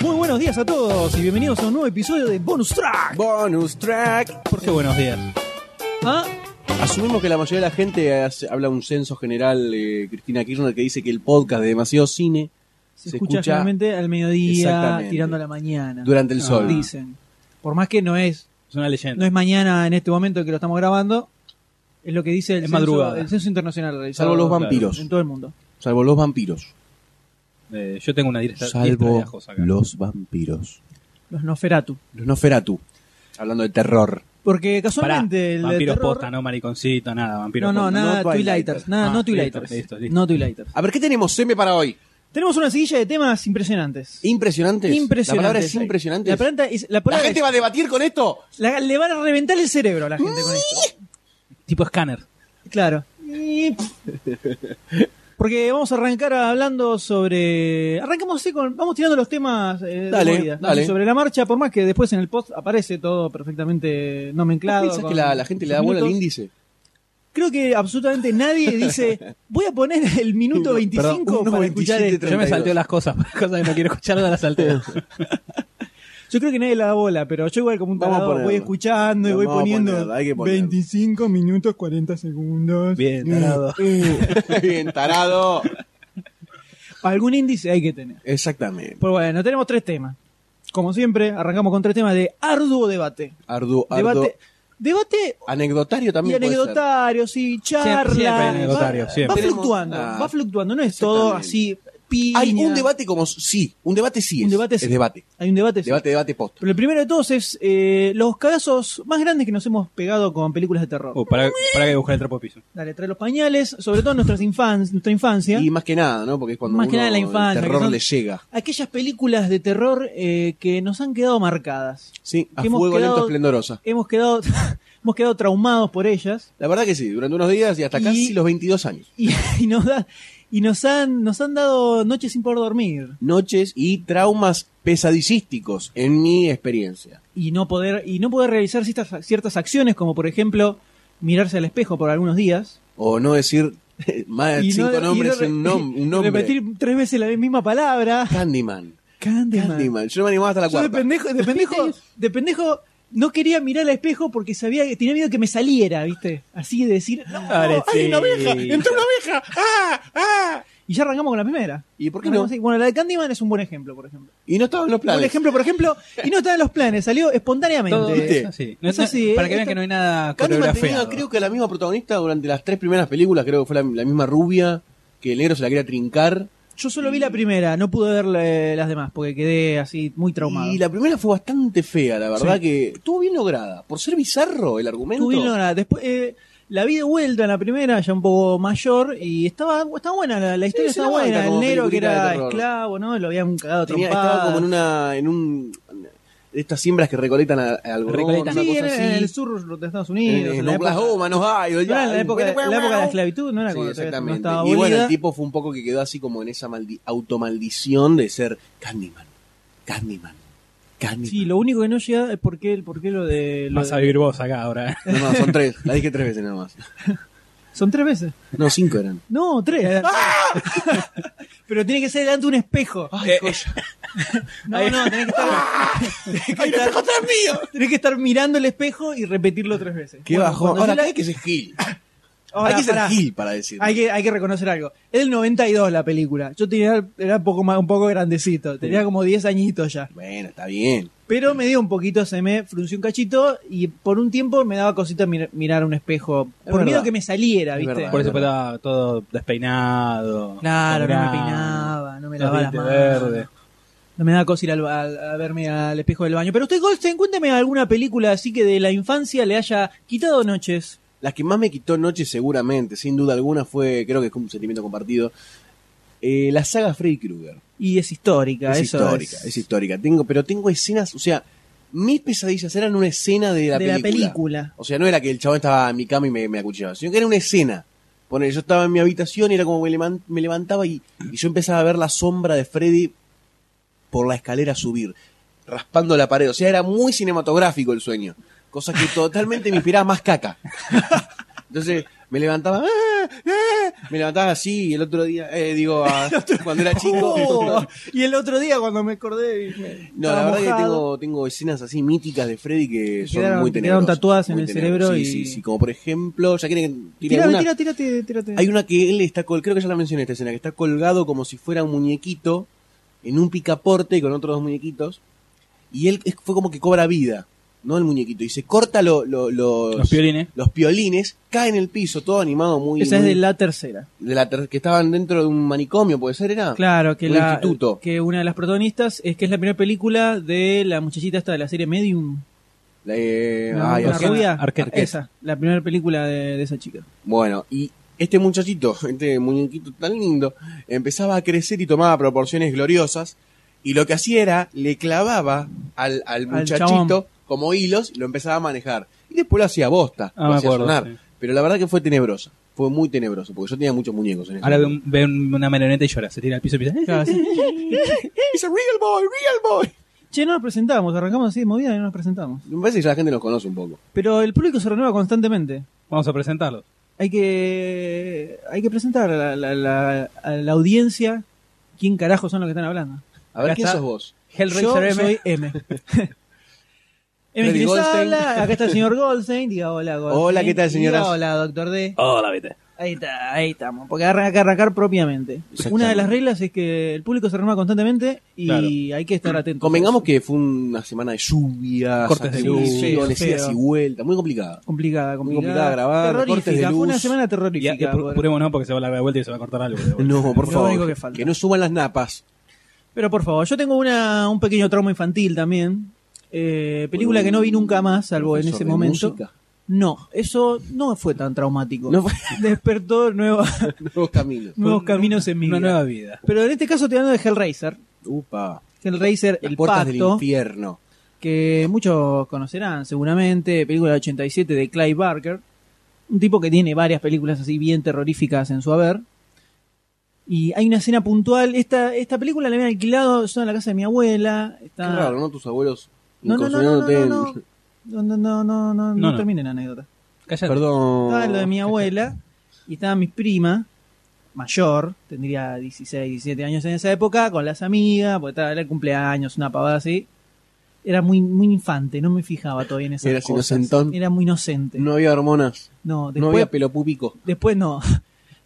Muy buenos días a todos y bienvenidos a un nuevo episodio de Bonus Track. Bonus track. ¿Por qué buenos días? ¿Ah? Asumimos que la mayoría de la gente hace- habla un censo general, eh, Cristina Kirchner, que dice que el podcast de demasiado cine Se, Se escucha, escucha- generalmente al mediodía, Exactamente. tirando a la mañana. durante el sol. Dicen. Por más que no es, Es una leyenda. no es mañana en este momento que lo estamos grabando, es lo que dice Es el, censo, madrugada. el censo internacional realizado Salvo los Claro. vampiros. en todo el mundo. Salvo los vampiros. Eh, yo tengo una directa, diestra de Salvo ajos acá. los vampiros. Los Nosferatu. Los Noferatu. Hablando de terror. Porque Pará, casualmente el de vampiros terror- posta, no mariconcito, nada, vampiros No, no, posta. nada, no Twilighters. Twilighters. Nada, Ah, no listo, Twilighters. listo, listo. No Twilighters. A ver, ¿qué tenemos, Seme, para hoy? Tenemos una seguilla de temas impresionantes. ¿Impresionantes? Impresionantes. La palabra es hay. impresionante. La, La, pregunta es- la palabra gente es- va a debatir con esto. la- le van a reventar el cerebro a la gente con esto. Tipo escáner. Claro. Y- Porque vamos a arrancar hablando sobre. Arrancamos así con. Vamos tirando los temas eh, de Dale, movida, dale. sobre la marcha, por más que después en el post aparece todo perfectamente nomenclado. ¿Piensas con que la, la gente le da sus bola al minutos. índice? Creo que absolutamente nadie dice. Voy a poner el minuto Perdón, 25 uno para 27, escuchar esto. Yo me 32. salteo las cosas, cosas que no quiero escuchar, no las salteo. Yo creo que nadie la da bola, pero yo igual como un Vamos a tarado voy ponerla. escuchando y No, voy vamos a poniendo ponerla, hay que ponerla. 25 minutos 40 segundos. Bien, Eh, tarado. eh. Bien, tarado. Algún índice hay que tener. Exactamente. Pues bueno, tenemos tres temas. Como siempre, arrancamos con tres temas de arduo debate. Ardu, ardu. Debate, debate Anecdotario y también. puede ser. anecdotario, sí, charla. Siempre- siempre hay va- anecdotario, va, siempre. fluctuando, Ah, va fluctuando, no es todo así. exactamente. Piña. Hay un debate como sí, un debate sí Un es. debate es sí. debate. Hay un debate. sí. Debate, debate post. Pero el primero de todos es eh, los cagazos más grandes que nos hemos pegado con películas de terror. Oh, para, para que busque el trapo de piso. Dale, trae los pañales, sobre todo nuestras infan- nuestra infancia. Y más que nada, ¿no? Porque es cuando Más uno, que nada la infancia, el que terror son- le llega. Aquellas películas de terror eh, que nos han quedado marcadas. Sí, a que hemos fuego quedado- lento esplendorosa. Hemos quedado, hemos quedado traumados por ellas La verdad que sí, durante unos días y hasta Y- casi los 22 años. y, y nos, da, y nos, han, nos han dado noches sin poder dormir Noches y traumas pesadicísticos, en mi experiencia. y no poder, y no poder realizar ciertas, ciertas acciones como por ejemplo mirarse al espejo por algunos días. O no decir más de y Eh, cinco no- y nombres, no re- un, nom- un nombre. Repetir tres veces la misma palabra. Candyman. Candyman. Candyman. Yo no me animaba hasta la Yo de cuarta. pendejo, de pendejo, de pendejo no quería mirar al espejo porque sabía que tenía miedo que me saliera, ¿viste? Así de decir, no, Ahora hay sí. una abeja, entró una abeja, ¡ah! ¡ah! Y ya arrancamos con la primera. ¿Y por qué Arrancamos no? así. Bueno, la de Candyman es un buen ejemplo, por ejemplo. Y no estaba en los Un planes. ejemplo, por ejemplo, y no está en los planes, salió espontáneamente. Todo ¿viste? es así. No Es es- no- así, para que eh, vean esto- que no hay nada Candyman tenía, coreografiado. creo que la misma protagonista durante las tres primeras películas, creo que fue la, la misma rubia, que el negro se la quería trincar. Yo solo vi la primera, no pude ver eh, las demás porque quedé así muy traumado. Y la primera fue bastante fea, la verdad Sí. que estuvo bien lograda. Por ser bizarro el argumento. Estuve viendo la- después, eh, la vi de vuelta en la primera, ya un poco mayor, y estaba, estaba buena, la, la historia se estaba la banca buena. El como negro que peliculita de era terror. esclavo, ¿no? Lo habían cagado Tenía- trompadas. estaba como en una en un de estas siembras que recolectan a- a algodón, Recolectan. una Sí, cosa era así. en el sur de Estados En- Unidos. en en la época- Oklahoma, no hay, no era en la época, la época de la esclavitud, no era Sí, cuando todavía no exactamente. estaba y bueno, abolida. el tipo fue un poco que quedó así como en esa maldi- automaldición de ser Candyman, Candyman, Candyman. Sí, lo único que no llega es por qué, el por qué lo de... lo Vas a de- vivir vos acá ahora. eh. No, no, son tres. La dije tres veces nada más. Son tres veces. No, cinco eran. No, tres. ¡Ah! Pero tiene que ser delante de un espejo. Ay, cosa. No, no, tenés que Ah, estar... ¡Ay, el espejo atrás mío! Tenés que estar mirando el espejo y repetirlo tres veces. Qué Bueno, bajón. cuando Ahora, yo la- hay que ser Gil. Ahora, hay que ser pará. Gil para decir. Hay que, hay que reconocer algo. Es del 92 la película. Yo tenía, era un poco, más, un poco grandecito. Tenía como 10 añitos ya. Bueno, está bien. Pero me dio un poquito, se me frunció un cachito y por un tiempo me daba cosita mir- mirar un espejo. Es por miedo verdad. que me saliera, Es ¿viste? verdad. Por eso fue todo- todo despeinado. Claro, no me colorado, peinaba, no me los lavaba las dientes manos. verdes. No me daba cosa ir al, al- a verme al espejo del baño. Pero usted, Goldstein, cuénteme alguna película así que de la infancia le haya quitado noches Las que más me quitó noche seguramente, sin duda alguna, fue, creo que es como un sentimiento compartido, eh, la saga Freddy Krueger. Y es histórica, Es eso histórica, es... histórica. Tengo, pero tengo escenas, o sea, mis pesadillas eran una escena de la de película. la película. O sea, no era que el chabón estaba en mi cama y me, me acuchillaba, sino que era una escena. Ponele, yo estaba en mi habitación y era como me, levan- me levantaba y, y yo empezaba a ver la sombra de Freddy por la escalera subir, raspando la pared. O sea, era muy cinematográfico el sueño. Cosa que totalmente me inspiraba más caca. Entonces me levantaba, "Ah, ah", me levantaba así y el otro día, eh, digo, ah, cuando era chico, Oh, y el otro día cuando me acordé, me- no, estaba la verdad que mojado. tengo, tengo escenas así míticas de Freddy que son quedaron- muy quedaron tenebrosas. tatuadas en muy el tenebrosas. cerebro Sí, y- sí, sí. Como por ejemplo, ya quieren tirar Tírate, una. tírate, tírate, tírate. Hay una que él está, col- creo que ya la mencioné esta escena, que está colgado como si fuera un muñequito en un picaporte con otros dos muñequitos. Y él es- fue como que cobra vida, ¿no? El muñequito. Y se corta lo- lo- los, Los piolines. los piolines, cae en el piso, todo animado, muy. Esa es muy- de la tercera. de la ter- que estaban dentro de un manicomio, ¿puede ser? Era. Claro, que Ah, un la instituto. que una de las protagonistas es que es la primera película de la muchachita esta de la serie Medium. La- eh, la ay, una Arquette. rubia. Arquette. Esa, la primera película de, de esa chica. Bueno, y este muchachito, este muñequito tan lindo, empezaba a crecer y tomaba proporciones gloriosas. Y lo que hacía era, le clavaba al, al chabón. muchachito como hilos y lo empezaba a manejar. Y después lo hacía bosta, Ah, lo me hacía acuerdo, sonar. sí. Pero la verdad que fue tenebrosa. Fue muy tenebroso, porque yo tenía muchos muñecos en ese Ahora ve, momento. un- ve un- una marioneta y llora. Se tira al piso y empieza. "Eh, Claro, sí. It's a real boy, real boy. Che, no nos presentamos, arrancamos así de movida y no nos presentamos. Me parece que ya la gente los conoce un poco. Pero el público se renueva constantemente. Vamos a presentarlo. Hay que hay que presentar a la, la- la- a la audiencia quién carajo son los que están hablando. A ver, Acá ¿quién está. sos vos? Yo Hellraiser M. soy M. M Freddy que les Goldstein. habla, acá está el señor Goldstein, diga hola Goldstein. Hola, ¿qué tal, señoras? Diga hola, doctor D. Hola, vete. Ahí está, ahí estamos. Porque hay que arrancar propiamente. Exactamente. Una de las reglas es que el público se renueva constantemente y Claro. hay que estar atentos. Convengamos que fue una semana de lluvias, Cortes de luz. atribuciones, Feo, feo. idas y vueltas, muy complicada. complicada, complicada, complicada grabar, terrorífica. cortes de Fue una luz. semana Y ya- terrorífica. ya por- pu- purémonos porque se va a la vuelta y se va a cortar algo. No, por Lo favor. único que Que, falta. no suban las napas. Pero por favor, yo tengo una, un pequeño trauma infantil también. Eh, película Con un que no vi nunca más, salvo en profesor ese de momento. música. No, eso no fue tan traumático. No fue- Despertó nueva- Nuevos caminos. nuevos caminos en mi Una vida. nueva vida. Pero en este caso te hablo de Hellraiser. Upa. Hellraiser, Las el puertas del pacto, infierno. que muchos conocerán seguramente, película del 87 de Clive Barker, un tipo que tiene varias películas así bien terroríficas en su haber. Y hay una escena puntual, esta, esta película la habían alquilado, yo en la casa de mi abuela, Qué está raro, ¿no? Tus abuelos No, no, no, no, incursionándote no, en- no. No, no, no, no, no, No, no no. termine la anécdota. Cállate. Perdón. Estaba Ah, lo de mi abuela y estaba mi prima, mayor, tendría 16, 17 años en esa época, con las amigas, porque estaba era el cumpleaños, una pavada así. Era muy, muy infante, no me fijaba todavía en esas Eras cosas. inocentón. Era muy inocente. No, No había hormonas. no este. después, había pelo púbico. después no.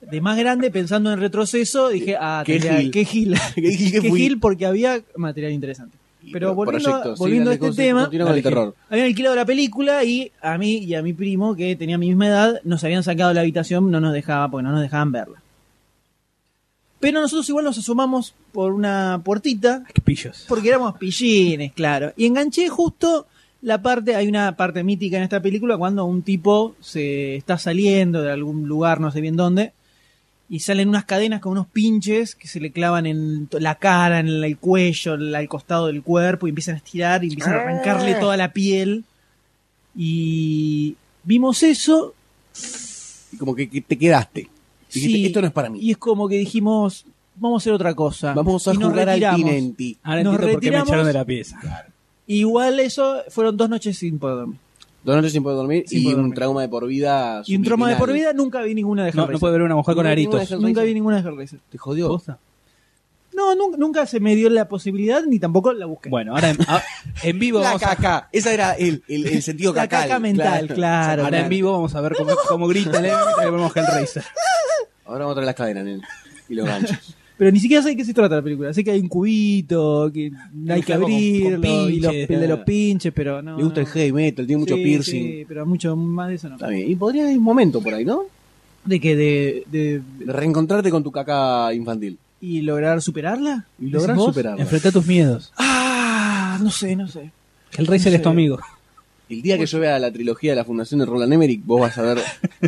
De más grande, pensando en retroceso, dije, ah, Qué tendría- gil. qué gil. ¿Qué dije Qué fui? gil porque había material interesante. Y Pero volviendo, proyectos, sí, volviendo a este dale, con- tema, Continúa con el dale, terror. Habían alquilado la película y a mí y a mi primo, que tenía mi misma edad, nos habían sacado de la habitación, no nos dejaba, porque no nos dejaban verla. Pero nosotros igual nos asomamos por una puertita, Qué pillos. porque éramos pillines, claro. Y enganché justo la parte, hay una parte mítica en esta película, cuando un tipo se está saliendo de algún lugar, no sé bien dónde, y salen unas cadenas con unos pinches que se le clavan en to- la cara, en el cuello, en la- al costado del cuerpo, y empiezan a estirar y empiezan a arrancarle toda la piel. Y vimos eso. Y como que, que te quedaste. Dijiste, sí, esto no es para mí. Y es como que dijimos, vamos a hacer otra cosa. Vamos a Ah, y nos jugar al retiramos. Tinenti. Ahora Nos entiendo por qué me retiramos. echaron de la pieza. Igual eso fueron dos noches sin poder dormir. Dos noches sin poder dormir Sin y poder un dormir. trauma de por vida. Y un trauma de subliminal. por vida, nunca vi ninguna de No, Hellraiser. no puede ver una mujer con No, aritos. ninguna nunca Hellraiser. vi ninguna de Hellraiser. Te jodió. No, nunca, nunca se me dio la posibilidad ni tampoco la busqué. Bueno, ahora en, a- en vivo La vamos a, caca. Ese era el, el, el sentido La cacal. caca mental, claro. ahora en vivo vamos a ver cómo, cómo grita el M y le ponemos Hellraiser. Ahora vamos a traer las cadenas, nene. Y los ganchos. Pero ni siquiera sé de qué se trata la película. Sé que hay un cubito, que hay que flaco con- con abrirlo, y los, pinches, el de los nada. pinches, pero no. Le gusta el no. heavy metal, tiene mucho Sí, piercing. sí, pero mucho más de eso no. Está bien. Y podría haber un momento por ahí, ¿no? De que de, de- De reencontrarte con tu caca infantil. y lograr superarla. Y lograr ¿Decís vos? superarla. Enfrenta tus miedos. Ah, no sé, no sé. Hellraiser No es tu sé. amigo. El día que yo vea la trilogía de la Fundación de Roland Emmerich, vos vas a ver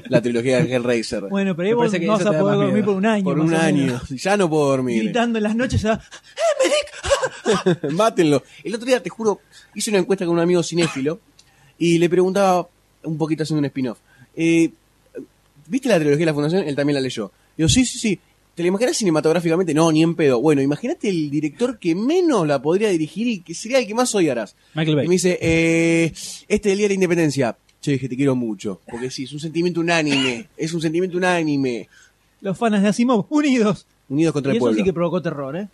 la trilogía de Hellraiser. Bueno, pero Me ahí vos parece que no vas eso te a da poder más dormir miedo. por un año. por más un o menos. año. Ya no puedo dormir. Gritando en las noches. ah, Mátenlo. El otro día, te juro, hice una encuesta con un amigo cinéfilo y le preguntaba, un poquito haciendo un spin-off, eh, ¿viste la trilogía de la Fundación? Él también la leyó. Digo, sí, sí, sí. ¿Te la imaginas cinematográficamente? No, ni en pedo. Bueno, imagínate el director que menos la podría dirigir y que sería el que más odiarás. Michael Y me Bay. dice, eh, este del Día de la Independencia. Che, dije, te quiero mucho. Porque sí, es un sentimiento unánime. Es un sentimiento unánime. Los fans de Asimov, unidos. Unidos Y contra el eso pueblo. sí que provocó terror, ¿eh?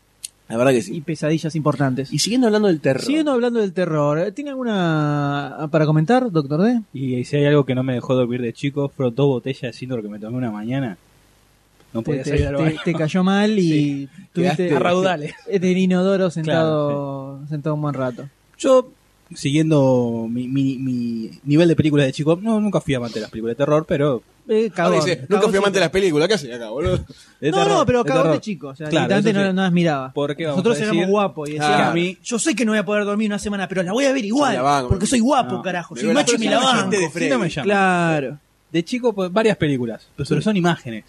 La verdad que Y sí. pesadillas importantes. Y siguiendo hablando del terror. Siguiendo hablando del terror, eh, ¿tiene alguna ah, para comentar, doctor D? Y si hay algo que no me dejó dormir de chico, fueron dos botellas de síndrome que me tomé una mañana. No Te, podía salir te- al baño. te- te cayó mal y Sí. tuviste Quedaste- A raudales. este inodoro sentado, sentado un buen rato. Yo, siguiendo mi, mi- mi nivel de películas de chico, no, nunca fui amante de las películas de terror, pero... Eh, Ahora cagón, Ah, dice, nunca cagón fui amante siempre. de las películas. ¿Qué hacen acá, boludo? de no, terror, no, pero cagón terror. de chico. O sea, Claro, directamente eso sí. no, no las miraba. ¿Por qué vamos Nosotros a éramos decir? guapos y decíamos, Claro. Que a mí- yo sé que no voy a poder dormir una semana, pero la voy a ver Se igual. la banco, porque soy guapo, No. carajo. Me Soy veo la macho y me la próxima banco. gente de Sí, no me Freddy. llama. Claro. De chico, pues, varias películas, pero solo son imágenes.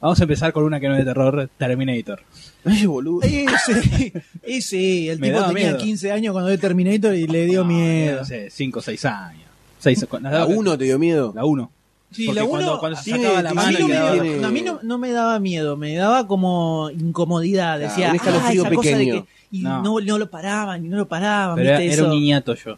Vamos a empezar con una que no es de terror, Terminator. Ay, boludo. Ese, ese, el Me tipo daba tenía miedo. 15 años cuando vio Terminator y le dio Ah, miedo. No sé, 5 o 6 años. Seis, con- ¿A uno te dio miedo? La 1. Sí, Porque la cuando- uno- cuando se tiene- sacaba la A mí, mano tiene- y no me, quedaba- daba- a mí no- no me daba miedo, me daba como incomodidad. Claro, Decía, un escalofrío "Ah, esa cosa de pequeño". que- y no. No. no lo paraban, y no lo paraban. Pero era, Ah, ¿viste era un eso? niñato yo.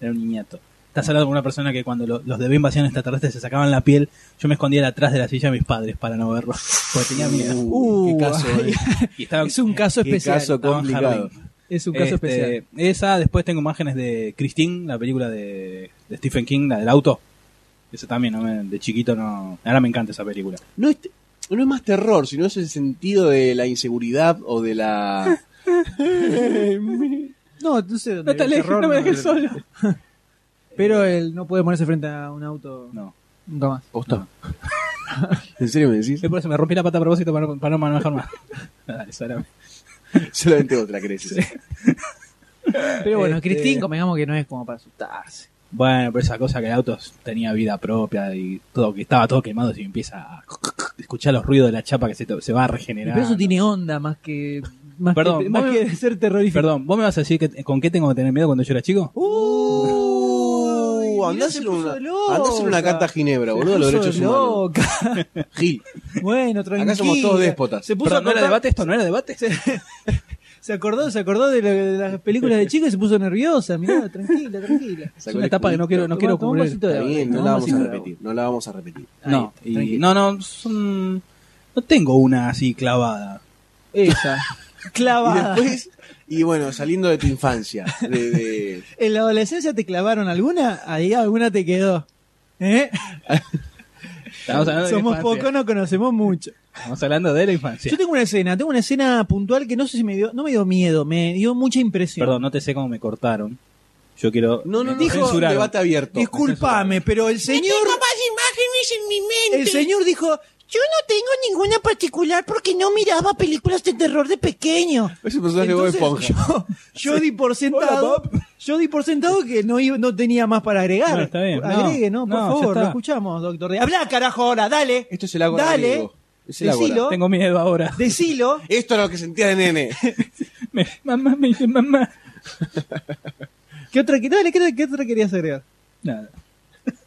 Era un niñato. Estás hablando con una persona que cuando lo- los de invasión extraterrestre se sacaban la piel, yo me escondía detrás de la silla de mis padres para no verlo. Porque tenía miedo. Uh, Uh, qué caso, eh. Y estaba- es un caso Qué especial. caso estaba en complicado. jardín. Es un Este, caso especial. Esa, después tengo imágenes de Christine, la película de, de Stephen King, la del auto. Esa también, no me- de chiquito no. Ahora me encanta esa película. No es, no es más terror, sino es el sentido de la inseguridad o de la. No, no sé dónde No te el alejes, terror, no me no- dejes solo. Pero él no puede ponerse frente a un auto No. nunca más. Posta. ¿En serio me decís? Y por eso me rompí la pata a propósito para no, para no manejar más. Dale, solamente. Solamente vos te la crees. Pero bueno, Este- Cristín, convengamos que no es como para asustarse. Bueno, pero esa cosa que el auto tenía vida propia y todo que estaba todo quemado y empieza a escuchar los ruidos de la chapa que se, to- se va a regenerar. Pero eso tiene onda más que. Más Perdón, que, más vos- que ser terrorífico. Perdón, ¿vos me vas a decir que, con qué tengo que tener miedo cuando yo era chico? Uh, Uy, andás se en puso una, loca. andás en una carta a Ginebra, boludo, los Se puso derechos humanos. loca. Gil. Bueno, tranquila. Acá somos todos déspotas. Se puso Perdón, ¿No a era contar- debate esto? ¿No era debate? Se acordó, se acordó de, la- de las películas de chico y se puso nerviosa. Mirá, tranquila, tranquila. Es una etapa que no quiero, no quiero Tomá- tomá un cubrir. vasito de Está agua, bien, no tomá la un vamos vasito a de agua. repetir. No la vamos a repetir. No, Ahí, y- tranquilo. no, no, son- no tengo una así clavada. Esa. Y Clavada. después, y bueno, saliendo de tu infancia, de, de- ¿En la adolescencia te clavaron alguna? Ahí alguna te quedó. ¿Eh? Estamos hablando de la Somos infancia. pocos, no conocemos mucho. Estamos hablando de la infancia. Yo tengo una escena, tengo una escena puntual que no sé si me dio, no me dio miedo, me dio mucha impresión. Perdón, no te sé cómo me cortaron. Yo quiero. No, no, no, me Dijo- un censuraron. debate abierto. Disculpame, pero el señor. imágenes en mi mente. El señor dijo. Yo no tengo ninguna particular porque no miraba películas de terror de pequeño. Es un personaje de Bob "Entonces, Esponja. yo, yo di por sentado. Bob. yo di por sentado que no, iba- no tenía más para agregar. No, está bien. No, Agregue, ¿no? Por no, ya favor, está. lo escuchamos, doctor. D. Hablá, carajo, ahora, dale. Esto es el agua. Dale. amigo. Es el ágora. Decilo. Tengo miedo ahora. Decilo. Esto es lo que sentía de nene. Me- mamá me dice mamá. ¿Qué otra, que- dale, ¿qué, otra- qué otra querías agregar? Nada.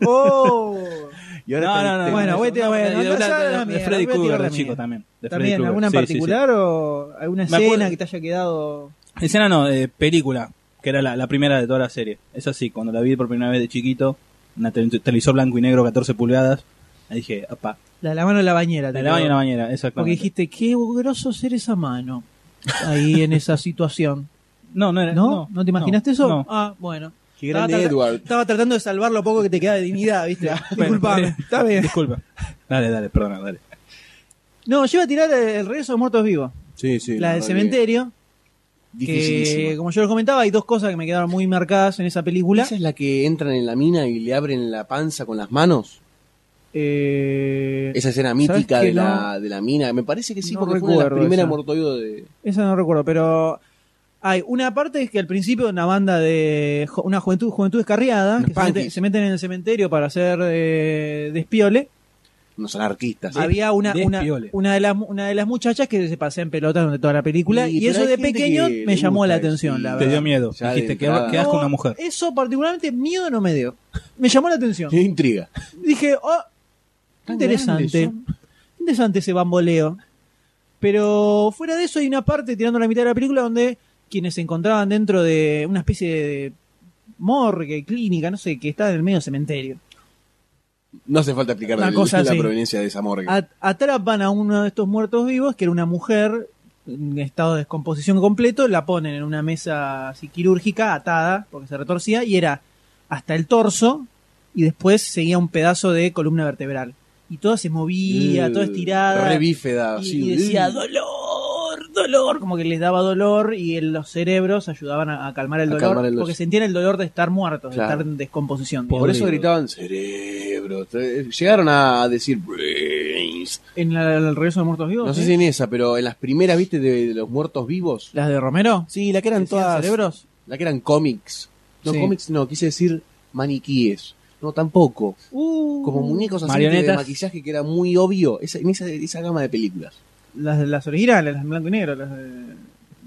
Oh. Y ahora está- no, Bueno, vete a ver, De, andá a la de- de mierda, Freddy vete a Krueger, la de chico mierda. también. de Freddy También, Krueger. ¿alguna en Sí, sí, sí. particular o alguna Me escena acuerdo- que te haya quedado? Escena no, eh, película, que era la, la primera de toda la serie. Es así, cuando la vi por primera vez de chiquito, una tele- televisor blanco y negro, 14 pulgadas, ahí dije, apá, La de la mano en la bañera. te la baña quedó. en la bañera, Porque exactamente. dijiste, qué groso ser esa mano ahí en esa situación. no, no era, ¿No? no, ¿No, te imaginaste eso? no. Ah, bueno. Qué grande Estaba tra- Edward. Estaba tratando de salvar lo poco que te queda de dignidad, ¿viste? Bueno, Disculpame. dale, Está bien. Disculpa. Dale, dale, perdona, dale. No, yo iba a tirar eh, El regreso de los muertos vivos. Sí, sí. la del verdad cementerio. que Que, Dificilísimo. como yo les comentaba, hay dos cosas que me quedaron muy marcadas en esa película. ¿Esa es la que entran en la mina y le abren la panza con las manos? Eh, Esa escena ¿Sabes mítica que de, la, de la mina. Me parece que sí, No porque fue una de las recuerdo primeras esa. mortoides de... Esa no recuerdo, pero Hay una parte que al principio una banda de jo- una juventud, juventud descarriada, Los que se, mete- punkis. se meten en el cementerio para hacer eh, despiole. Unos anarquistas. ¿eh? Había una, una, despiole. una de las, mu- una de las muchachas que se pasea en pelota durante toda la película Sí, y, pero eso hay de gente pequeño que me le llamó gusta la eso, atención, y la Te verdad. dio miedo. Ya de Dijiste, que entrada. qué asco No, eh. una mujer. Eso particularmente miedo no me dio. Me llamó la atención. Qué intriga. Dije, oh, Tan interesante. grandes Interesante ese bamboleo. Pero fuera de eso hay una parte tirando la mitad de la película donde quienes se encontraban dentro de una especie de morgue, clínica, no sé, que está en el medio del cementerio. No hace falta explicar Una la, cosa la así. proveniencia de esa morgue. At- atrapan a uno de estos muertos vivos, que era una mujer en estado de descomposición completo, la ponen en una mesa así quirúrgica, atada, porque se retorcía, y era hasta el torso, y después seguía un pedazo de columna vertebral. Y toda se movía, toda estirada. Eh, Uh, Re bífeda, y, sí. y decía, Mm. dolor, dolor, como que les daba dolor, y en los cerebros ayudaban a, a calmar el A dolor, calmar el dolor. porque sentían el dolor de estar muertos, Claro. de estar en descomposición. Por digamos. eso gritaban cerebro. Eh, Llegaron a decir brains. En la- el regreso de muertos vivos, eh? No sé ¿sí? si en esa, pero en las primeras, ¿viste? De, de los muertos vivos. las de Romero. Sí, la que eran ¿Decían todas. cerebros? La que eran cómics. No, Sí. cómics no, quise decir maniquíes. No, tampoco. Uh, Como muñecos así Marionetas. de maquillaje que era muy obvio. Esa, en esa, esa gama de películas. Las, las originales, las en blanco y negro, las de,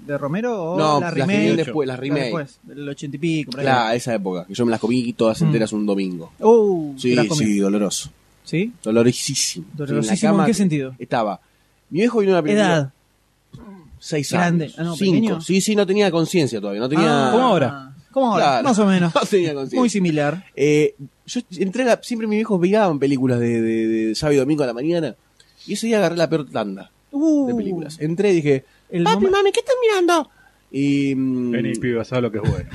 de Romero o no, las las que remake. vienen después, las Las remake. después, del ochenta y pico. por ahí. Claro, esa época. Que yo me las comí todas Mm. enteras un domingo. Uh, Sí, las comí. sí, doloroso. ¿Sí? Dolorosísimo. Sí, en la Dolorosísimo, ¿en cama qué sentido? Estaba. Mi viejo vino a la película. Edad. Seis Grande. años. Ah, no, cinco. pequeño. Sí, sí, no tenía conciencia todavía. No tenía. Ah, ¿Cómo ahora? ¿Cómo ahora? Claro. Más o menos. No tenía conciencia. Muy similar. Eh, yo entré a la- siempre mis viejos veían películas de, de, de sábado y domingo a la mañana. Y ese día agarré la peor tanda Uh, de películas. Entré y dije, El Papi, momen- mami, ¿qué estás mirando? y, mm, Vení, piba, sabes lo que es bueno.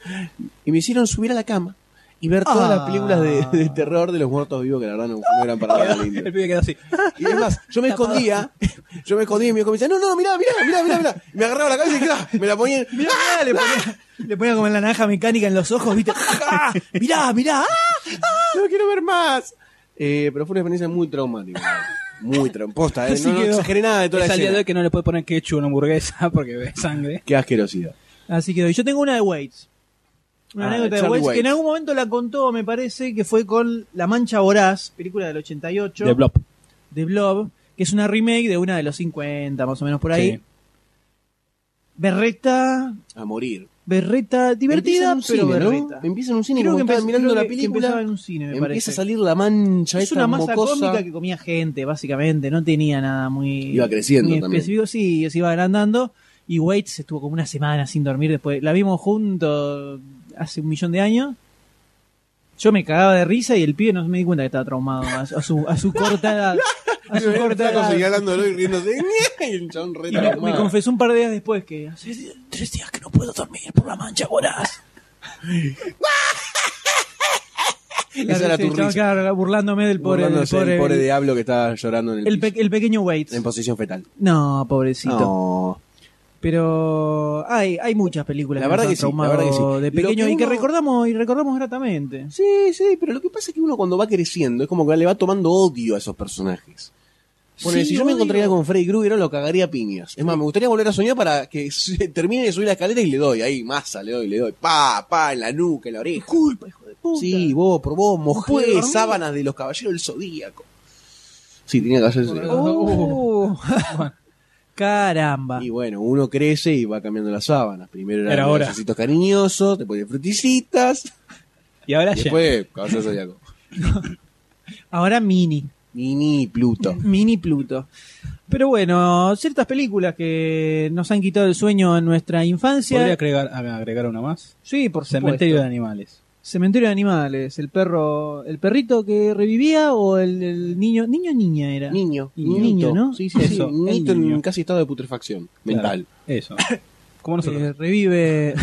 y me hicieron subir a la cama y ver todas Ah. las películas de, de terror de los muertos vivos que la verdad no, no eran para nada lindas. El pibe quedó así. Y es más, yo me escondía, yo me escondía y mi viejo me decía, no, no, mirá, mirá, mirá, mirá, mirá. Y me agarraba la cabeza y quedaba, me la ponía. Mirá, mirá, le ponía, le ponía como la naranja mecánica en los ojos, ¿viste? Ah, mirá, mirá. ah. no quiero ver más. Eh, pero fue una experiencia muy traumática. Muy traumática. Así no, no quedó. exageré nada de toda Es la al día escena. de hoy que no le puede poner ketchup a una hamburguesa porque ve sangre. Qué asquerosidad. Así que yo tengo una de Waits. Una Ah, anécdota de Charlie Waits, que en Waits. algún momento la contó, me parece, que fue con La Mancha Voraz, película del 88. De Blob. de Blob, que es una remake de una de los 50, más o menos por ahí. Sí. Berreta, A morir. berreta divertida, Empieza pero en un cine, ¿no? berreta. Empieza en un cine Creo como que estaba empe- mirando creo la que- que película. empezaba en un cine, me empieza parece. a salir la mancha es esta una masa mocosa. cómica que comía gente, básicamente. No tenía nada muy. Iba creciendo muy también. específico. Sí, se iba agrandando. Y Waits estuvo como una semana sin dormir después. La vimos juntos hace un millón de años. Yo me cagaba de risa y el pibe no me di cuenta que estaba traumado a, a su, a su corta edad. A su corta edad. hablándolo y riéndose. y el chabón re Y me, me traumado. confesó un par de días después que hace di- tres días que no puedo dormir por la mancha voraz. Esa era tu Estaba, risa. claro, burlándome del pobre, del Burlándose del pobre, pobre diablo que estaba llorando en el, el, pe- piso, el pequeño Waits. en posición fetal. No, pobrecito. No. Pero hay, hay muchas películas La verdad nos han que sí, la traumado verdad que sí. de Lo pequeño que y que uno- recordamos y recordamos gratamente. Sí, sí, pero lo que pasa es que uno cuando va creciendo es como que le va tomando odio a esos personajes. Bueno, Sí, si yo me odio. encontraría con Freddy Krueger, ahora lo cagaría a piñas. Es más, me gustaría volver a soñar para que se- termine de subir la escalera y le doy ahí, masa, le doy, le doy. Pa, pa, en la nuca, en la oreja. Culpa, hijo de puta. Sí, vos, por vos, puede mojé dormir. sábanas de los caballeros del zodíaco. Sí, tenía que hacer eso. Oh. Caramba. Y bueno, uno crece y va cambiando las sábanas. Primero eran Era los hora. bracitos cariñosos, después de fruticitas, Y ahora y ya. después caballeros del zodíaco. Ahora Mini. Mini Pluto. Mini Pluto. Pero bueno, ciertas películas que nos han quitado el sueño en nuestra infancia. ¿Podría agregar, agregar una más? Sí, por Cementerio cementerio. de animales. Cementerio de animales, el perro, el perrito que revivía o el, el niño, niño o niña era. Niño. Niño, niñito. ¿no? Sí, sí, sí, Eso, niñito el niño. en casi estado de putrefacción mental. Claro, Eso. Como nosotros. que revive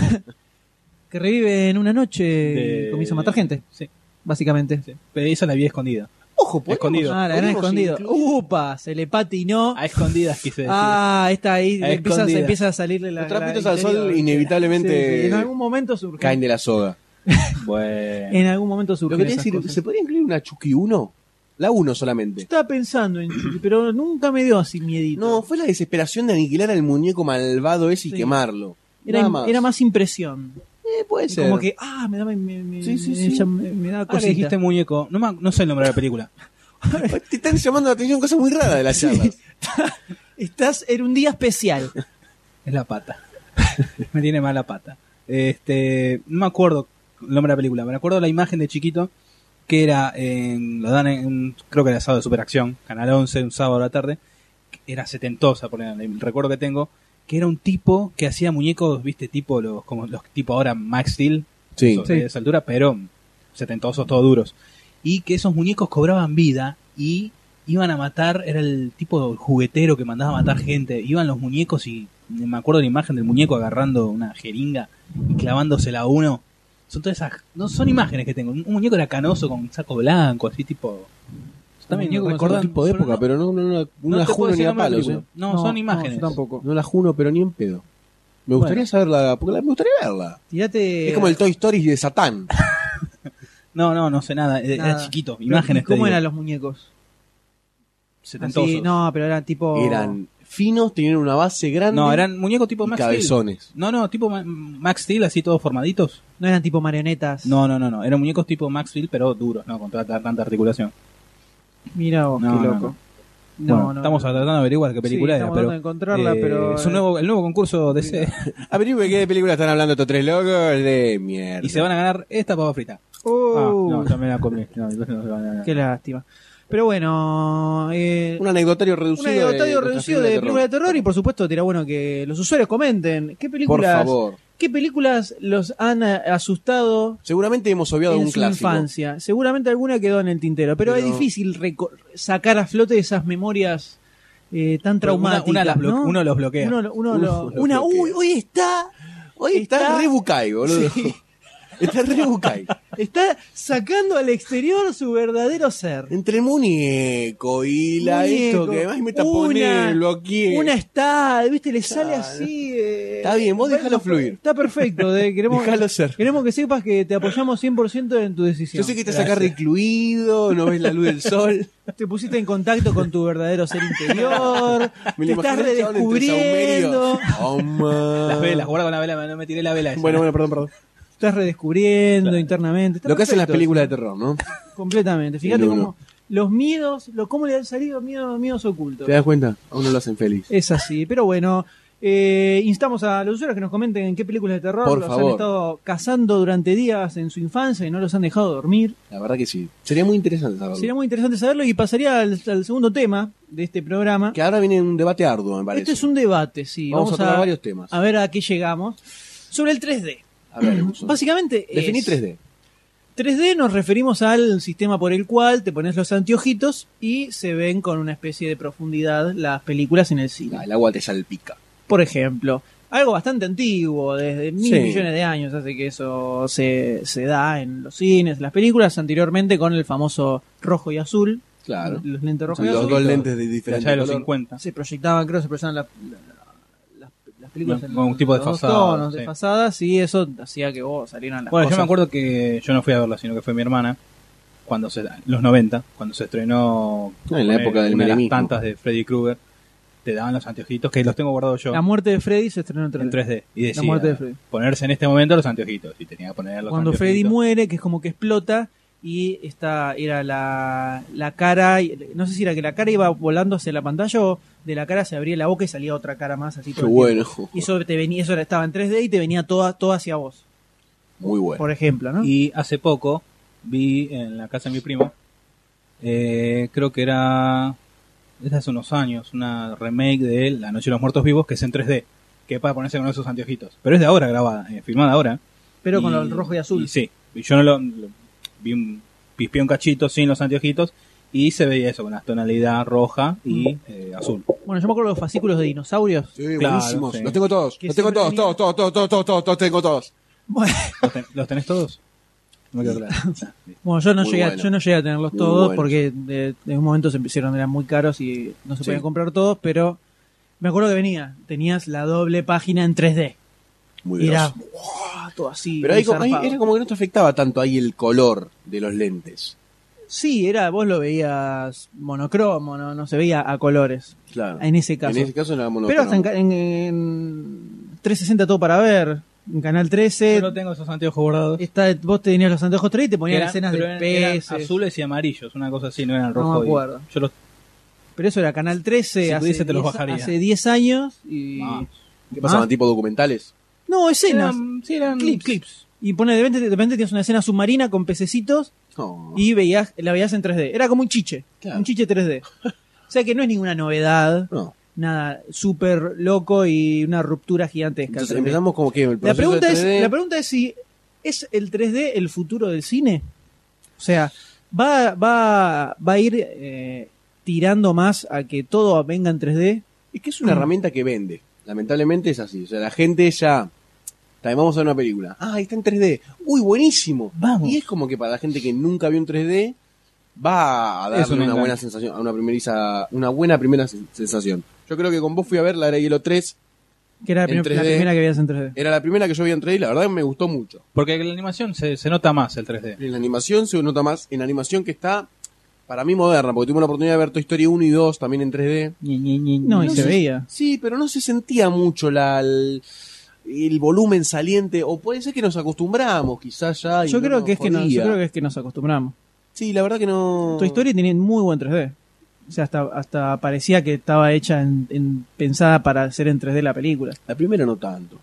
que revive en una noche De- y eh, comienza a matar gente, Sí. básicamente. sí. Pero esa la vi escondida. Ojo, podríamos- Escondido. Ah, la gran podríamos escondido. incluir- Upa, se le patinó. A escondidas quise decir. Ah, está ahí, A le empieza, escondidas. se empieza a salirle la Los trapitos la al sol interior. inevitablemente- Sí, sí, en algún momento surge. Caen de la soga. Bueno. En algún momento Lo surge. que te iba a decir, ¿se podría incluir una Chucky 1? La 1 solamente. Estaba pensando en Chucky, pero nunca me dio así miedito. No, fue la desesperación de aniquilar al muñeco malvado ese y Sí. quemarlo. Era, Nada im- más. era más impresión. Eh, puede ser. Como que, ah, me da, me, me- me- Sí, sí, me- sí. ya me- me da Ah, le cosita. dijiste muñeco. No, me- no sé el nombre de la película. Te están llamando la atención cosas muy raras de las charlas. Estás en un día especial. Es la pata. me tiene mala pata. Este, no me acuerdo el nombre de la película. Me acuerdo la imagen de chiquito que era en, lo dan en, un- creo que era sábado de superacción, canal 11, un sábado a la tarde. que Era setentosa, por el el recuerdo que tengo, que era un tipo que hacía muñecos, viste, tipo los como los tipo ahora Max Steel, Sí. sobre esa altura, pero setentosos, todos duros. Y que esos muñecos cobraban vida y iban a matar, era el tipo juguetero que mandaba a matar gente. Iban los muñecos y me acuerdo la imagen del muñeco agarrando una jeringa y clavándosela a uno. Son todas esas, no son imágenes que tengo. Un muñeco era canoso con saco blanco, así tipo. Yo también También recuerdo- recordar tipo de solo época, pero no, no, no, no no te la puedo juno decir ni a el nombre de la palos. película. eh. No, No, son no, imágenes. yo tampoco. No la juno, pero ni en pedo. Me gustaría saberla, porque la- me gustaría verla. Tirate. Es como el Toy Story de Satán. No, no, no sé nada. eh, Era Nada. chiquito, Pero, imágenes. ¿y ¿Cómo te digo. eran los muñecos? Setentosos. Así, no, pero eran oh. tipo. Eran finos, tenían una base grande. No, eran muñecos tipo y Max Steel. cabezones. No, no, tipo Ma- Max Steel, así todos formaditos. No eran tipo marionetas. No, no, no, no. Eran muñecos tipo Max Steel, pero duros, ¿no? Con tanta, tanta articulación. Mira vos, No, qué no, loco. No, No, no, estamos no. tratando de averiguar qué película Sí, era, estamos pero. tratando de encontrarla, eh, pero. eh, es un nuevo, el nuevo concurso de C. A ver, dime qué película están hablando estos tres locos de mierda. y se van a ganar esta papa frita. Uh, Ah, no, ya me la comí. No, no, no, no, no. Qué lástima. Pero bueno, eh, Un anecdotario un reducido. de agotario nuestras reducido películas de películas de terror y por supuesto sería bueno que los usuarios comenten qué Por películas, favor. qué películas los han eh, asustado Seguramente hemos obviado en un su clásico. infancia. Seguramente alguna quedó en el tintero, pero, Pero- es difícil reco- sacar a flote esas memorias eh, tan Pero una- traumáticas. una las blo- ¿no? Uno los bloquea. Uno lo- uno Uno lo- los una, bloquea. uy, hoy está, hoy Está, está, re bucay, boludo. Sí. Está re bucay. está sacando al exterior su verdadero ser. Entre el muñeco y la Muñeco, esto que además me una- taponelo aquí. Una está, viste, le sale Ah, así. eh, Está bien, vos dejalo fluir. Está perfecto, de- queremos, Dejalo ser. queremos que sepas que te apoyamos 100% en tu decisión. Yo sé que te sacás recluido, no ves la luz del sol. Te pusiste en contacto con tu verdadero ser interior, Me te lo estás imagino el chabón entre redescubriendo, saumerios. Oh, man. Las velas, guarda con la vela, no me tiré la vela. esa. Bueno, bueno, perdón, perdón. estás redescubriendo internamente. Está Lo que hacen las perfecto. películas de terror, ¿no? Completamente. Fíjate El uno. cómo los miedos, lo, cómo le han salido miedos, miedos ocultos. ¿Te das cuenta? A uno lo hacen feliz. Es así, pero bueno, eh, instamos a los usuarios que nos comenten en qué películas de terror Por los han favor. estado cazando durante días en su infancia y no los han dejado dormir. La verdad que sí. Sería muy interesante saberlo. Sería muy interesante saberlo y pasaría al, al segundo tema de este programa. Que ahora viene un debate arduo, me parece. Este es un debate, sí. Vamos, a tratar varios temas. a ver a qué llegamos. Sobre el 3D. A ver, Uso. Básicamente. Definí es- 3D. 3D nos referimos al sistema por el cual te pones los anteojitos y se ven con una especie de profundidad las películas en el cine. Ah, el agua te salpica. por ejemplo. Algo bastante antiguo, desde mil Sí. millones de años hace que eso se, se da en los cines, en las películas, anteriormente con el famoso rojo y azul, Claro. los lentes rojo y los azul. dos lentes de De diferentes allá de los color. 50. Se proyectaban, creo, se proyectaban las, las- las películas Con- en con un tipo los dos desfasado, tonos, sí. desfasadas, y eso hacía que vos salieran las Bueno, yo cosas. me acuerdo que yo no fui a verla, sino que fue mi hermana, cuando se, los 90, cuando se estrenó Ah, en la poner época del una de las menemismo. tantas de Freddy Krueger, te daban los anteojitos, que los tengo guardados yo, La muerte de Freddy se estrenó en 3D. en 3D. Y decía, muerte de Freddy. ponerse en este momento los anteojitos, y tenía que poner los Cuando anteojitos. Freddy muere, que es como que explota y esta era la, la cara, y- no sé si era que la cara iba volando hacia la pantalla o de la cara se abría la boca y salía otra cara más así. Qué todo el tiempo. bueno. Y eso, te venía, eso era- estaba en 3D y te venía toda, toda hacia vos, Muy bueno. por ejemplo, ¿no? Y hace poco vi en la casa de mi primo, eh, creo que era desde hace unos años, una remake de La Noche de los Muertos Vivos, que es en 3D, que es para ponerse con esos anteojitos. Pero es de ahora grabada, eh, filmada ahora. Pero con Y- el rojo y azul. sí, y yo no lo, lo- vi un, pispié un cachito sin los anteojitos y se veía eso con la tonalidad roja y Mm. eh, azul. Bueno, yo me acuerdo de los fascículos de dinosaurios. Sí, Claro, buenísimos. sí. Los tengo todos. Que Los tengo todos, siempre todos, todos, todos, todos, todos, todos, todos, tengo todos. Bueno, ¿Los, ten- los tenés todos? No quiero hablar. Ah, listo. bueno, yo no, Muy llegué, a- bueno. yo no llegué a tenerlos Muy todos bueno. porque de, de un momento se empezaron, eran muy caros y no se Sí. podían comprar todos, pero me acuerdo que venía, tenías la doble página en 3D. Muy Y bien. era ¡guau! todo así. Pero muy ahí, como- ahí zarpado. era como que no te afectaba tanto ahí el color de los lentes. Sí, era, vos lo veías monocromo, no, no se veía a colores. Claro. En ese caso. En ese caso era Pero hasta en, monocromo. ca- en- en 360 todo para ver. En Canal 13. Yo no tengo esos anteojos bordados. Está, vos tenías los anteojos 3 y te ponían Eran- escenas pero de eran- eran peces. azules y amarillos, una cosa así, no eran No me rojo. y- acuerdo. yo los Pero eso era Canal 13 Si hace, pudiese te los 10, bajaría. hace 10 años. Y... Ah. ¿Qué Pasaban más? tipo documentales. No, escenas. eran, sí, eran Clips. clips. Y pone, de repente, de repente tienes una escena submarina con pececitos No. y veías, la veías en 3D. Era como un chiche. Claro. Un chiche 3D. O sea que no es ninguna novedad, No. nada súper loco y una ruptura gigantesca. Entonces empezamos como que el La proceso pregunta, de es, 3D. la pregunta es si es el 3D el futuro del cine. O sea, ¿va, va, va a ir eh, tirando más a que todo venga en 3D? Es que es una herramienta que vende. Lamentablemente es así. O sea, la gente ya. También vamos a ver una película. Ah, está en 3D. Uy, buenísimo. Vamos. Y es como que para la gente que nunca vio un 3D, va a Es un darle una engaño. buena sensación, a una primeriza, una buena primera sen- sensación. Yo creo que con vos fui a ver la era de hielo 3. Que era la, En Eh, prim- la 3D. primera que veías en 3D. Era la primera que yo vi en 3D y la verdad que me gustó mucho. Porque la animación se, se nota más el 3D. En la animación se nota más, en la animación que está, para mí moderna, porque tuvimos la oportunidad de ver Toy Story 1 y 2 también en 3D. No, y No se sé. veía. Sí, pero no se sentía mucho la, el, el volumen saliente, o puede ser que nos acostumbramos quizás ya. y Yo no creo nos que es que no, yo jodía. creo que es que nos acostumbramos. Sí, la verdad que no. Toy Story tenía muy buen 3D. O sea, hasta, hasta parecía que estaba hecha en, en- pensada para hacer en 3D la película. La primera no tanto.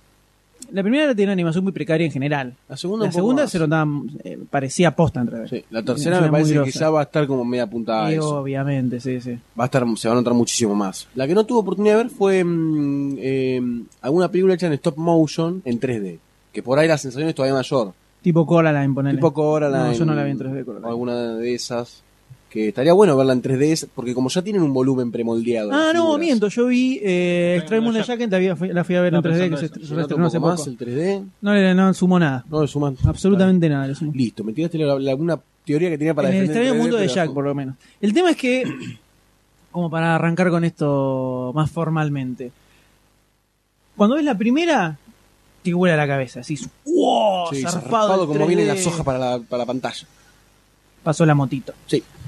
La primera tenía una animación muy precaria en general. La segunda, La un poco segunda más. se notaba, eh, parecía posta en 3D. Sí, la tercera Una me parece muy que grosa. ya va a estar como media apuntada a Y eso. obviamente, sí, sí. Va a estar, se va a notar muchísimo más. La que no tuve oportunidad de ver fue mm, eh, alguna película hecha en stop motion en 3D. Que por ahí la sensación es todavía mayor. Tipo Coraline, ponele. Tipo Coraline. No, yo no la vi en 3D Coraline. o Alguna de esas. Que estaría bueno verla en 3D porque como ya tienen un volumen premoldeado. Ah, las no, figuras, miento, yo vi eh, Extreme Jacket, Jacket, la fui, la fui a ver en Estaba 3D, que se pensando se est- nota se un estrenó hace poco poco. más el 3D. No, le- no sumo nada, No, le suman. absolutamente nada le sumo. Listo, me tiraste la- la- alguna teoría que tenía para en el defender extraño 3D, mundo de pero- Jack, por lo menos. El tema es que, como para arrancar con esto más formalmente, cuando ves la primera, te vuela la cabeza, así, ¡wow! Sí, Oh, zarpado, zarpado el como vienen 3D. las hojas para la, para la pantalla. Pasó la motito.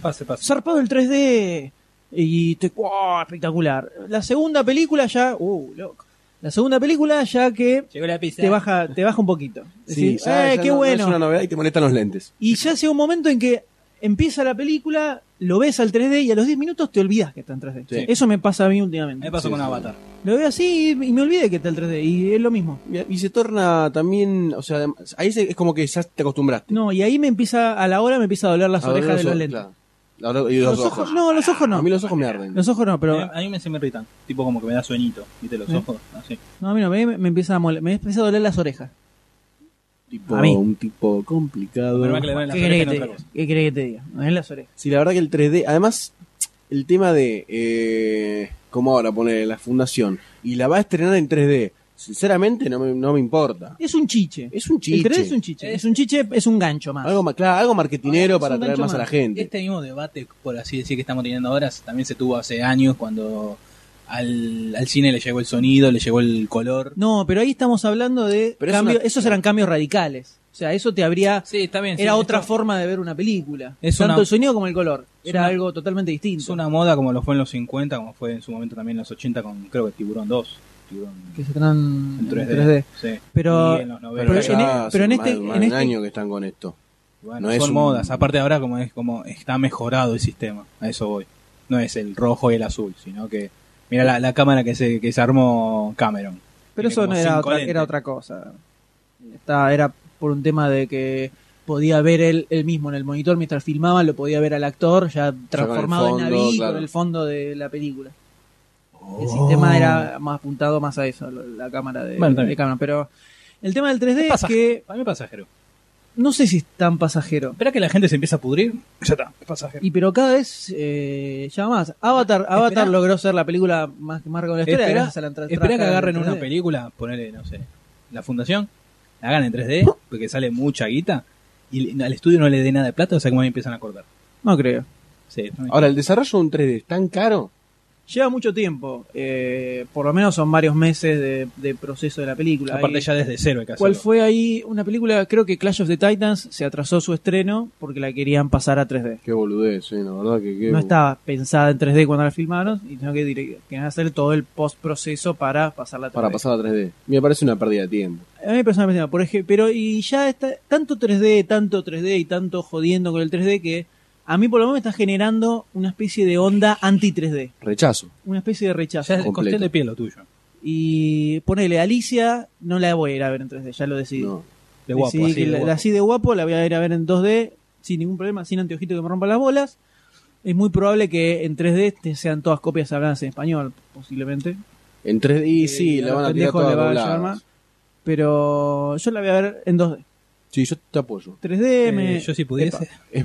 Pase, pase. Zarpado el 3D y te, ¡wow! Espectacular. La segunda película ya, ¡uh! Loco. La segunda película ya que Llegó la pizza. te baja, te baja un poquito. Sí, Decís, ya- "Eh, ya qué no- no bueno! es una novedad y te molestan los lentes. Y ya llega un momento en que empieza la película, lo ves al 3D y a los 10 minutos te olvidas que está en 3D. Sí. Eso me pasa a mí últimamente. Me pasó Sí, con sí. Avatar. Lo veo así y me olvidé que está el 3D. Y es lo mismo. Y- Y se torna también, o sea, ahí se- es como que ya te acostumbraste. No, y ahí me empieza, a la hora me empieza a doler las A doler orejas de los ojos, lentes. claro. La hora- y los, ojos. No, los ojos A no. mí los ojos me arden. Los ojos no, Pero, pero. a mí me, se me irritan. Tipo como que me da sueñito. ¿Viste los ¿Eh? ojos? Así. No, a mí no, me, me empieza a mole- me empieza a doler las orejas. Tipo, a mí. Un tipo complicado. Menos mal que le duelen las ¿Qué querés que orejas te en otra diga? cosa. ¿Qué querés que te diga? No, es las orejas. Sí, la verdad que el 3D, además, el tema de, eh, como ahora pone la fundación, y la va a estrenar en 3D, sinceramente no me, no me importa. Es un chiche. Es un El chiste. 3D es un chiche. Es un chiche, es un gancho más. Ah, Algo, ma- claro, algo marketinero Es un para atraer gancho más a la más. gente. Este mismo debate, por así decir, que estamos teniendo ahora, también se tuvo hace años cuando al, al cine le llegó el sonido, le llegó el color. No, pero ahí estamos hablando de Pero es cambio- una- esos eran cambios radicales. O sea, eso te habría Sí, está bien. sí, era esto otra forma de ver una película. Es Tanto una- el sonido como el color. es Era una- algo totalmente distinto. Es una moda como lo fue en los 50, como fue en su momento también en los 80 con, creo que Tiburón 2. Tiburón Que se estrenan en 3D. Sí. Pero- Y en los 90. Pero, Pero ya en e- hace pero en más- este- más en de un este- año que están con esto. Bueno, No son es un- modas. Aparte ahora como es como está mejorado el sistema. A eso voy. No es el rojo y el azul, sino que mira la, la cámara que se que se armó Cameron. Pero Tiene eso como no era cinco otra, lentes. era otra cosa. Está- era por un tema de que podía ver él, él mismo en el monitor mientras filmaba, lo podía ver al actor ya transformado fondo, en naví claro. con el fondo de la película. El sistema era más apuntado más a eso, lo- la cámara de, Oh. Bueno, está de bien. Cameron. Pero el tema del 3D es Pasaje. que Oh. Para mí es pasajero. no sé si es tan pasajero. Espera que la gente se empieza a pudrir. Ya está, es pasajero. Y pero cada vez eh, ya más. Avatar, Avatar Esperá. logró ser la película más que marca con la historia. Esperá- gracias a la entra- Espera que traca agarren del una 3D. película, ponele, no sé, La Fundación, la hagan en 3D, porque sale mucha guita, y le- al estudio no le dé nada de plata, o sea, como ahí empiezan a acordar. No creo. Sí, Ahora, el desarrollo de un 3D es tan caro Lleva mucho tiempo, eh, por lo menos son varios meses de, de proceso de la película. Aparte Ahí- ya desde cero hay que ¿Cuál hacerlo. fue ahí una película? Creo que Clash of the Titans se atrasó su estreno porque la querían pasar a 3D. Qué boludez, sí, la verdad que. que- No estaba pensada en 3D cuando la filmaron, y sino que dire- tenían que hacer todo el post-proceso para pasarla a 3D. Para pasar a 3D. Me parece una pérdida de tiempo. A mí personalmente, no, por ejemplo, pero y ya está tanto 3D, tanto 3D y tanto jodiendo con el 3D que a mí por lo menos me está generando una especie de onda anti-3D, Rechazo. una especie de rechazo. Ya es Completo. costel de piel lo tuyo. Y ponele Alicia, no la voy a ir a ver en 3D, ya lo decidí. No. De guapo, Decidí así, que de la, guapo. la así de guapo la voy a ir a ver en 2D sin ningún problema, sin anteojito que me rompa las bolas. Es muy probable que en 3D te sean todas copias habladas en español, posiblemente. En 3D, y sí, Eh, la van a los tirar pendejos toda le van a doblada. llevar más. Pero yo la voy a ver en 2D. Sí, yo te apoyo. 3D Eh, me... yo si pudiese. Es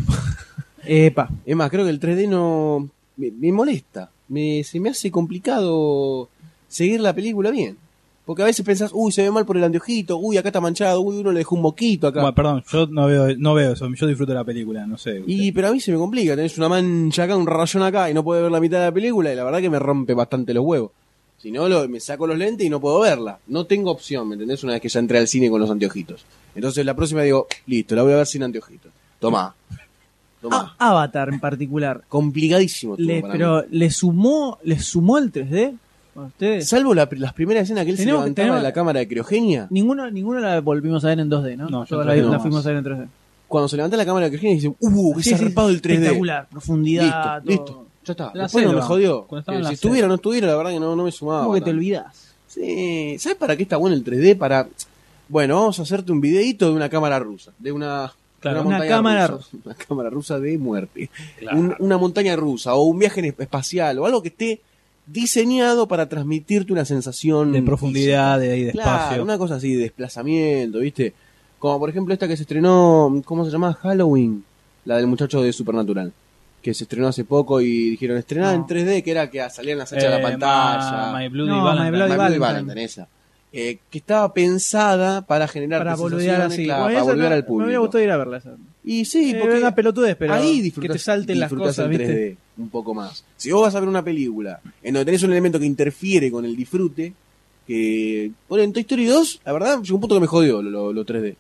Epa. Es más, creo que el 3D no me, me molesta. Me, se me hace complicado seguir la película bien. Porque a veces pensás, uy, se ve mal por el anteojito, uy, acá está manchado, uy, uno le dejó un moquito acá. Bueno, perdón, yo no veo, no veo eso, yo disfruto la película, no sé. y pero a mí se me complica, tenés una mancha acá, un rayón acá y no puedes ver la mitad de la película y la verdad que me rompe bastante los huevos. Si no, lo- me saco los lentes y no puedo verla. No tengo opción, ¿me entendés? Una vez que ya entré al cine con los anteojitos. Entonces la próxima digo, listo, la voy a ver sin anteojitos. Tomá. Tomá. A- Avatar en particular. Complicadísimo. estuvo Le, para Ah. mí. pero le sumó, le sumó el 3D a ustedes. Salvo la, las primeras escenas que él se Tenemos- levantaba tenemos- de la cámara de criogenia. Ninguno, ninguno la volvimos a ver en 2D, ¿no? No, yo Todas en la, 3D la no. fuimos a ver en 3D. Cuando se levanta la cámara de criogenia dicen, ¡uh, qué Sí, sí, zarpado el 3D! Espectacular, profundidad, listo, todo. listo, ya está. La Después no selva. me jodió. Cuando estaba Eh, en si la estuviera o no estuviera, la verdad que no, no me sumaba. Como que te tanto. olvidas. Sí, ¿sabes para qué está bueno el 3D? Para. Bueno, vamos a hacerte un videíto de una cámara rusa. De una. Claro, una montaña cámara rusa. Una cámara rusa de muerte. Un- una montaña rusa o un viaje en- espacial o algo que esté diseñado para transmitirte una sensación de profundidad, de ahí de Claro, espacio. una cosa así, de desplazamiento, ¿viste? Como por ejemplo esta que se estrenó, ¿cómo se llama? Halloween, la del muchacho de Supernatural, que se estrenó hace poco y dijeron estrenada No. en 3D, que era que salían las hachas de Eh, la pantalla. My, My Bloody No, My Valentine. Bloody- My Bloody Valentine. Valentine, esa. Eh, que estaba pensada para generar Para volver sensaciones, así. claro, Bueno, para esa volver no- al Me hubiera público. gustado ir a verla. esa. Y sí, Eh, porque una pelotudez, pero ahí que disfrutás, te salten las disfrutás cosas, en ¿viste? 3D un poco más. Si vos vas a ver una película en donde tenés un elemento que interfiere con el disfrute, que por en Toy Story 2, la verdad, llegó un punto que me jodió lo, lo- lo 3D.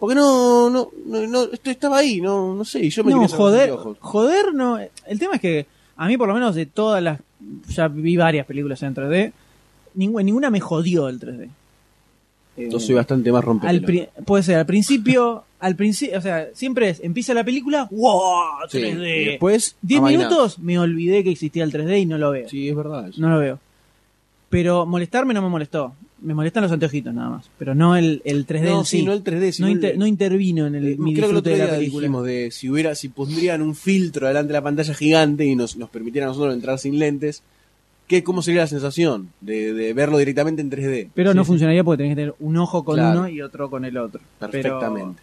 Porque no, no, no, no, esto estaba ahí, no, no sé, yo me No, quería sacar los joder, anteojos. joder no. El tema es que a mí por lo menos de todas las... Ya vi varias películas en 3D. Ninguna, ninguna me jodió el 3D. Yo soy bastante más rompe. Al pri- puede ser, al principio, al principio, o sea, siempre es, empieza la película, ¡wow! 3D. después, 10 amainá. minutos me olvidé que existía el 3D y no lo veo. Sí, es verdad. eso. No lo veo. Pero molestarme no me molestó. Me molestan los anteojitos nada más. Pero no el, el 3D No, en sí. sí, no el 3D, sino No inter- el- no intervino en el, Eh, mi creo que el disfrute otro de día la película. dijimos de si hubiera, si pondrían un filtro delante de la pantalla gigante y nos, nos permitiera a nosotros entrar sin lentes, ¿qué, ¿cómo sería la sensación de, de verlo directamente en 3D? Pero no Sí, sí. funcionaría porque tenés que tener un ojo con Claro. uno y otro con el otro. Pero Perfectamente.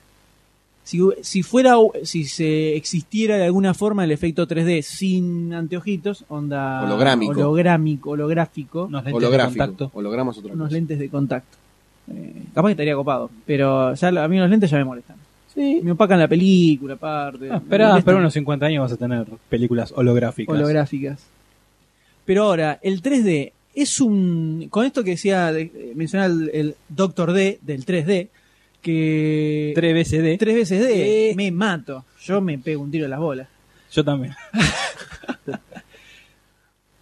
si, si fuera, si se existiera de alguna forma el efecto 3D sin anteojitos, onda Holográmico. holográmico, holográfico, Unos lentes de Holográfico. contacto. Hologramas otra unos cosa. lentes de contacto. Eh, capaz que estaría copado, pero ya lo- a mí los lentes ya me molestan. Sí. Me opacan la película, aparte. Ah, Me espera, molestan espera unos 50 años vas a tener películas holográficas. este holográficas. Pero ahora, el 3D es un. Con esto que decía, mencionar el, el Doctor D del 3D, que. 3 veces D. Tres veces D, Eh. me mato. Yo me pego un tiro en las bolas. Yo también.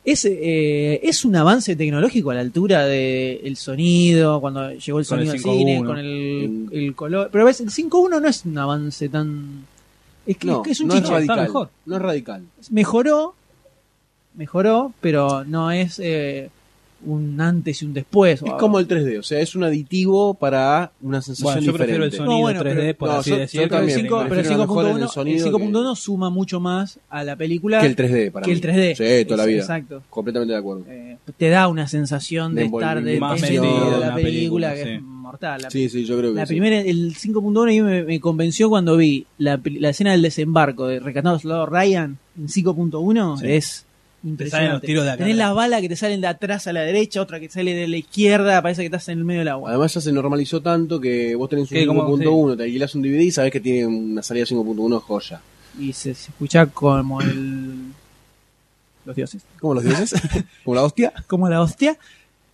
Es, eh, es un avance tecnológico a la altura del sonido, cuando llegó el Con sonido el al cine, 5.1. con Mm. el, el color. Pero ves, el 5.1 no es un avance tan. Es que No, es, que es un no es chiche. radical. está mejor. No es radical. mejoró, mejoró, pero no es eh, un antes y un después. Es como el 3D, o sea, es un aditivo para una sensación Bueno, yo prefiero el diferente. sonido No, bueno, 3D, pero- por no, así yo- yo decirlo. pero el también, cinco- me pero el refiero a mejora en el 5.1 el sonido 5.1 suma mucho más a la película Que el 3D, para que el mí. 3D. Sí, toda la Es- vida. Exacto. Completamente de acuerdo. Eh, te da una sensación de, De estar de, envolvimiento. de- dentro de Más metido en la la película, película, que es sí. mortal. La, Sí, sí, yo creo que la sí. primera, el 5.1 ahí me, me convenció cuando vi la, peli- la escena del desembarco de Rescatados Soldado Ryan en 5.1 Sí. es Te salen los impresionante. tiros de acá. Tenés las balas que te salen de atrás a la derecha, otra que sale de la izquierda, parece que estás en el medio del agua. Además ya se normalizó tanto que vos tenés un Que como- 5.1, te alquilás un DVD y sabés que tiene una salida 5.1 joya. Y se, se escucha como el los dioses. Como los dioses. Como la hostia. Como la hostia.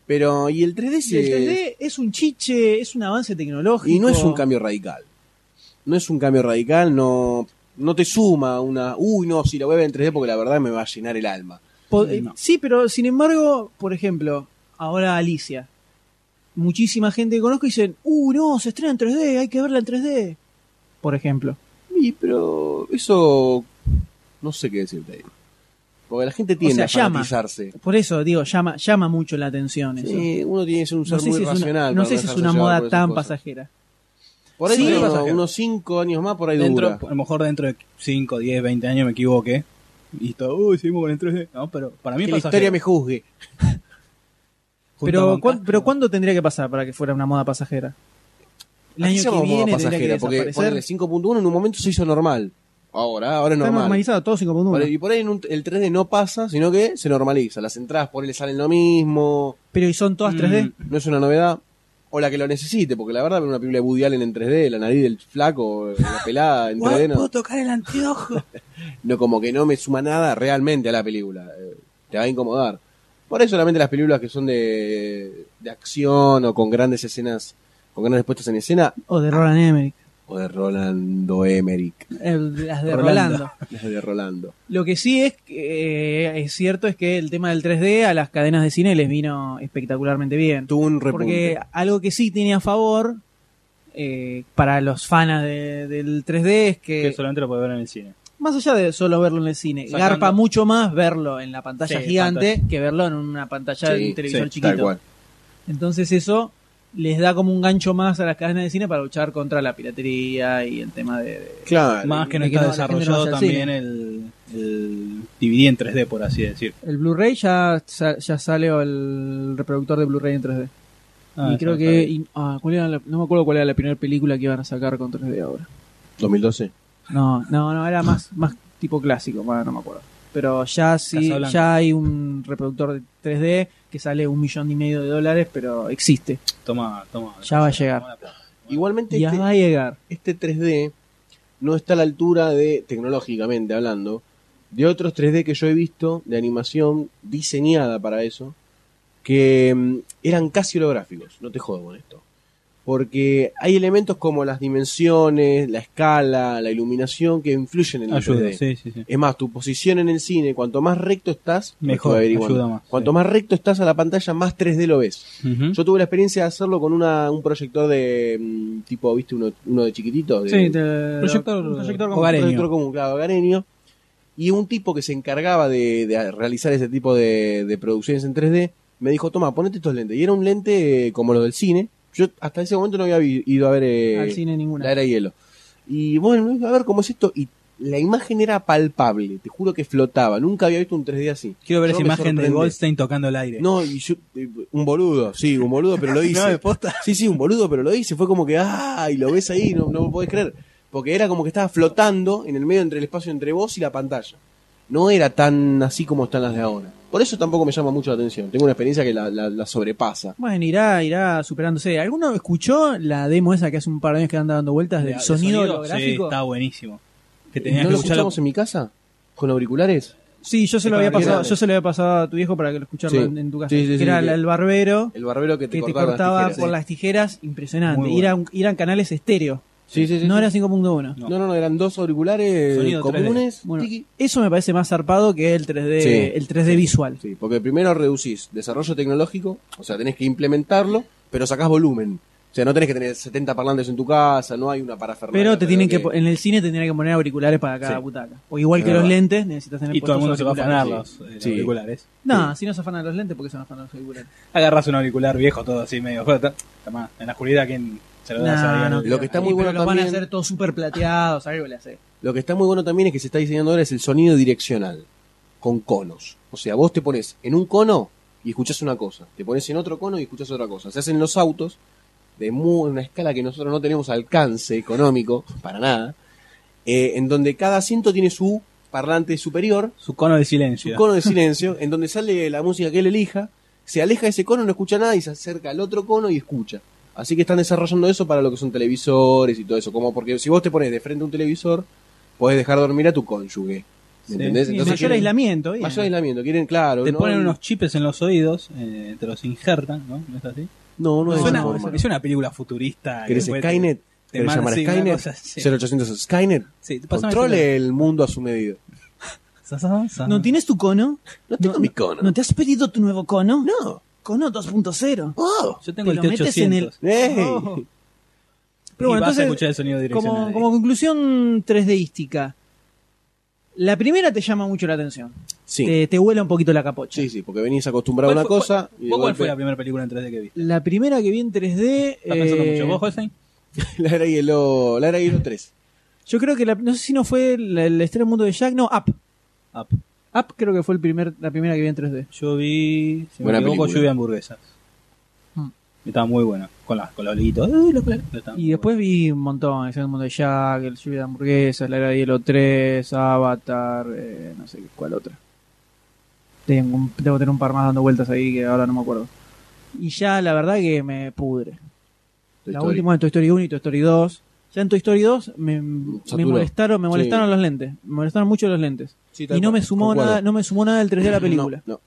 Pero, ¿y el 3D? Y se- el 3D es un chiche, es un avance tecnológico. Y no es un cambio radical. No es un cambio radical, no, no te suma una. Uy, no, si la voy a ver en 3D porque la verdad me va a llenar el alma. Po- eh, No. Sí, pero sin embargo, por ejemplo, ahora Alicia. Muchísima gente que conozco dicen, uh, no, se estrena en 3D, hay que verla en 3D. Por ejemplo. Y, pero eso. No sé qué decirte ahí. Porque la gente tiende sea, a llama. fanatizarse. Por eso, digo, llama, llama mucho la atención eso. Sí, uno tiene que ser un ser no sé muy si es una, racional. no para sé si es dejarse una llevar por moda esas tan cosas. pasajera. Por ahí Sí. uno- pasajera. unos 5 años más, por ahí Dentro, dura. a lo mejor dentro de 5, 10, 20 años me equivoqué. Y todo, uy, seguimos con el 3D. No, pero para mí Que es la historia pasajero. me juzgue. Junto Pero, con ¿cuán- Castro. pero ¿cuándo tendría que pasar para que fuera una moda pasajera? El Así año que llamamos moda viene tendría que pasajera, porque desaparecer. ponele 5.1 en un momento se hizo normal. Ahora, ahora es Está normal. normalizado todo 5.1. Por ahí- y por ahí en un- el 3D no pasa, sino que se normaliza. Las entradas por ahí le salen lo mismo, Pero ¿y son todas Mm, 3D? no es una novedad. O la que lo necesite, porque la verdad, ver una película de Woody Allen en 3D, la nariz del flaco, la pelada en 3D, no, tocar el anteojo? no, como que no me suma nada realmente a la película. Eh, Te va a incomodar. Por ahí solamente las películas que son de, de acción o con grandes escenas, con grandes puestas en escena, O de Roland Emmerich. o de Rolando Emmerich, El- las de Rolando. Rolando. las de Rolando. Lo que sí es que, eh, es cierto es que el tema del 3D a las cadenas de cine les vino espectacularmente bien. Tuvo un repunte. Porque algo que sí tiene a favor eh, para los fanas de- del 3D es que, Que solamente lo puede ver en el cine. más allá de solo verlo en el cine, Sacando- garpa mucho más verlo en la pantalla Sí, gigante pantalla. que verlo en una pantalla de Sí, un televisor sí, Tal chiquito. cual. Entonces eso les da como un gancho más a las cadenas de cine para luchar contra la piratería y el tema de... de- Claro. Más que no de que está no, la gente no desarrollado vaya al también el, el DVD en 3D, por así decir. El Blu-ray ya, sa- ya sale el reproductor de Blu-ray en 3D. Ah, y creo eso que... está bien. y- ah, ¿cuál era la- no me acuerdo cuál era la primera película que iban a sacar con 3D ahora. 2012. No, no, no, era más, más tipo clásico, bueno, no me acuerdo. Pero ya sí, Casablanca. ya hay un reproductor de 3D que sale un millón y medio de dólares, pero existe. Toma, toma. Ya va a llegar. Toma la plata. Igualmente, Ya este, va a llegar. este 3D no está a la altura de, tecnológicamente hablando, de otros 3D que yo he visto de animación diseñada para eso, que mm, eran casi holográficos. No te jodo con esto. Porque hay elementos como las dimensiones, la escala, la iluminación que influyen en el Ayuda, 3D. sí, sí, sí. Es más, tu posición en el cine, cuanto más recto estás, Mejor, estuve averiguando, ayuda más, Cuanto sí. más recto estás a la pantalla, más 3D lo ves. Ujú. Yo tuve la experiencia de hacerlo con una, un proyector de mm, tipo, ¿viste? Uno, uno de chiquitito. De, Sí, te- proyector un un proyector hogareño. proyector común, claro, hogareño. Y un tipo que se encargaba de, de realizar ese tipo de, de producciones en 3D me dijo: Toma, ponete estos lentes. Y era un lente eh, como los del cine. Yo hasta ese momento no había vi- ido a ver eh, al cine ninguna. la era de hielo. Y bueno, a ver cómo es esto. Y la imagen era palpable, te juro que flotaba. Nunca había visto un 3D así. Quiero ver Yo esa me imagen de sorprendí. Goldstein tocando el aire. No, y yo, eh, un boludo, sí, un boludo, pero lo hice. No, de posta. Sí, sí, un boludo, pero lo hice. Fue como que, ah, y lo ves ahí, no, no me podés creer. Porque era como que estaba flotando en el medio entre el espacio entre vos y la pantalla. No era tan así como están las de ahora. Por eso tampoco me llama mucho la atención. Tengo una experiencia que la, la- la sobrepasa. Bueno, irá, irá superándose. ¿Alguno escuchó la demo esa que hace un par de años que anda dando vueltas del ¿El Ah, sonido, Sí, holográfico? está buenísimo. Que tenías ¿No que lo escucharlo. escuchamos en mi casa? ¿Con auriculares? Sí, yo se lo Es había para pasado, grande. yo se lo había pasado a tu viejo para que lo escucharas Sí. en, en tu casa. Sí, sí, que sí, era que- la- el barbero El barbero que te, que te cortaba las cortaba tijeras. por las tijeras, impresionante. Muy Y eran, eran canales estéreo, Sí, sí, sí. no sí. era 5.1. No, no, no, eran dos auriculares Sonido 3D. comunes. Bueno, Tiki. eso me parece más zarpado que el 3D, Sí. el 3D visual. Sí, porque primero reducís desarrollo tecnológico, o sea, tenés que implementarlo, pero sacás volumen. O sea, no tenés que tener 70 parlantes en tu casa, no hay una parafernalia. Pero te tienen que, po- poner en el cine tendrían que poner auriculares para cada Sí. butaca. O igual Es que los verdad. lentes, necesitas tener Y todo el mundo puestos se va a afanar auriculares. los, eh, los Sí. auriculares. No, si no se afanan los lentes, porque se van a afanar los auriculares. Agarras un auricular viejo, todo así medio. flota. Tomá, en la oscuridad, ¿quién se lo das No, a no, alguien? Lo que está Y muy pero bueno los van a también- hacer todos super plateados, algo le hace. Lo que está muy bueno también es que se está diseñando ahora es el sonido direccional, con conos. O sea, vos te pones en un cono y escuchás una cosa, te pones en otro cono y escuchás otra cosa. Se hacen los autos de mu- una escala que nosotros no tenemos alcance económico, para nada, eh, en donde cada asiento tiene su parlante superior Su cono de su silencio. cono de silencio, en donde sale la música que él elija, se aleja de ese cono, no escucha nada y se acerca al otro cono y escucha. Así que están desarrollando eso para lo que son televisores y todo eso, como porque si vos te pones de frente a un televisor, podés dejar dormir a tu cónyuge. ¿Me entendés? Sí, Entonces mayor quieren- aislamiento. bien. Mayor aislamiento, quieren, claro. Te no- ponen unos chips en los oídos, eh, te los injertan, ¿no? ¿No es así? No, no, es de Suena- esa forma. es una película futurista. ¿Querés que fue- Skynet? te ¿Querés manda- llamar a sí, una Skynet? cosa así. 0800 Skynet. Sí, pásame el Controle el mundo a su medida. celular. Sa, sa, sa. ¿No tienes tu cono? No tengo mi cono. ¿No te has pedido tu nuevo cono? No. Cono 2.0. ¡Oh! Yo tengo Te el lo metes en el- T800. ¡Ey! Oh. y Pero bueno, vas a entonces, escuchar el sonido como, direccional. como conclusión 3Dística, la primera te llama mucho la atención. Sí. Te, te huela un poquito la capocha. Sí, sí, porque venís acostumbrado a una ¿Cuál fue- cosa. cuál- y de ¿Vos cuál golpe- fue la primera película en 3D que viste? La primera que vi en 3D. ¿Estás pensando eh, mucho? ¿Vos, Holstein? La era hielo, la era hielo 3. Yo creo que la- no sé si no fue la- el extremo mundo de Jack, no, Up. Up. Up creo que fue el primer, la primera que vi en 3D. Yo vi, si Buena me equivoco, película. yo vi hamburguesas. Mm. Estaba muy buena, con, las con los olitos. Uy, los colores. Estaba muy Y después vi un montón, el extremo mundo de Jack, el lluvia de hamburguesas, la era de hielo 3, Avatar, eh, no sé cuál otra. Tengo un- debo tener un par más dando vueltas ahí que ahora no me acuerdo. Y ya la verdad que me pudre. la última en Toy Story 1 y Toy Story 2. Ya en Toy Story 2 me, me Saturó. molestaron, me Sí. molestaron los lentes. Me molestaron mucho los lentes. Sí, tal Y no cual. me sumó Concuerdo. nada, no me sumó nada el 3D a la película. No, no.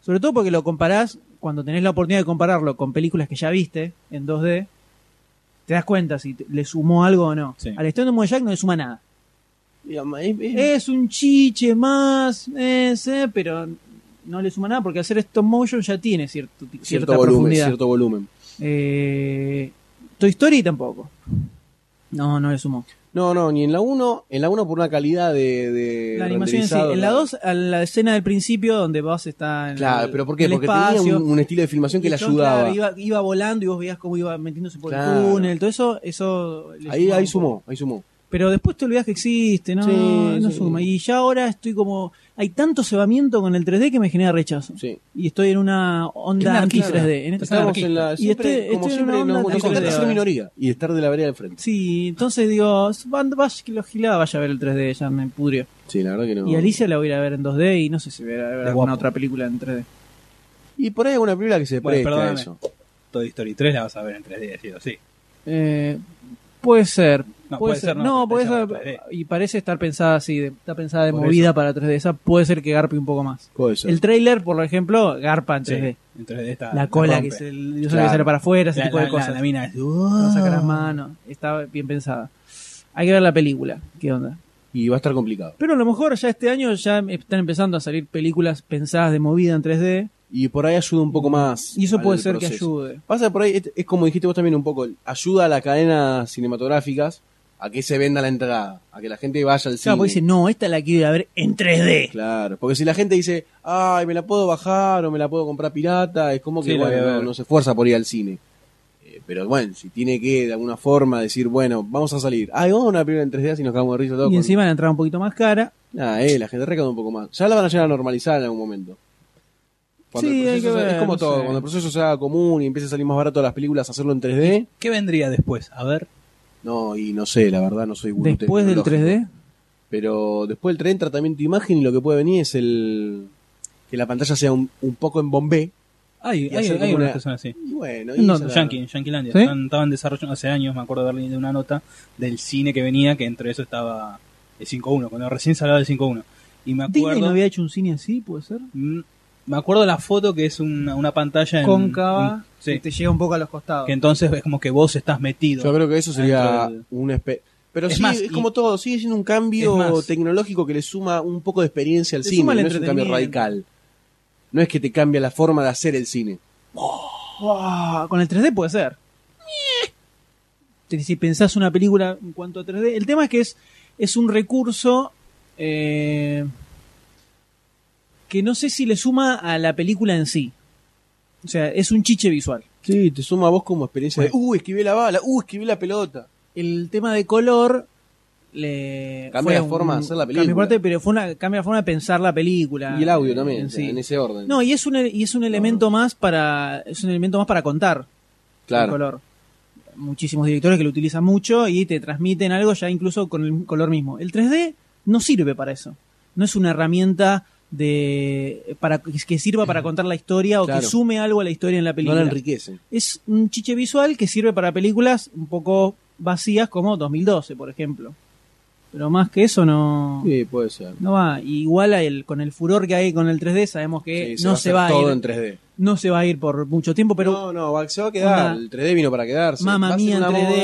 Sobre todo porque lo comparás, cuando tenés la oportunidad de compararlo con películas que ya viste en 2D, te das cuenta si te- le sumó algo o no. Sí. Al Stone de Jack no le suma nada. Digamos, es- es- Es un chiche más, ese, pero no le suma nada porque hacer stop motion ya tiene cierto, cierta cierto volumen, profundidad. cierto volumen. Eh, Toy Story tampoco. No, no le sumó. No, no, ni en la 1, en la 1 por una calidad de, de La animación en sí. renderizado, En la no. 2, a la escena del principio donde Buzz está en Claro, el- pero ¿por qué? en el Porque tenía espacio. un, un estilo de filmación que le Y John, claro, ayudaba. iba, iba volando y vos veías cómo iba metiéndose por Claro. el túnel, todo eso, eso le Ahí, sumaba ahí un poco. sumó, ahí sumó. Pero después te olvidás que existe, no, Sí, no sí. suma. Y ya ahora estoy como, hay tanto cebamiento con el 3D que me genera rechazo. Sí. Y estoy en una onda anti 3D. En esta Estamos en la, Y este, siempre, estoy- como estoy en siempre, una nos onda nos anti- encanta de ser ahora. minoría y estar de la vereda del frente. Sí, entonces digo, van- vaya que lo gilada vaya a ver el 3D, ya me pudrió. Sí, la verdad que no. Y Alicia la voy a ir a ver en 2D y no sé si voy a ir a ver De alguna guapo. otra película en 3D. Y por ahí hay una película que se Bueno, presta a perdóname. eso. buena. Toy Story 3 la vas a ver en 3D, sí. o sí. Eh, puede ser. No, puede ser. No, puede está ser. hecha para 3D. Y parece estar pensada así, de- está pensada de Por movida para 3D. Esa puede ser que garpe un poco más. Puede ser. El trailer, por ejemplo, garpa en Sí, 3D. en 3D está. La cola que rompe. se, el dinosaurio Claro. que sale para afuera, ese La, tipo de la- cosas. la- la mina es. No saca las manos. Está bien pensada. Hay que ver la película. ¿Qué onda? Y va a estar complicado. Pero a lo mejor ya este año ya están empezando a salir películas pensadas de movida en 3D. Y por ahí ayuda un poco más. Y eso al puede ser que proceso. ayude. Pasa por ahí, es, es como dijiste vos también un poco, ayuda a las cadenas cinematográficas a que se venda la entrada, a que la gente vaya Claro, al cine. porque dice, no, esta la quiero ir a ver en 3D. Claro, porque si la gente dice, ay, me la puedo bajar o me la puedo comprar pirata, es como que Sí, la bueno, voy a no, ver. no se esfuerza por ir al cine. Eh, pero bueno, si tiene que de alguna forma decir, bueno, vamos a salir, ay, vamos a una primera en 3D y nos cagamos de risa todo. Y con- encima la entrada un poquito más cara. Ah, eh, la gente recauda un poco más. Ya la van a llegar a normalizar en algún momento. Sí, el hay que proceso sea- ver, es como no todo, sé. cuando el proceso se haga común y empiece a salir más barato las películas, hacerlo en 3D. ¿Qué vendría después? A ver. No, y no sé, la verdad, no soy gurú Después del tecnológico. 3D. Pero después del 3D, tratamiento de imagen y lo que puede venir es el que la pantalla sea un, un poco en Bombé. Hay, Y hay, hacer hay como unas una- que son así. Y bueno, y ¿En esa dónde? la- Yankee, en Yankeelandia. ¿Sí? Están- Estaban desarrollando hace años, me acuerdo de haber leído una nota del cine que venía, que entre eso estaba el 5-1, cuando recién se hablaba del 5-1. Y me Disney no acuerdo, había hecho un cine así, puede ser. mm, me acuerdo la foto que es una, una pantalla en, Cóncava. mm, sí, que te llega un poco a los costados. que entonces es como que vos estás metido. Yo creo que eso sería Dentro del- un espe- Pero Es sí, más, es y- como todo, sigue siendo un cambio Es más. tecnológico que le suma un poco de experiencia al Le cine, suma no el es un cambio entretenimiento. radical. No es que te cambia la forma de hacer el cine. Uah, con el 3D puede ser. Si pensás una película en cuanto a 3D, el tema es que es, es un recurso eh, que no sé si le suma a la película en sí. O sea, es un chiche visual. Sí, te suma a vos como experiencia de, uh, esquivé la bala, uh, esquivé la pelota. el tema de color le Cambia la un- forma de hacer la cambia película. parte, pero fue una cambia la forma de pensar la película Y el audio eh, también, en o sea, sí. en ese orden. no y es un y es un elemento más para es un elemento más para contar el claro. color muchísimos directores que lo utilizan mucho y te transmiten algo ya incluso con el color mismo el 3D no sirve para eso no es una herramienta de para que sirva para contar la historia o Claro. que sume algo a la historia en la No película la enriquece. es un chiche visual que sirve para películas un poco vacías como 2012, por ejemplo. Pero más que eso no, Sí, puede ser. no va. Igual a el- con el furor que hay con el 3D sabemos que Sí, no va a se hacer va a todo ir. en 3D. No se va a ir por mucho tiempo, pero no, no, va- se va a quedar. Onda. el 3D vino para quedarse. Mamma Va a ser mía, una 3D,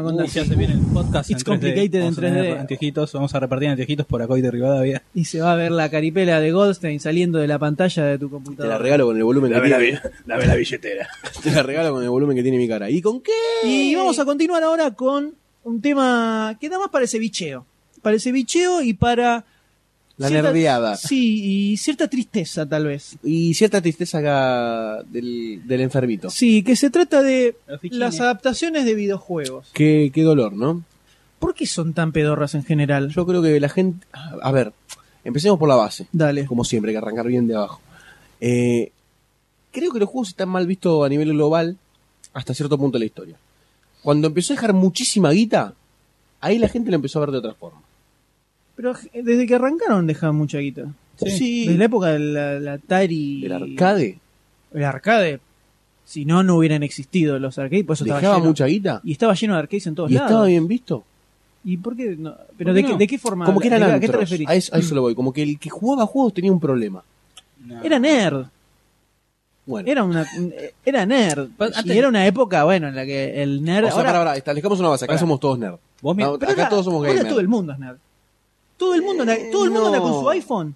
pero- una Y ya se viene el podcast. It's en 3D. complicated Vamos en a tener 3D. Anteojitos, vamos a repartir anteojitos por acá y de Rivadavia. y se va a ver la caripela de Goldstein saliendo de la pantalla de tu Te la computadora. regalo con el volumen que Dame la, tiene. bi- dame la billetera. Te la regalo con el volumen que tiene mi cara. ¿Y con qué? Y vamos a continuar ahora con un tema que nada más parece bicheo. Parece bicheo y para. La cierta- nerviada. Sí, y cierta tristeza tal vez. Y cierta tristeza acá del, del enfermito. Sí, que se trata de Los fichines. las adaptaciones de videojuegos. Qué, qué dolor, ¿no? ¿Por qué son tan pedorras en general? Yo creo que la gente... A ver, empecemos por la base. Dale. Como siempre, hay que arrancar bien de abajo. Eh, creo que los juegos están mal vistos a nivel global hasta cierto punto de la historia. Cuando empezó a dejar muchísima guita, ahí la gente lo empezó a ver de otra forma. Pero eh, desde que arrancaron dejaban mucha guita. Sí. Desde la época de la, la Atari. El arcade El arcade. Si no, no hubieran existido los arcades. Por eso estaba dejaba lleno. mucha guita Y estaba lleno de arcades en todos y lados. estaba bien visto. ¿Y por qué no? ¿Pero ¿Por de, qué qué, no? de qué forma? Como que eran ¿De qué- ¿A qué te antros. referís? A eso, a eso lo voy. Como que el que jugaba juegos tenía un problema. Era nerd. Bueno, Era una era nerd. Pa- antes- Y era una época, bueno, en la que el nerd. o sea, ahora- pará, pará, establezcamos una base. Acá Pará. somos todos nerds. Vos me- No, pero acá ahora- todos somos ahora gamers. Eh, todo el mundo es nerd. Todo el mundo, anda- todo el mundo anda con no. su iPhone.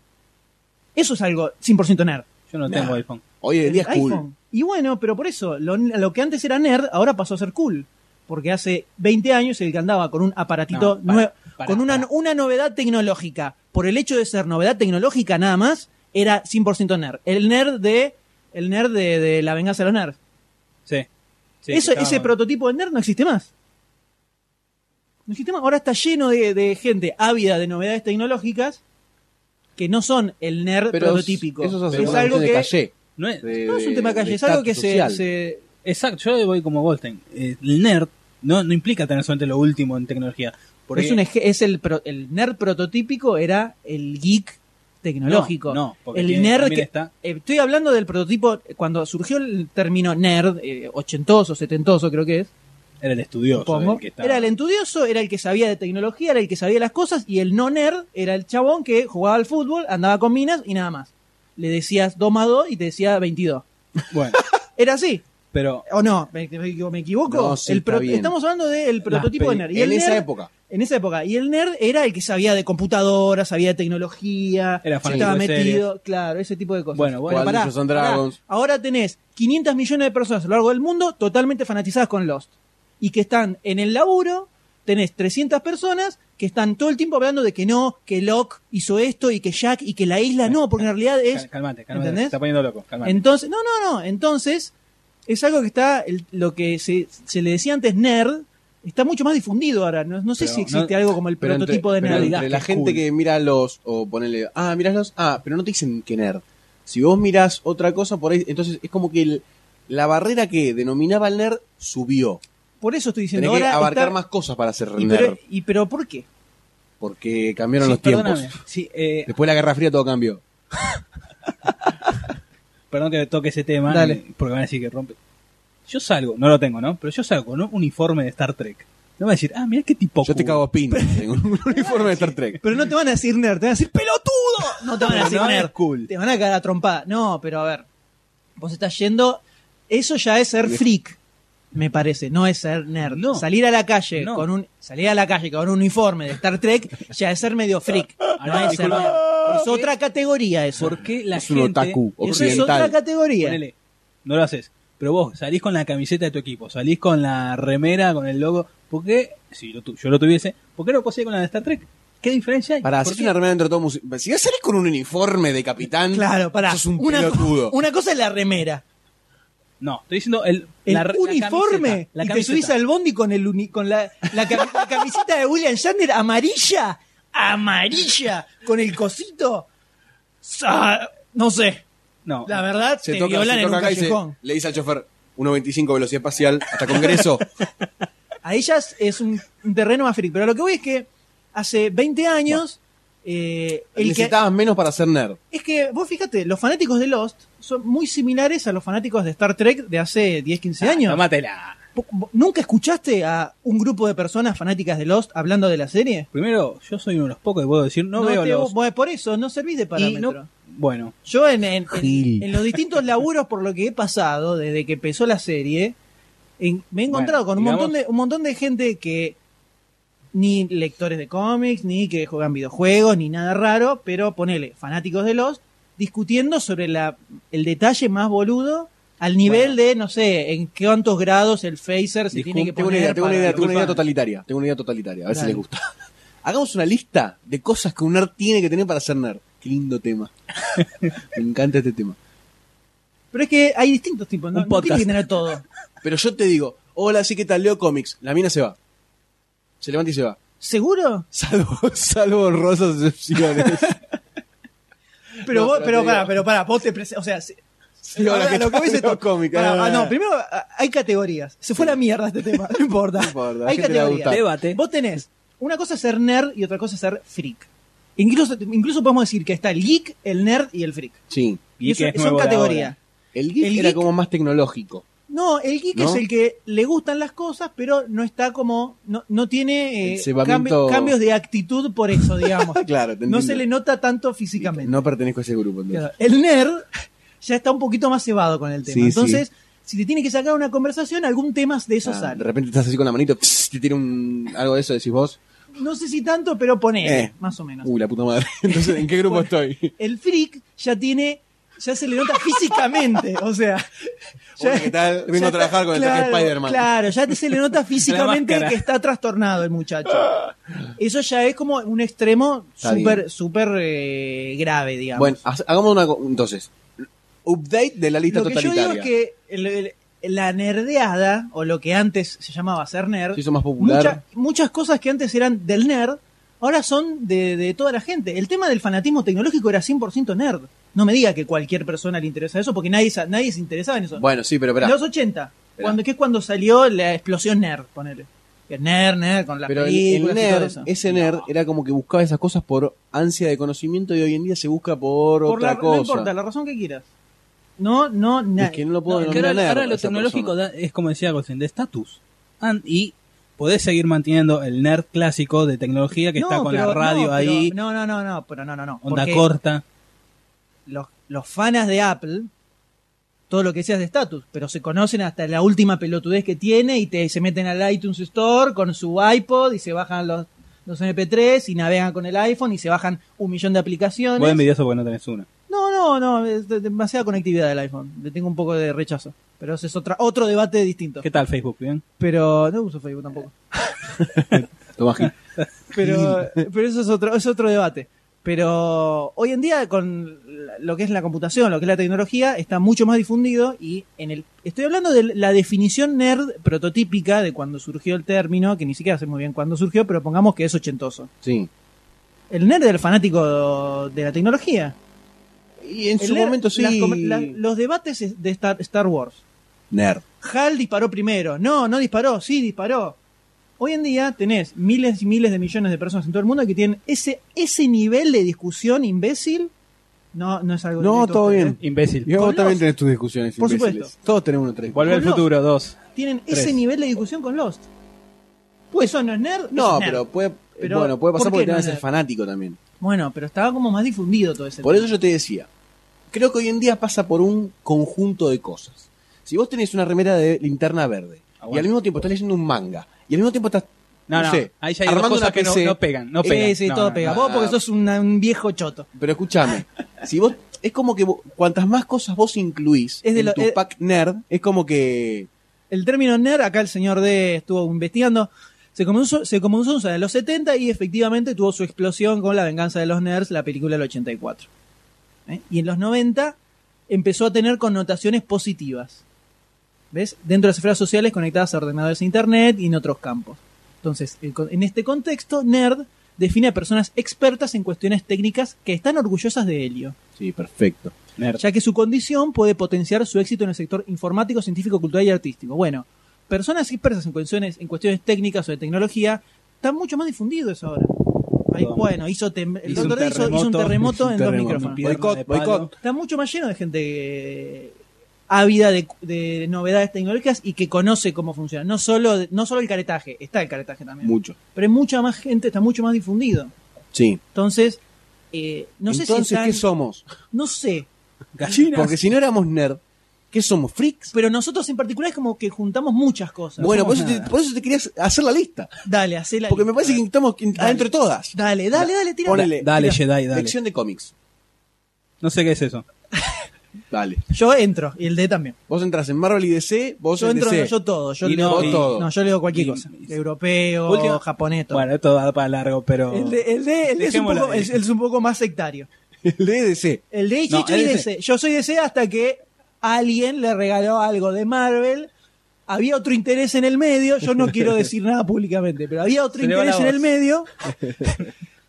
Eso es algo 100% nerd. Yo no Nah. tengo iPhone. Hoy en día es El cool. iPhone. Y bueno, pero por eso, lo, lo que antes era nerd, ahora pasó a ser cool. Porque hace 20 años el que andaba con un aparatito No, para, nuevo, para, con una, para. una novedad tecnológica, por el hecho de ser novedad tecnológica nada más, era 100% nerd. El nerd de el nerd de, de la venganza de los nerds. Sí. Sí, Eso- que estaba- ese prototipo de nerd no existe más. No existe más. Ahora está lleno de, de gente ávida de novedades tecnológicas que no son el nerd Pero prototípico. Eso es, hacer es una algo cuestión que de calle. No es- de- no es un de- tema de de calle, es algo que se, estatus social. se- Exacto, yo voy como Goldstein. Eh, El nerd no, no implica tener solamente lo último en tecnología. Porque es, un eje- es el, pro- el nerd prototípico era el geek tecnológico. No, no, porque el tiene- nerd también que, está. Eh, Estoy hablando del prototipo, cuando surgió el término nerd, eh, ochentoso, setentoso creo que es, Era el estudioso. supongo, el que estaba- era el estudioso, era el que sabía de tecnología, era el que sabía las cosas, y el no nerd era el chabón que jugaba al fútbol, andaba con minas y nada más. Le decías 2 más 2 y te decía 22. Bueno, Era así, pero ¿o no? ¿Me, me- me equivoco? No, sí, El está bien. Estamos hablando del prototipo de nerd. Y en el esa nerd- época. En esa época. Y el nerd era el que sabía de computadoras, sabía de tecnología, Era fanático estaba de metido, claro, ese tipo de cosas. Bueno, bueno. Pero pará, Dungeons and pará. Dragons. Ahora tenés 500 millones de personas a lo largo del mundo totalmente fanatizadas con Lost. Y que están en el laburo, tenés 300 personas que están todo el tiempo hablando de que no, que Locke hizo esto y que Jack y que la isla no, porque en realidad es... cal- calmate, calmate. ¿entendés? Se está poniendo loco. Calmate. Entonces, no, no, no. Entonces, es algo que está, el- lo que se, se le decía antes nerd, está mucho más difundido ahora. No, no sé Pero si no- existe algo como el Pero entre- prototipo pero de entre, nerd. digas que la es gente cool. que mira los, o ponele, ah, mirás los, ah, pero no te dicen que nerd. Si vos mirás otra cosa por ahí, entonces es como que el- la barrera que denominaba al nerd subió. Por eso estoy diciendo Tenés que ahora abarcar está- más cosas para ser y nerd, pero, y pero ¿por qué? porque cambiaron Sí, los tiempos. perdóname. Sí, eh, Después de la Guerra Fría todo cambió. perdón que toque ese tema. Dale. eh, Porque van a decir que rompe. Yo salgo, no lo tengo, ¿no? Pero yo salgo con un uniforme de Star Trek. No va a decir, ah, mira qué tipo. Yo te cool. cago a pin. Tengo un uniforme de Star Trek. Pero no te van a decir nerd, te van a decir pelotudo. No te van a decir No, es nerd. cool. Te van a cagar a trompada. No, pero a ver. Vos estás yendo. Eso ya es ser freak, me parece. No es ser nerd. No. Salir a la calle No. con un salir a la calle con un uniforme de Star Trek ya es ser medio freak. No Ah, no, es ser disculpa. nerd. Es otra categoría eso. ¿Por qué la Es un gente. otaku Eso es occidental. otra categoría. Ponele, no lo haces. Pero vos salís con la camiseta de tu equipo, salís con la remera, con el logo. ¿Por qué? Si lo tu- yo lo tuviese, ¿por qué no puedo salir con la de Star Trek? ¿Qué diferencia hay? Para ¿Por hacer qué? una remera entre todos mus- Si vas a salir con un uniforme de capitán, Claro, pará. sos un una, pelotudo. una cosa es la remera. No, estoy diciendo el, El la re- la uniforme. camiseta, la y te camiseta. subís al bondi con, el uni- con la, la cami- la camiseta de William Shatner amarilla. Amarilla. Con el cosito. Sa- no sé. No, Ah, La verdad, se te toca, violan se en toca un acá y se- callejón. le dice al chofer 1.25 velocidad espacial hasta Congreso. A ellas es un, un terreno más frío. Pero lo que voy es que hace 20 años. eh, el que, Necesitabas menos para ser nerd. es que vos fíjate, los fanáticos de Lost son muy similares a los fanáticos de Star Trek de hace 10, 15 Ah, años. tómatela. po- ¿Nunca escuchaste a un grupo de personas fanáticas de Lost hablando de la serie? Primero, yo soy uno de los pocos que puedo decir, no, veo te- los. vos- Por eso, no servís de y parámetro. no- bueno, Yo en, en- en- Gil. en los distintos laburos por lo que he pasado desde que empezó la serie, en- me he Bueno, encontrado con un digamos- montón de un montón de gente que ni lectores de cómics, ni que juegan videojuegos, ni nada raro, pero ponele, fanáticos de los, discutiendo sobre la, el detalle más boludo al nivel de, no sé, en cuántos grados el phaser se Discul- tiene que Tengo una poner. idea, tengo una para- idea, tengo una idea Disculpa. totalitaria. Tengo una idea totalitaria, a ver si Dale. les gusta. Hagamos una lista de cosas que un nerd tiene que tener para ser nerd. Qué lindo tema. Me encanta este tema. Pero es que hay distintos tipos, no, Un no tiene que podcast. tener todo. Pero yo te digo, hola, sí que tal, leo cómics. La mina se va. Se levanta y se va. ¿Seguro? Salvo, salvo honrosas excepciones. Pero No, vos, pero pero te pará, digo- pero pará, vos te prese- o sea, si- Sí, ahora ahora que lo que ves es leo to- cómics, pará, ah, ah, no, ah. primero ah, hay categorías. Se fue la mierda este tema, no importa. No importa, a la hay gente le va a categorías. gustar. Debate. Vos tenés, una cosa es ser nerd y otra cosa es ser freak. Incluso, incluso podemos decir que está el geek, el nerd y el freak. Sí. Y y eso- que es son nuevo de categorías. ahora. El geek El era geek- como más tecnológico. No, el geek ¿No? es el que le gustan las cosas, pero no está como, no, no tiene eh, El cebamiento- cambi- cambios de actitud por eso, digamos. Claro, no te entiendo. se le nota tanto físicamente. No pertenezco a ese grupo. entonces. Claro, El nerd ya está un poquito más cebado con el tema. Sí, Entonces, si te tiene que sacar una conversación, algún tema de eso Ah, de sale. repente estás así con la manito, pss, te tiene un, algo de eso, decís vos. No sé si tanto, pero pone Eh. más o menos. Uy, la puta madre. Entonces, ¿en qué grupo estoy? El freak ya tiene, ya se le nota físicamente, o sea, ya- Hola, ¿qué tal? Vengo ya a trabajar con el traje claro, Spider-Man. Claro, ya se le nota físicamente máscara. que está trastornado el muchacho. Eso ya es como un extremo Está bien. súper, súper eh, grave, digamos. Bueno, ha- hagamos una. co- Entonces, update de la lista lo que yo totalitaria. digo es que el- el- la nerdeada, o lo que antes se llamaba ser nerd, Se hizo más popular. mucha- muchas cosas que antes eran del nerd, ahora son de, de toda la gente. El tema del fanatismo tecnológico era 100% nerd. No me diga que cualquier persona le interesa eso, porque nadie, sa- nadie se interesaba en eso. Bueno, sí, pero en espera. los 80, cuando, que es cuando salió la explosión nerd, ponele. Que Nerd, nerd, con las Pero el, el películas y todo nerd, eso. ese nerd, era como que buscaba esas cosas por ansia de conocimiento y hoy en día se busca por, Por otra la- cosa. No importa, la razón que quieras. No, no, nada. Es que no lo puedo No, es que denominar ahora, nerd ahora a lo esa tecnológico persona. da- es como decía Goldstein, de estatus. And- Y podés seguir manteniendo el nerd clásico de tecnología que está con la radio ahí, No, pero- no, no, no, pero no, no, no. onda porque- corta. los, los fanas de Apple, todo lo que seas de estatus, pero se conocen hasta la última pelotudez que tiene y te, se meten al iTunes Store con su iPod y se bajan los, los MP3 y navegan con el iPhone y se bajan un millón de aplicaciones. Vos envidioso porque no tenés una. No, no, no, es de- demasiada conectividad del iPhone. Le tengo un poco de rechazo. Pero ese es otra, otro debate distinto. ¿Qué tal Facebook? ¿Bien? Pero no uso Facebook tampoco. Tomás Gil. Pero, pero eso es otro, es otro debate. Pero hoy en día con lo que es la computación, lo que es la tecnología, está mucho más difundido y en el estoy hablando de la definición nerd prototípica de cuando surgió el término, que ni siquiera sé muy bien cuándo surgió, pero pongamos que es ochentoso. Sí. El nerd era el fanático de la tecnología. Y en El su nerd- momento sí. las com- la- los debates es- de Star, Star Wars. Nerd. Hal disparó primero. No, no disparó. Sí, disparó. Hoy en día tenés miles y miles de millones de personas en todo el mundo que tienen ese, ese nivel de discusión imbécil. No, no es algo. No, directo, todo ¿eh? bien. Imbécil. Y vos Con también los- tenés tus discusiones. Por imbéciles. supuesto. Todos tenemos uno tres. Vuelve al Con los- futuro, dos. ¿eh? Tienen Tres. ese nivel de discusión con Lost. Pues eso no es nerd. eso No, es nerd. pero puede, Pero, bueno, puede pasar ¿por qué porque no te van a es ser nerd? fanático también. Bueno, pero estaba como más difundido todo ese Por tema. eso yo te decía, creo que hoy en día pasa por un conjunto de cosas. Si vos tenés una remera de linterna verde y Aguante. al mismo tiempo estás leyendo un manga y al mismo tiempo estás No, no no, sé, ahí ya hay dos armando cosas una que no, PC. no pegan. No Sí, pegan. sí, No, todo no, pega. no. Vos porque sos una- un viejo choto. Pero escúchame, si vos es como que vos- cuantas más cosas vos incluís Es de en lo- tu eh, pack nerd, es como que El término nerd, acá el señor D estuvo investigando, se comenzó, se comenzó a usar en los 70 y efectivamente tuvo su explosión con La venganza de los nerds, la película del 84. ¿Eh? Y en los 90 empezó a tener connotaciones positivas. ¿Ves? Dentro de las esferas sociales conectadas a ordenadores de internet y en otros campos. Entonces, el con- en este contexto, nerd define a personas expertas en cuestiones técnicas que están orgullosas de ello sí, perfecto. Nerd. ya que su condición puede potenciar su éxito en el sector informático, científico, cultural y artístico. Bueno, personas expresas en cuestiones, en cuestiones técnicas o de tecnología, está mucho más difundido eso ahora. Ahí, Perdón. bueno, hizo tem- el Hizo un doctor D hizo, hizo un terremoto. terremoto en Terremoto. dos micrófonos. Boicot, Pierna de palo. boicot. Está mucho más lleno de gente eh, ávida de, de novedades tecnológicas y que conoce cómo funciona. No solo, no solo el caretaje, está el caretaje también. Mucho. pero hay mucha más gente, está mucho más difundido. Sí. Entonces, eh, no sé Entonces, si están- ¿qué somos? No sé. Gallinas. Porque si no éramos nerd, ¿qué somos? ¿Freaks? Pero nosotros en particular es como que juntamos muchas cosas. bueno, somos por eso, te, nada. por eso te quería hacer la lista. Dale, hacé la Porque me lista. parece que estamos en- Dale. adentro de todas. Dale, dale, dale, tira. Ponele. Dale, Mira, Jedi, dale. Sección de cómics. No sé qué es eso. Dale. Yo entro, y el D también. Vos entras en Marvel y DC, vos Yo en entro, DC. yo todo. Yo Y leo, no, y- no, yo leo cualquier y- cosa. Europeo, Última- japonés, todo. Bueno, esto va para largo, pero. el D, el D- el D es, un Dejémosla poco, ahí. es- es un poco más sectario. El de DC. El D, No, yo soy el DC. Yo soy DC hasta que alguien le regaló algo de Marvel. Había otro interés en el medio. Yo no quiero decir nada públicamente, pero había otro Se le va interés la voz. en el medio.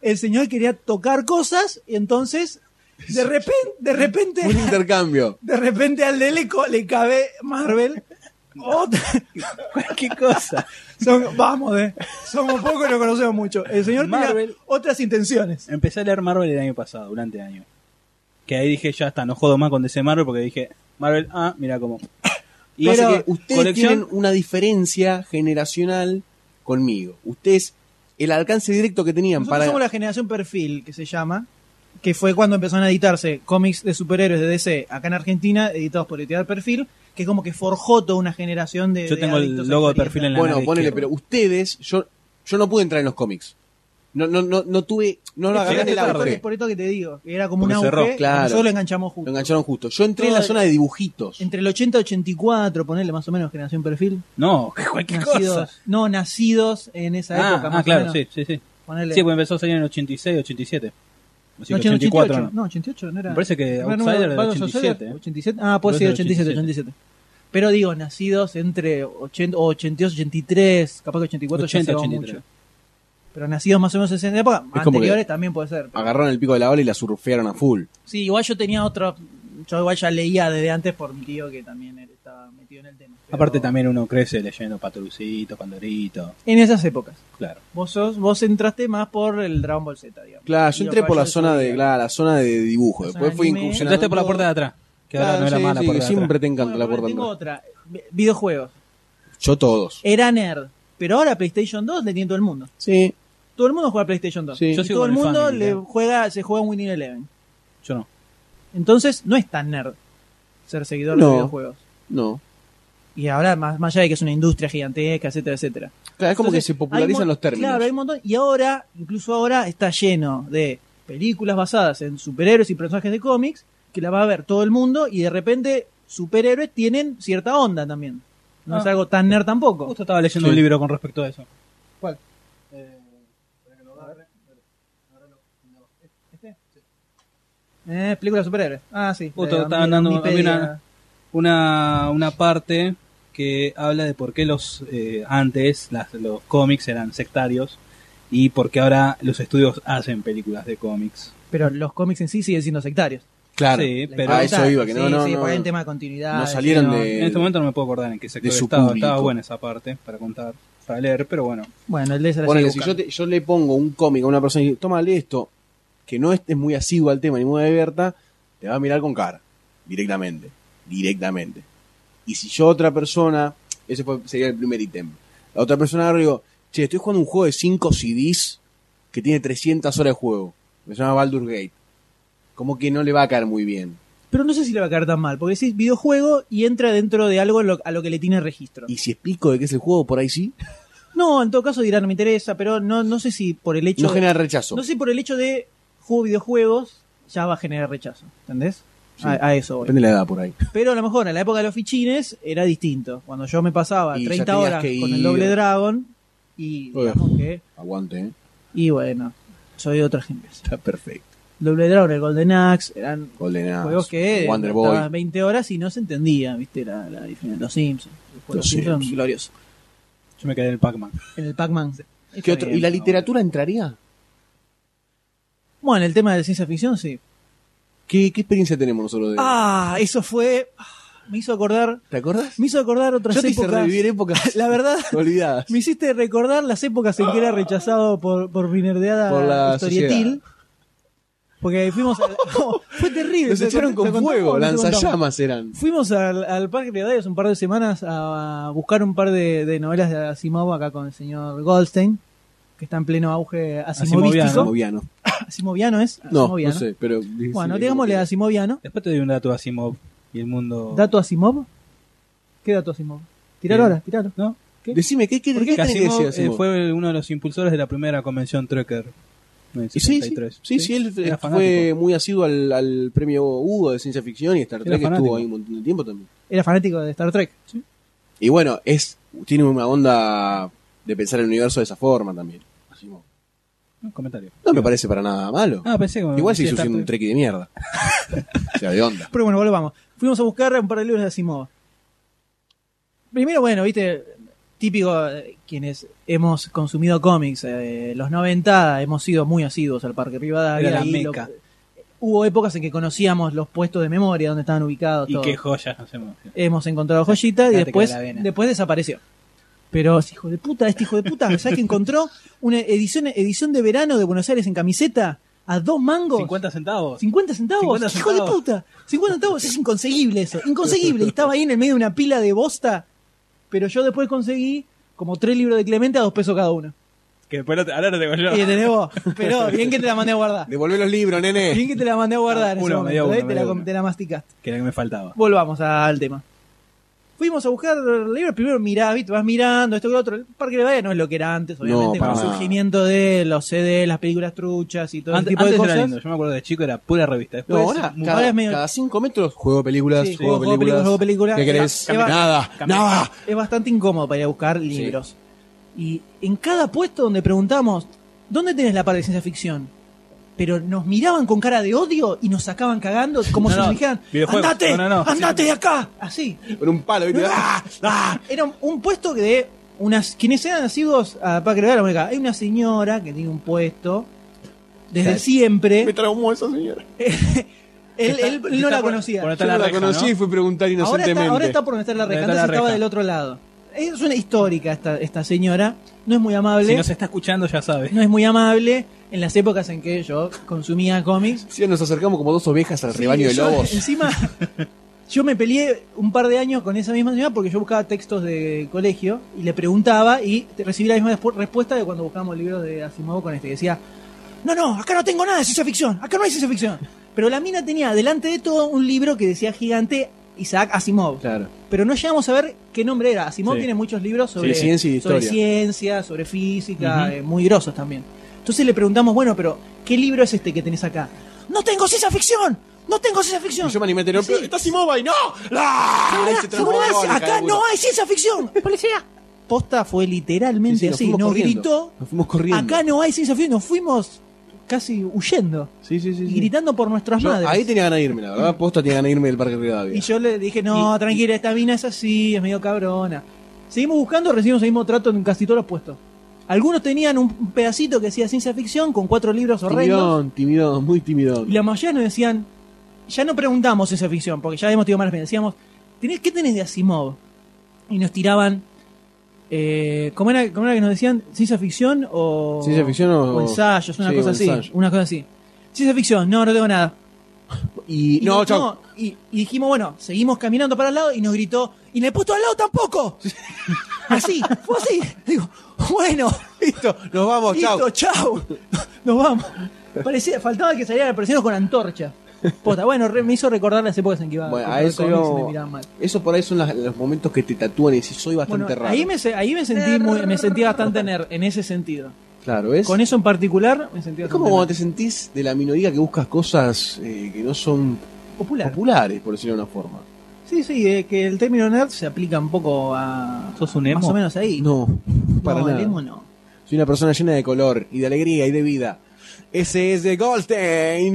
El señor quería tocar cosas y entonces, de repente, de repente, Un intercambio. de repente al D le, co- le cabe Marvel. Otra- Cualquier cosa. son- vamos, eh. somos pocos y no conocemos mucho. El señor tenía Marvel. otras intenciones. Empecé a leer Marvel el año pasado, durante el año. Que ahí dije, ya está, no jodo más con DC Marvel porque dije, Marvel, ah, mira cómo. Y Pasa esa que ustedes tienen una diferencia generacional conmigo. Ustedes, el alcance directo que tenían Nosotros somos para. la generación perfil, que se llama, que fue cuando empezaron a editarse cómics de superhéroes de DC acá en Argentina, editados por Editorial Perfil, que como que forjó toda una generación de. Yo de tengo el adictos logo de al perfil en la Bueno, nave ponele, pero izquierda. ustedes, yo, yo no pude entrar en los cómics. No, no, no, no tuve, no lo Llegaste agarré en el tarde, auge. Por esto que te digo, que era como Porque un auge, cerró, claro. nosotros lo enganchamos Lo justo. engancharon justo. Yo entré en la Todo- zona de dibujitos. Entre el 80 y 84, ponerle más o menos generación perfil. No, cualquier cosa. Nacidos, no, nacidos en esa ah, época. ah, más o claro, menos. sí, sí, sí. Ponele. Sí, pues empezó a salir en el 86, 87. O sea, No, que 84, 88, no. no, 88 no era. Me parece Eh, que Era Outsider número- del Battle of 87, Outsider, ¿eh? 87. Ah, puede ser Puede ser 87, 87. Pero digo, nacidos entre 80, o 82, 83, capaz que 84 ya 80, se va 83. mucho. Pero nacidos más o menos en esa época, Es como anteriores también puede ser. Agarraron el pico de la ola y la surfearon a full. Sí, igual yo tenía otro, yo igual ya leía desde antes por mi tío que también él estaba metido en el tema. Pero Aparte también uno crece leyendo Patrucito, Pandorito, En esas épocas. claro. Vos sos, vos entraste más por el Dragon Ball Z, digamos. Claro, yo Y los entré por la caballos zona de, Zodíaco. claro, la zona de dibujo. Los Después fui anime. incursionando. Entraste por la puerta de atrás, que ahora Claro, no era Ah, sí, mala sí, puerta de atrás. Siempre te encanta Bueno, la pero puerta de tengo atrás. otra, vi- videojuegos. Yo todos. Era nerd, pero ahora PlayStation 2 le tiene todo el mundo. Sí, Todo el mundo juega a PlayStation 2. Sí. Y Yo sigo todo el con el mundo Family, le claro. juega, se juega un Winning Eleven. ¿eh? Yo no. Entonces, no es tan nerd ser seguidor de No. videojuegos. no. Y ahora, más, más allá de que es una industria gigantesca, etcétera, etcétera. Claro, es como Entonces, que se hay popularizan mon- los términos. Claro, hay un montón. Y ahora, incluso ahora, está lleno de películas basadas en superhéroes y personajes de cómics que la va a ver todo el mundo y de repente superhéroes tienen cierta onda también. No Ah. es algo tan nerd tampoco. Justo estaba leyendo Sí. un libro con respecto a eso. ¿Cuál? Eh, películas de superhéroes. Ah, sí. Justo Eh, estaban Omni- dando- Omnipedia. había una- una, una parte que habla de por qué los eh, antes las- los cómics eran sectarios y por qué ahora los estudios hacen películas de cómics. Pero los cómics en sí siguen siendo sectarios. Claro. Sí, La pero Ah, igualdad, eso iba, que no, sí, no, sí, no. porque hay un tema de continuidad. No salieron sí, no. de- en este momento no me puedo acordar en qué sector eh, de su estaba. público. Estaba buena esa parte para contar, para leer, pero bueno. Bueno, el de esa la sigo Ponele, si yo, buscando. te- yo le pongo un cómic a una persona y digo, toma, lee esto, que no estés muy asiduo al tema ni muy abierta, te va a mirar con cara. Directamente. Directamente. Y si yo a otra persona, ese fue, sería el primer ítem. La otra persona agarro y digo, che, estoy jugando un juego de 5 CDs que tiene 300 horas de juego. Me llama Baldur's Gate. Como que no le va a caer muy bien. Pero no sé si le va a caer tan mal, porque decís videojuego y entra dentro de algo lo- a lo que le tiene registro. Y si explico de qué es el juego, por ahí sí. No, en todo caso dirán, me interesa, pero no, no sé si por el hecho... No de- genera rechazo. no sé si por el hecho de juego videojuegos ya va a generar rechazo, ¿entendés? A, a eso voy. Depende de la edad por ahí. Pero a lo mejor en la época de los fichines era distinto. Cuando yo me pasaba Y ya 30 tenías horas que ir. con el doble dragón y Uf. digamos que... Aguante, ¿eh? Y bueno, soy de otra generación. Está perfecto. Doble Dragon, el Golden Axe, eran Golden Axe, juegos que Ah, Wonder Boy. estaban 20 horas y no se entendía, ¿viste? La, la diferencia. Los Simpsons. El juego de Los Los Simpsons, Simpsons. glorioso. Yo me quedé en el Pac-Man. En el Pac-Man. ¿Qué Está otro- bien. ¿Y la literatura entraría? Bueno, el tema de ciencia ficción, sí. ¿Qué, qué experiencia tenemos nosotros de Ah, eso fue. ah, Me hizo acordar. ¿Te acordás? Me hizo acordar otras Yo te hice épocas. revivir épocas La verdad, olvidadas. me hiciste recordar las épocas en que era rechazado por, por mi nerdeada Por la historietil. Porque fuimos al- Fue terrible. Los ¿te echaron te con contamos o no fuego, te contamos? lanzallamas eran. Fuimos al, al Parque Rivadavia hace un par de semanas a buscar un par de, de novelas de Asimov acá con el señor Goldstein, que está en pleno auge asimovístico. Moviano. Asimoviano es. No, Asimoviano. no sé, pero. Ah, Bueno, digámosle asimoviano. Después te doy un dato así, Mob. Y el mundo. ¿Dato Asimov? ¿Qué dato Asimov? Tiralo Bien. ahora, tiralo. ¿No? Decime, ¿qué, qué, Porque qué tenés que Asimov, decir, eh, Asimov? fue uno de los impulsores de la primera convención Trucker. en el Y sí, sí, 73. sí, sí, él Era eh, fue fanático. muy asiduo al, al premio Hugo de ciencia ficción y Star Era Trek estuvo fanático. ahí un montón de tiempo también. Era fanático de Star Trek. Y bueno, es tiene una onda de pensar el universo de esa forma también. Asimov. Un comentario. No me parece para nada malo. Ah, pensé que me Igual si decía hizo Star un Trek. treki de mierda. o sea, de onda. Pero bueno, volvamos. Fuimos a buscar un par de libros de Asimov. Primero, bueno, viste, típico, eh, quienes hemos consumido cómics eh, los 90, hemos sido muy asiduos al Parque Rivadavia. Era la y lo- meca. hubo épocas en que conocíamos los puestos de memoria, donde estaban ubicados Y todos. qué joyas nos hemos. Hemos encontrado joyitas y Ya te después, cae la vena. después desapareció. Pero, ese hijo de puta, este hijo de puta, ¿sabes que encontró una edición, edición de verano de Buenos Aires en camiseta a dos mangos? 50 centavos. 50 centavos, 50 hijo de centavos. puta. 50 centavos es inconseguible eso, inconseguible. Y estaba ahí en el medio de una pila de bosta, pero yo después conseguí como tres libros de Clemente a dos pesos cada uno. Que después lo te- ahora lo tengo yo. Y tenés vos, pero bien que te la mandé a guardar. Devolvé los libros, nene. Bien que te la mandé a guardar en Uno, ese me dio momento, uno, ¿eh? me te, la, dio com- uno. te la masticaste. Que era lo que me faltaba. Volvamos al tema. Fuimos a buscar libros, primero mirás, ¿viste? vas mirando esto que lo otro. El Parque de Bahía no es lo que era antes, obviamente, No, con el para nada. surgimiento de los CD, las películas truchas y todo Antes, ese tipo de antes cosas. era lindo. Yo me acuerdo de chico, era pura revista. No, Después, ahora, muy- ahora pues, cada, es medio- cada cinco metros juego películas, Sí, juego, juego películas, películas. juego películas. ¿Qué querés? Cam- cam- nada, cam- nada. es bastante incómodo para ir a buscar libros. Y en cada puesto donde preguntamos, ¿dónde tenés la parte de ciencia ficción? Pero nos miraban con cara de odio y nos sacaban cagando, como No, si nos no, dijeran, videojuegos. ¡andate! No, no, no. ¡andate de acá! Así. Con un palo, ¿viste? No. ¡Ah! ¡Ah! Era un, un puesto que de unas. Quienes sean asiduos a Parque Rivadavia, la única, hay una señora que tiene un puesto desde Claro. Me siempre. traumó esa señora. Él, Está- él no está la por- conocía. por Yo atrás no la la reja, conocí ¿no? y fui a preguntar Ahora inocentemente. está, ahora está por donde está la Donde reja, está antes la estaba reja. del otro lado. Es una histórica esta, esta señora, no es muy amable. Si nos está escuchando, ya sabe. no es muy amable en las épocas en que yo consumía cómics. Sí, nos acercamos como dos ovejas al rebaño de Sí, yo- lobos. Encima, yo me peleé un par de años con esa misma señora porque yo buscaba textos de colegio y le preguntaba y te- recibí la misma despu- respuesta de cuando buscábamos libros de Asimov con este. que Decía, no, no, acá no tengo nada de ciencia ficción, acá no hay ciencia ficción. Pero la mina tenía delante de todo un libro que decía gigante Isaac Asimov Claro. pero no llegamos a ver qué nombre era. Asimov Sí. tiene muchos libros sobre, Sí, ciencia y sobre historia. ciencia, sobre física, Ujú. eh, muy grosos también. Entonces le preguntamos, bueno, pero ¿qué libro es este que tenés acá? No tengo ciencia ficción, no tengo ciencia Y ficción. yo me animé a tener un Sí. pero ¡Está Simova y no! ¡La! Seguridad, Ahí se transformó seguridad, en acá carabudo. no hay ciencia ficción. Policía. Posta fue Sí, literalmente sí, nos así, fuimos nos corriendo. gritó, Nos fuimos corriendo. acá no hay ciencia ficción, nos fuimos casi huyendo Sí, sí, sí. y sí. gritando por nuestras Yo madres. ahí tenía ganas de irme, la verdad. Posta tenía ganas de irme del Parque Rivadavia. Y yo le dije, no, tranquila, esta mina es así, es medio cabrona. Seguimos buscando, recibimos el mismo trato en casi todos los puestos. Algunos tenían un pedacito que decía ciencia ficción con cuatro libros horrendos. timidón, timidón, muy timidón. Y la mayoría nos decían, ya no preguntamos ciencia ficción, porque ya habíamos tenido malas experiencias. Decíamos, "¿Tenés- ¿qué tenés de Asimov? Y nos tiraban, eh, ¿cómo, era, cómo era que nos decían? ¿Ciencia ficción o, ¿Ciencia ficción o- ensayos? Una sí, cosa o así. ensayo. Una cosa así. Ciencia ficción, no, no tengo nada. Y, Y no, nos- chau. no, y, y dijimos, bueno, seguimos caminando para el lado y nos gritó, y en el puesto al lado tampoco. Así, fue así. Digo, bueno, Listo, nos vamos, listo, chau. chau. Nos vamos. Parecía, faltaba que saliera el presidente con antorcha. Posta, bueno, re- me hizo recordar las épocas en que iba a Bueno, a comprar eso cómics y íbamos. me miraban mal. Eso por ahí son las- los momentos que te tatúan y decís, soy bastante Bueno, raro. ahí me, se- ahí me sentí muy, me sentí bastante nerd en ese sentido. Claro, ¿ves? Con eso en particular me sentí Es bastante como cuando nerd. te sentís de la minoría que buscas cosas eh, que no son popular. populares, por decirlo de una forma. Sí, sí, eh, que el término nerd se aplica un poco a ¿Sos un emo? más o menos ahí. No, para no, el nada. emo no. Soy una persona llena de color y de alegría y de vida. Ese es de Goldstein,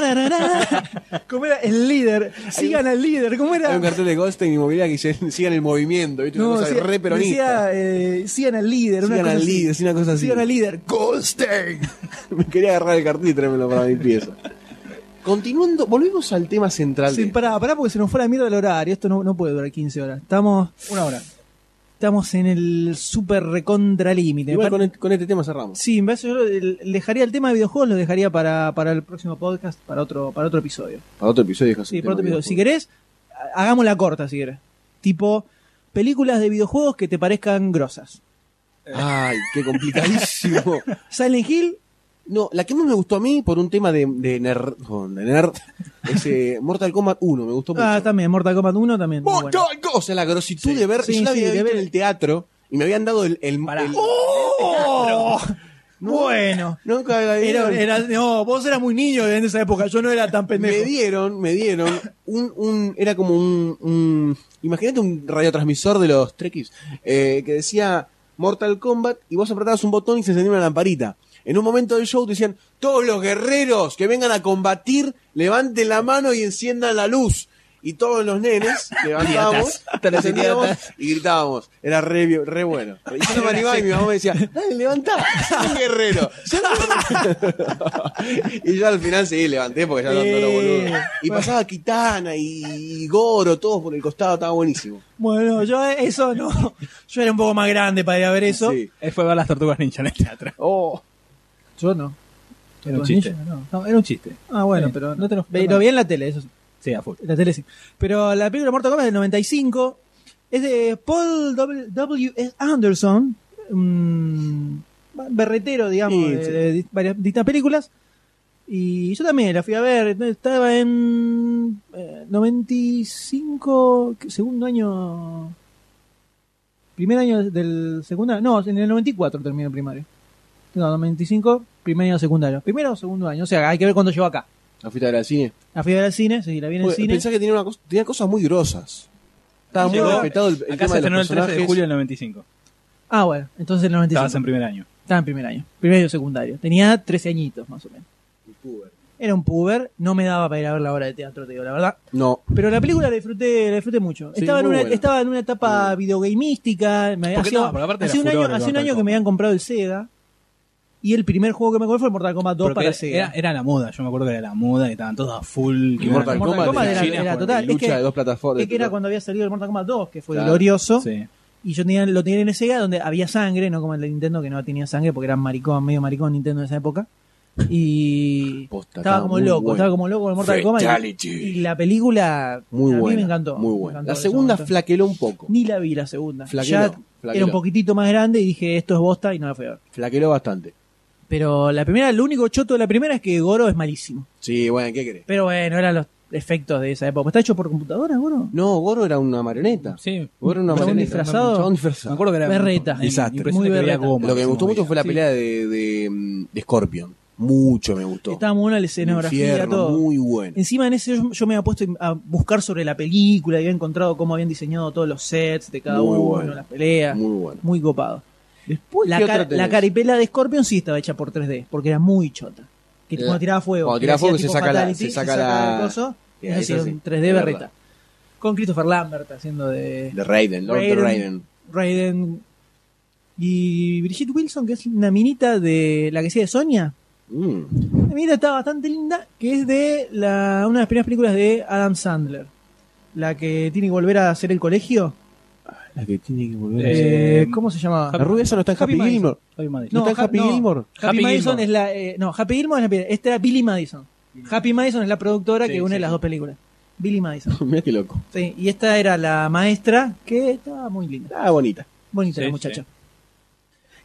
Tararara. ¿Cómo era? El líder. Sigan al líder. ¿Cómo Hay era? un cartel de Goldstein inmobiliaria que dice, sigan el movimiento, ¿viste? Una cosa decía- re peronista. decía, eh, sigan al líder. una sigan cosa al así. líder, una cosa así. Sigan al líder. Goldstein. Me quería agarrar el cartel y traérmelo para mi pieza. Continuando, volvemos al tema central. Sí, de- pará, pará, porque se nos fue la mierda el horario. Esto no, no puede durar 15 horas. Estamos. Una hora. Estamos en el super recontra límite. Igual Me con, pare- el- con este tema cerramos. Sí, me parece- yo el- dejaría el tema de videojuegos, lo dejaría para, para el próximo podcast, para otro, para otro episodio. Para otro episodio, dejas Sí, el para otro tema, episodio. Si videojuego. querés, ha- hagámosla corta, si querés. Tipo, películas de videojuegos que te parezcan grosas. Ay, qué complicadísimo. Silent Hill, No, la que más me gustó a mí por un tema de, de nerd, oh, de nerd es eh, Mortal Kombat 1, me gustó mucho. ah, también, Mortal Kombat 1 también. muy Mortal bueno. Kombat, o sea, la grositud de ver, Sí, yo la sí, había de visto ver- en el teatro y me habían dado el... el, Pará. el- ¡Oh! Bueno. Nunca la Era- vieron. era- no, vos eras muy niño en esa época, yo no era tan Me pendejo. dieron, me dieron un, un era como un, un- imagínate un radiotransmisor de los Trekkies eh, que decía Mortal Kombat y vos apretabas un botón y se encendía una lamparita. En un momento del show te decían, todos los guerreros que vengan a combatir, levanten la mano y enciendan la luz. Y todos los nenes levantábamos, Idiotas. encendíamos y gritábamos. Era re, bio- re bueno. Y yo no me animaba y mi mamá me decía, dale, levantá, sos un guerrero. sos un guerrero". y yo al final sí levanté porque ya no, no lo Eh, boludo. Y pasaba Kitana y Goro, todos por el costado, estaba buenísimo. Bueno, yo eso no. Yo era un poco más grande para ir a ver eso. Sí. Él fue a ver las tortugas ninja en el teatro. Oh. Yo no. Era un chiste. Ninja, no. No, era un chiste. Ah, bueno, Sí, pero no te enojes, Ve- no. Lo vi en la tele, eso sí. Sí, a full. En La tele sí. Pero la película Mortal Kombat es del 95. Es de Paul W. S. Anderson. Un berretero, digamos, Sí, de, sí. de di- varias distintas películas. Y yo también la fui a ver. Estaba en eh, 95, que- segundo año. Primer año del secundario. No, en el 94 terminé el primario. No, 95, primer año de secundario. Primero o segundo año. O sea, hay que ver cuándo llegó acá. ¿La fuiste a ver al cine? La fui a ver al cine, sí, la vi en el Porque cine. Pensá que tenía, una cosa- tenía cosas muy grosas. Estaba muy Llegó- respetado el, el Acá tema se de estrenó los el 13 de personajes. julio del 95. Ah, bueno, entonces el 95. Estabas en primer año. Estaba en primer año, primer año secundario. Tenía 13 añitos más o menos. Era un puber, no me daba para ir a ver la obra de teatro, te digo la verdad. No, Pero la película la disfruté, la disfruté mucho. Sí, estaba, en muy una, buena. estaba en una etapa videogameística. Me había, Porque hacía- no, porque aparte era hacía un año, furor el hacía un Mortal año que Kombat. me habían comprado el Sega. Y el primer juego que me compré fue Mortal Kombat 2 Porque para era, Sega. era- era la moda, yo me acuerdo que era la moda, que estaban todos a full. que Y Mortal, iban a- Mortal Kombat, Kombat de era- China era con total. Lucha Ah, Es que- de dos plataformas. Es que era cuando había salido el Mortal Kombat 2, que fue Claro. glorioso. Sí. Y yo tenía, lo tenía en el Sega donde había sangre, no como el de Nintendo que no tenía sangre porque era maricón, medio maricón Nintendo en esa época. Y estaba Posta, estaba como muy loco, bueno. estaba como loco con Mortal Kombat. Y, Fatality. y la película Muy a mí buena. me encantó. Muy me buena. encantó La en ese segunda momento. flaqueló un poco. Ni la vi la segunda. Flaqueó, ya flaqueó. era un poquitito más grande y dije, esto es bosta y no la fui a ver. Flaqueló bastante. Pero la primera, lo único choto de la primera es que Goro es malísimo. Sí, bueno, ¿qué querés? Pero bueno, eran los efectos de esa época. ¿Está hecho por computadora, Goro? No, Goro era una marioneta. Sí. Goro era una Chabón marioneta. disfrazado. Chabón Me disfrazado. acuerdo que era Berreta. la Desastre. impresión Muy de que había berreta. goma en Lo que me ese gustó mucho momento. fue la Sí. pelea de, de, mm, de Scorpion. Mucho me gustó. Estaba muy buena la El escenografía, infierno, todo. Muy bueno. Encima en ese yo, yo me había puesto a buscar sobre la película y había encontrado cómo habían diseñado todos los sets de cada Muy uno, bueno. las peleas. Muy, Muy bueno. copado. la, ¿qué ca- otra tenés? la caripela de Scorpion sí estaba hecha por 3D, porque era muy chota. Que La- cuando tiraba fuego. Eh, cuando que tiraba hacía fuego se tipo saca la- fatality, se saca la- el coso, Sí, eso eso sí, era sí, un es 3D verdad. berreta. Con Christopher Lambert haciendo de De Raiden, Lord de Raiden. Raiden. Raiden. Y Brigitte Wilson, que es una minita de la que sea de Sonia, Mm. La minita está bastante linda, que es de la, una de las primeras películas de Adam Sandler. La que tiene que volver a hacer el colegio. La que tiene que volver. Eh, Eh, ¿Cómo se llamaba? La rubia esa no está en Happy Happy, Madison. Gilmore. Javi Madrid. ¿No está Ja- Happy Gilmore? Happy, Happy Madison Gilmore. es la. eh, no, Happy Gilmore es la. Esta era Billy Madison. Happy Madison es la productora Sí, que une sí. las dos películas. Billy Madison. Mira qué loco. Sí, y esta era la maestra que estaba muy linda. Ah, bonita. Bonita Sí, la muchacha.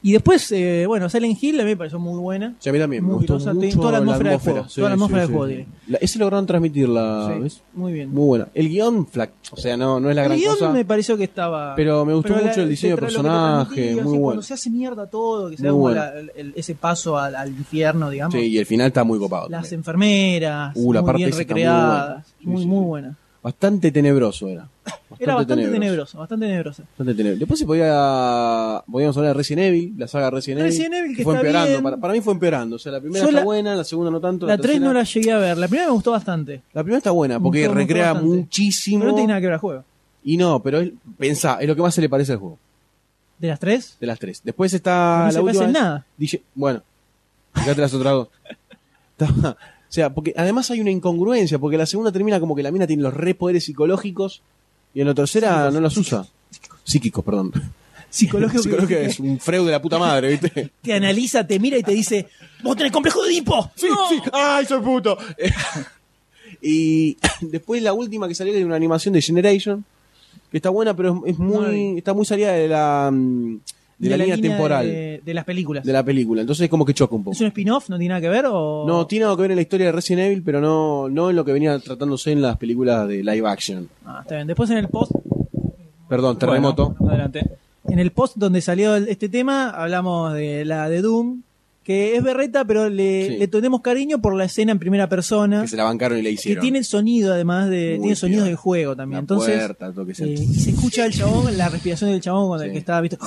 Y después, eh, bueno, Silent Hill a mí me pareció muy buena. Sí, a mí también. me Muy gustó grosa, mucho tiene toda la atmósfera del juego, sí, toda la sí, atmósfera sí, del juego sí. tiene. La- ese lograron transmitirla, Sí, Ah, ¿ves? muy bien. Muy buena. El guión, flac, o sea, no, no es la El gran guión cosa. me pareció que estaba. Pero me gustó la- mucho el diseño tra- de lo que te personaje, transmitía, muy así, bueno. Cuando se hace mierda todo, que se Muy da como bueno. la- el- ese paso al, al infierno, digamos. Sí, y el final está muy copado. Las también. enfermeras, Uh, la muy parte bien esa está muy recreadas, buena. Sí, muy, sí, muy sí. buena. Bastante tenebroso era. Bastante Era bastante tenebroso, bastante tenebrosa. Bastante tenebroso. Después se podía, podíamos hablar de Resident Evil, la saga Resident Evil. Resident Evil que fue está empeorando. bien. Para, para mí fue empeorando. O sea, la primera Yo está la- buena, la segunda no tanto. La 3 tercera- no la llegué a ver, la primera me gustó bastante. La primera está buena porque Gustó, gustó recrea bastante. muchísimo. Pero no tiene nada que ver al juego. Y no, pero él, pensá, es lo que más se le parece al juego. ¿De las 3? De las tres. Después está No Ah, la se última. parecen vez- nada. DJ bueno, fíjate las otras dos. Está- O sea, porque además hay una incongruencia, porque la segunda termina como que la mina tiene los re poderes psicológicos y en la tercera no los usa. Psíquicos, perdón. psicológico, que- Psicológico es un fraude de la puta madre, ¿viste? te analiza, te mira y te dice, vos tenés complejo de Edipo. Sí, sí. ¡Ay, soy puto! y después la última que salió es una animación de Generation, que está buena, pero es, es No la muy vi. está muy salida de la, mm, de la, línea, temporal De, de las películas. de la película. Entonces es como que choca un poco. ¿Es un spin-off? ¿No tiene nada que ver? O... No, tiene algo que ver en la historia de Resident Evil, pero no, no en lo que venía tratándose en las películas de live action. Ah, está bien. Después en el post, Perdón, terremoto. Bueno, adelante. en el post donde salió el- este tema, hablamos de la de Doom, que es berreta, pero le, Sí. le tenemos cariño por la escena en primera persona, Que se la bancaron y la Ah. que hicieron. tiene el sonido además de, Muy tiene sonidos piola. del juego también. La Entonces, puerta, todo que sea. eh, se escucha el chabón, la respiración del chabón cuando Sí. el que estaba, visto,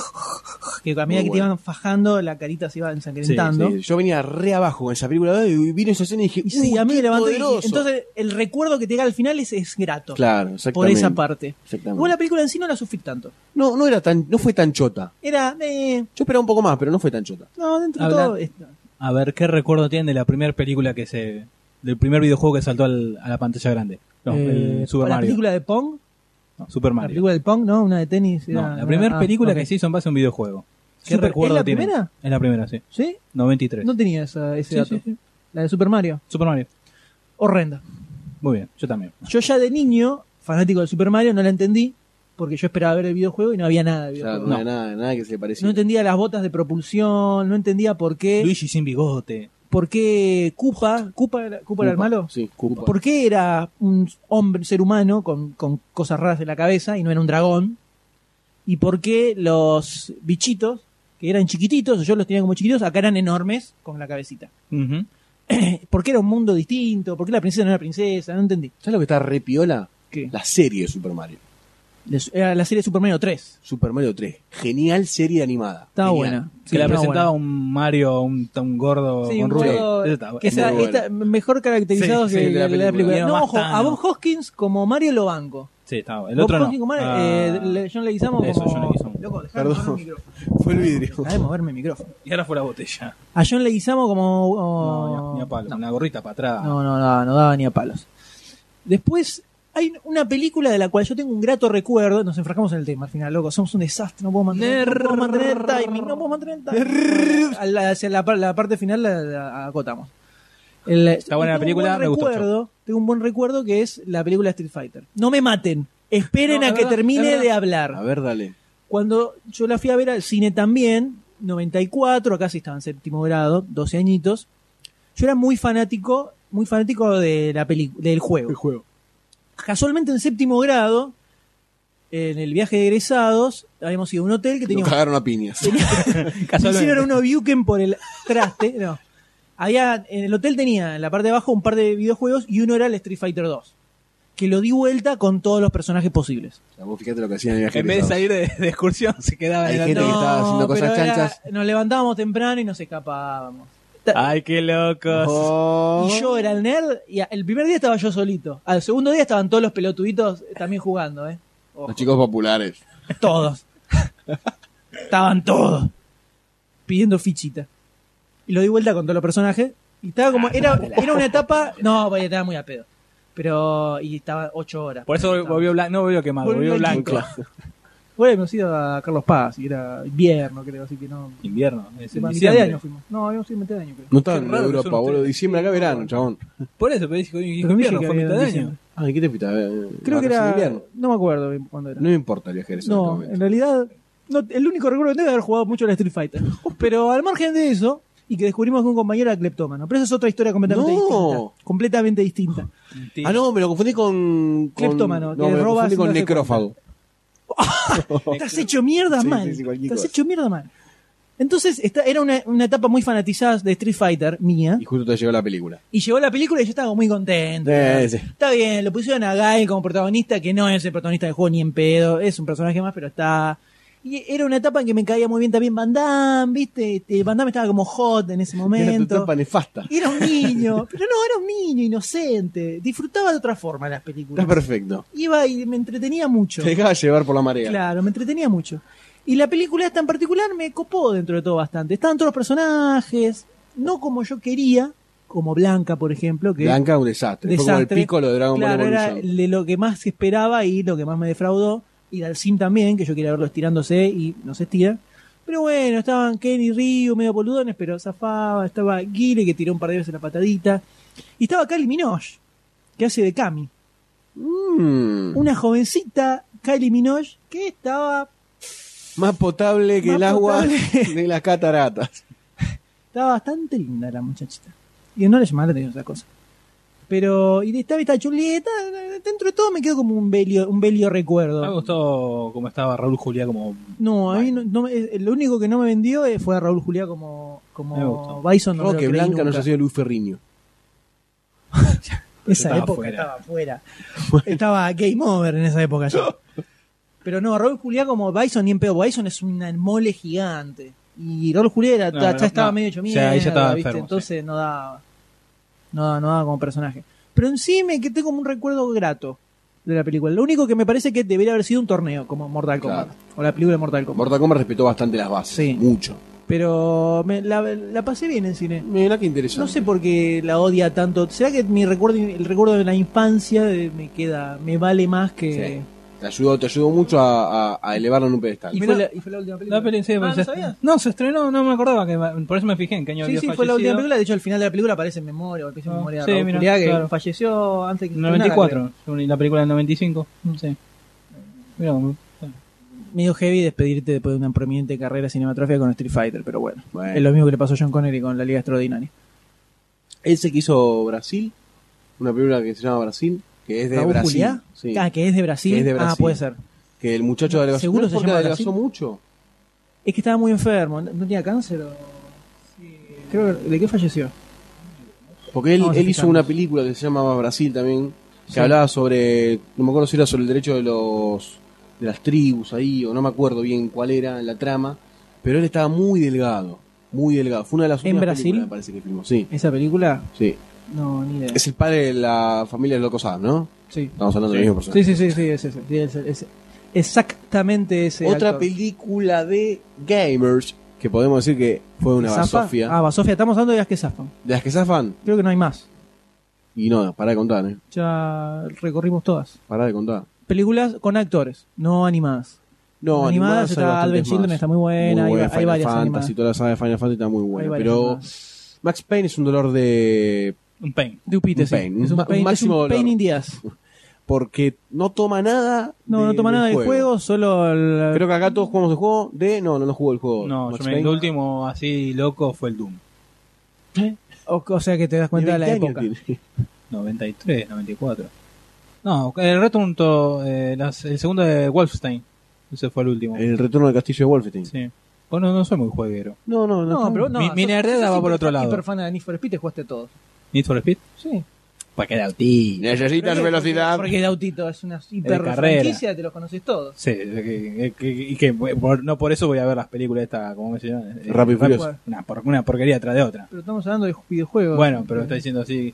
que a medida Muy que te bueno. iban fajando, la carita se iba ensangrentando. Sí, yo venía re abajo con esa película y vino esa escena y dije, Y sí, "Uy, a mí qué me levantó y- poderoso". entonces el recuerdo que te llega al final es, es grato. claro, exactamente. por esa parte. Exactamente. Vos la película en sí no la sufrí tanto. No, no era tan, no fue tan chota. Era, eh, Yo esperaba un poco más, pero no fue tan chota. no, dentro de Habla- todo. es- A ver, ¿qué recuerdo tienen de la primera película que se. del primer videojuego que saltó al- a la pantalla grande? No, eh, el Super la Mario. película de Pong, No, Super la Mario. película de Pong, ¿no? Una de tenis. No, era- la primera ah, película ok. que se hizo en base a un videojuego. ¿Qué Super- ¿es recuerdo la tienen? primera? Es la primera, sí. ¿Sí? 93. No tenía esa- ese Sí, dato. sí, sí. La de Super Mario. Super Mario. Horrenda. Muy bien, yo también. Yo ya de niño, fanático del Super Mario, no la entendí porque yo esperaba ver el videojuego y no había nada de Claro, videojuego. no, No. era Nada, nada que se le pareciera. No entendía las botas de propulsión, no entendía por qué, Luigi sin bigote. por qué Koopa, Koopa era, Koopa era el malo, Sí, Koopa. por qué era un hombre, un ser humano con, con cosas raras en la cabeza y no era un dragón, y por qué los bichitos, que eran chiquititos, yo los tenía como chiquitos, acá eran enormes con la cabecita. Ujú. ¿Por qué era un mundo distinto? ¿Por qué la princesa no era princesa? No entendí. ¿Sabes lo que está re piola? ¿Qué? La serie de Super Mario. Les- Era la serie Super Mario 3. Super Mario 3. Genial serie animada. Estaba Genial. buena. Que Sí, la estaba presentaba buena. un Mario, un, un gordo Sí, con un rubio. gordo Ese estaba- que muy sea, bueno. está mejor caracterizado Sí, que sí, de la la, película. película. Era No, más ojo, a Thanos. Bob Hoskins como Mario lo banco. Sí, estaba. El Bob otro no. Hoskins como Mario, Ah, eh, le- John Leguizamo eso, como... John Leguizamo. Loco, dejá de Perdón. moverme el micrófono. Fue el vidrio. Dejá de moverme el micrófono. Y ahora fue la botella. A John Leguizamo como... oh, No, ni a- ni a palo. no. Una gorrita para atrás. No, no daba, no daba ni a palos. Después hay una película de la cual yo tengo un grato recuerdo. Nos enfrascamos en el tema al final, loco. Somos un desastre, no puedo mantener, no puedo mantener el timing, no puedo mantener el timing. A la- hacia la, par- la parte final la, la acotamos. El- buena la tengo un película, buen me gustó, recuerdo, Tengo un buen recuerdo que es la película Street Fighter. No me maten, esperen No, a es que verdad, es termine verdad. de A hablar. ver, dale. Cuando yo la fui a ver al cine también, 94, acá sí estaba en séptimo grado, 12 añitos yo era muy fanático, muy fanático de la peli- del juego. juego. Casualmente en séptimo grado, en el viaje de egresados, habíamos ido a un hotel que Lo tenía cagaron a piñas. me hicieron Casualmente. uno Buken por el traste. No. Había, en el hotel tenía en la parte de abajo un par de videojuegos y uno era el Street Fighter 2. Que lo di vuelta con todos los personajes posibles. O sea, vos fíjate lo que hacían en el viaje. En vez de egresados. salir de, de excursión, se quedaba Hay en el gente que hotel. estaba haciendo cosas pero era- chanchas. nos levantábamos temprano y nos escapábamos. Ay, qué locos. Oh. Y yo era el nerd y a- el primer día estaba yo solito. Al segundo día estaban todos los pelotuditos también jugando, ¿eh? Ojo. Oh. Los chicos populares. Todos. Estaban todos. Pidiendo fichita. Y lo di vuelta con todos los personajes. Y estaba Ah, como. Era, era una etapa. No, vaya, estaba muy a pedo. Pero. Y estaba ocho horas. Por eso Estaba- volvió blanco. No volvió quemado, Volvió volvió blanco. blanco. Bueno, hemos ido a Carlos Paz. Y era invierno, creo. Así que no. Invierno. Es en mitad de diciembre. año fuimos. No, habíamos ido a mitad de año, creo. No estaban Qué en raro que Europa, son ustedes. boludo. Diciembre acá, verano, chabón. Por eso, pero dijo dijo Pero me invierno, dice que fue había mitad de diciembre. año. Ay, ¿qué te fuiste? a ver? Creo que Vacaciones de era. invierno. No me acuerdo bien cuándo era. No me importa el viaje egresado. en No, este en momento. realidad, no, el único recuerdo que tengo es haber jugado mucho al Street Fighter. Pero al margen de eso, y que descubrimos que un compañero era cleptómano. Pero esa es otra historia completamente No. distinta. Completamente distinta. Ah, no, me lo confundí con. con- Cleptómano, No, que me lo roba confundí sin con darse necrófago. Estás hecho mierda Sí, mal. sí, sí, cualquier Estás cosa. hecho mierda mal. Entonces, esta, era una, una etapa muy fanatizada de Street Fighter mía. Y justo te llegó la película. Y llegó la película y yo estaba muy contento. Eh, sí. Está bien, lo pusieron a Guy como protagonista, que no es el protagonista del juego ni en pedo, es un personaje más, pero está. Y era una etapa en que me caía muy bien también Van Damme, ¿viste? Este, Van Damme estaba como hot en ese Era tu momento. tapa nefasta. Y Era un niño, pero no, era un niño inocente. Disfrutaba de otra forma las películas. Está perfecto. Iba y me entretenía mucho. Te dejaba llevar por la marea. Claro, me entretenía mucho. Y la película esta en particular me copó dentro de todo bastante. Estaban todos los personajes, no como yo quería, como Blanca, por ejemplo, que Blanca, un desastre. Fue como el Desastre. pico lo de Dragon claro, Ball era Evolution. de lo que más esperaba y lo que más me defraudó. y Dalsim también, que yo quería verlo estirándose y no se estira. Pero bueno, estaban Ken y Ryu medio boludones, pero zafaba. Estaba Guile, que tiró un par de veces la patadita. Y estaba Kylie Minogue, que hace de Cami. Mm. Una jovencita Kylie Minogue que estaba, Más potable que Más el agua potable. de las cataratas. estaba bastante linda la muchachita. Y no le llamaba la atención esa cosa. Pero, y estaba esta Julieta, dentro de todo me quedo como un belio, un belio recuerdo. Me gustó cómo estaba Raúl Juliá como No, a mí no, no me- eh, lo único que no me vendió eh, fue a Raúl Juliá como, Me como gustó. Bison. No me lo Roque creí Blanca nos nunca. ha sido Luis Ferriño. Esa Estaba época fuera. estaba fuera. Estaba game over en esa época ya. Pero no, Raúl Juliá como Bison ni en pedo. Bison es una mole gigante. Y Raúl Juliá era- No, ya no, estaba no. medio hecho O sea, mierda, ella estaba ¿viste? enfermo, Entonces no daba. No, daba- no daba como personaje. Pero en sí me que tengo como un recuerdo grato de la película. Lo único que me parece que debería haber sido un torneo, como Mortal Kombat. Claro. O la película de Mortal Kombat. Mortal Kombat respetó bastante las bases. Sí. Mucho. Pero me- la, la pasé bien en cine. Mira qué interesante. No sé por qué la odia tanto. ¿Será que mi recuerdo, el recuerdo de la infancia eh, me queda, me vale más que. Te ayudó, te ayudó mucho a, a, a elevarlo en un pedestal. ¿Y, Mirá, fue la, y fue la última película. La peli- sí, Ah, pues, ¿no se- sabías? no, se estrenó, no me acordaba que por eso me fijé en qué año Sí, había sí, fue la última fallecido. película. De hecho, al final de la película aparece en memoria, aparece en Ah, memoria de sí, Raúl mirá, Juliá, que claro. falleció antes que. se estrenara, 94, según- y la película del 95. Mm. Sí. Mirá, creo. Medio heavy despedirte después de una prominente carrera cinematográfica con Street Fighter, pero bueno. Bueno. Es lo mismo que le pasó a John Connery con la Liga Extraordinaria. Ese que hizo Brasil, una película que se llama Brasil, que es de ¿Raúl Brasil. Juliá? Sí. Ah, que es de Brasil. Que es de Ah, Brasil. puede ser. Que el muchacho adelgazó. ¿Seguro ¿No es se porque llama adelgazó Brasil? mucho. Es que estaba muy enfermo. ¿No no tenía cáncer o.? Creo que- ¿De qué falleció? Porque él, Vamos a él hizo fijarnos. una película que se llamaba Brasil también, que Sí. hablaba sobre, no me acuerdo si era sobre el derecho de los de las tribus ahí, o no me acuerdo bien cuál era la trama, pero él estaba muy delgado, muy delgado. Fue una de las ¿En últimas Brasil? películas, me parece que filmó, sí, ¿Esa película? sí. No, ni idea. Es el padre de la familia de Locos Adams, ¿no? Sí. Estamos hablando de Sí. la misma persona. Sí, sí, sí, sí, es ese. sí, es ese, es ese. Exactamente ese. Otra actor. película de gamers, que podemos decir que fue una ¿Zafa? basofia. Ah, Basofia, estamos hablando de las que zafan. De las que zafan, Creo que no hay más. y no, pará de contar, eh. Ya recorrimos todas. Pará de contar. Películas con actores, no animadas. No, animadas, animadas, hay está bastantes Advent Children, más. está muy buena. Muy hay- buena, hay, Final varias Fantasy, animadas. toda la saga de Final Fantasy está muy Hay buena. varias Pero animadas. Max Payne es un dolor de. Un pain. De Upite, un sí. pain, es un un ma- un pain, es máximo un pain dolor. in the ass. Porque no toma nada. No, no toma nada del juego, solo el- Creo que acá todos jugamos el juego de. No, no, no jugó el Oh, juego. No, Max yo me- Payne. el último así loco fue el Doom. o, o sea que te das cuenta de la 20 años época. este tiene. 93, 94. No, el retunto, eh, las- el segundo de Wolfstein. Ese fue el último. El retorno del castillo de Wolfenstein. Sí. Bueno, no soy muy jueguero. No, no, no. No, pero no. Mi- mi nerdera va por otro lado. Hiper fan de Need for Speed, te jugaste todos. Need for Speed. Sí. Para quedar ti. Necesitas velocidad. Porque Dautito es una hiper carrera. franquicia, te los conoces todos. Sí, que- que- que- y que por- no por eso voy a ver las películas estas, como se llama? Eh, Rápido y Rápido- Furioso. Una, por- una porquería tras de otra. Pero estamos hablando de videojuegos. Bueno, pero está diciendo así.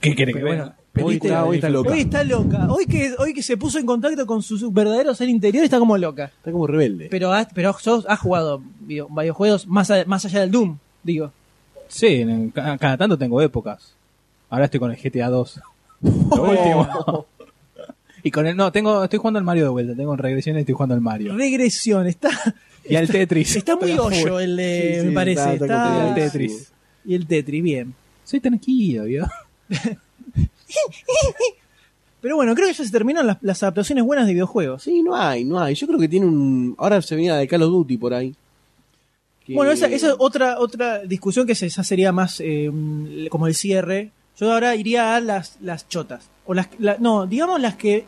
¿Qué quiere que Pero vea? bueno, Hoy película está, hoy está loca. Hoy está loca. Hoy que, hoy que se puso en contacto con su, su verdadero ser interior está como loca. Está como rebelde. Pero has, pero sos- has jugado video- videojuegos más, a- más allá del Doom, digo. Sí, en el- ca- cada tanto tengo épocas. Ahora estoy con el GTA 2. Lo último. Y con el. No, tengo, estoy jugando al Mario de vuelta. Tengo regresiones y estoy jugando al Mario. Regresión, está, Y al Tetris. está muy Estoy a full. hoyo el de, Sí, sí, me parece. está- está Y Está, al Tetris. y el Tetris, bien. Soy tranquilo, ¿vio? Pero bueno, creo que ya se terminaron las, las adaptaciones buenas de videojuegos. Sí, no hay, no hay. Yo creo que tiene un. Ahora se venía de Call of Duty por ahí. Que- Bueno, esa, esa es otra, otra discusión que se- esa sería más eh, como el cierre. Yo ahora iría a las, las chotas. O las, la- no, digamos las que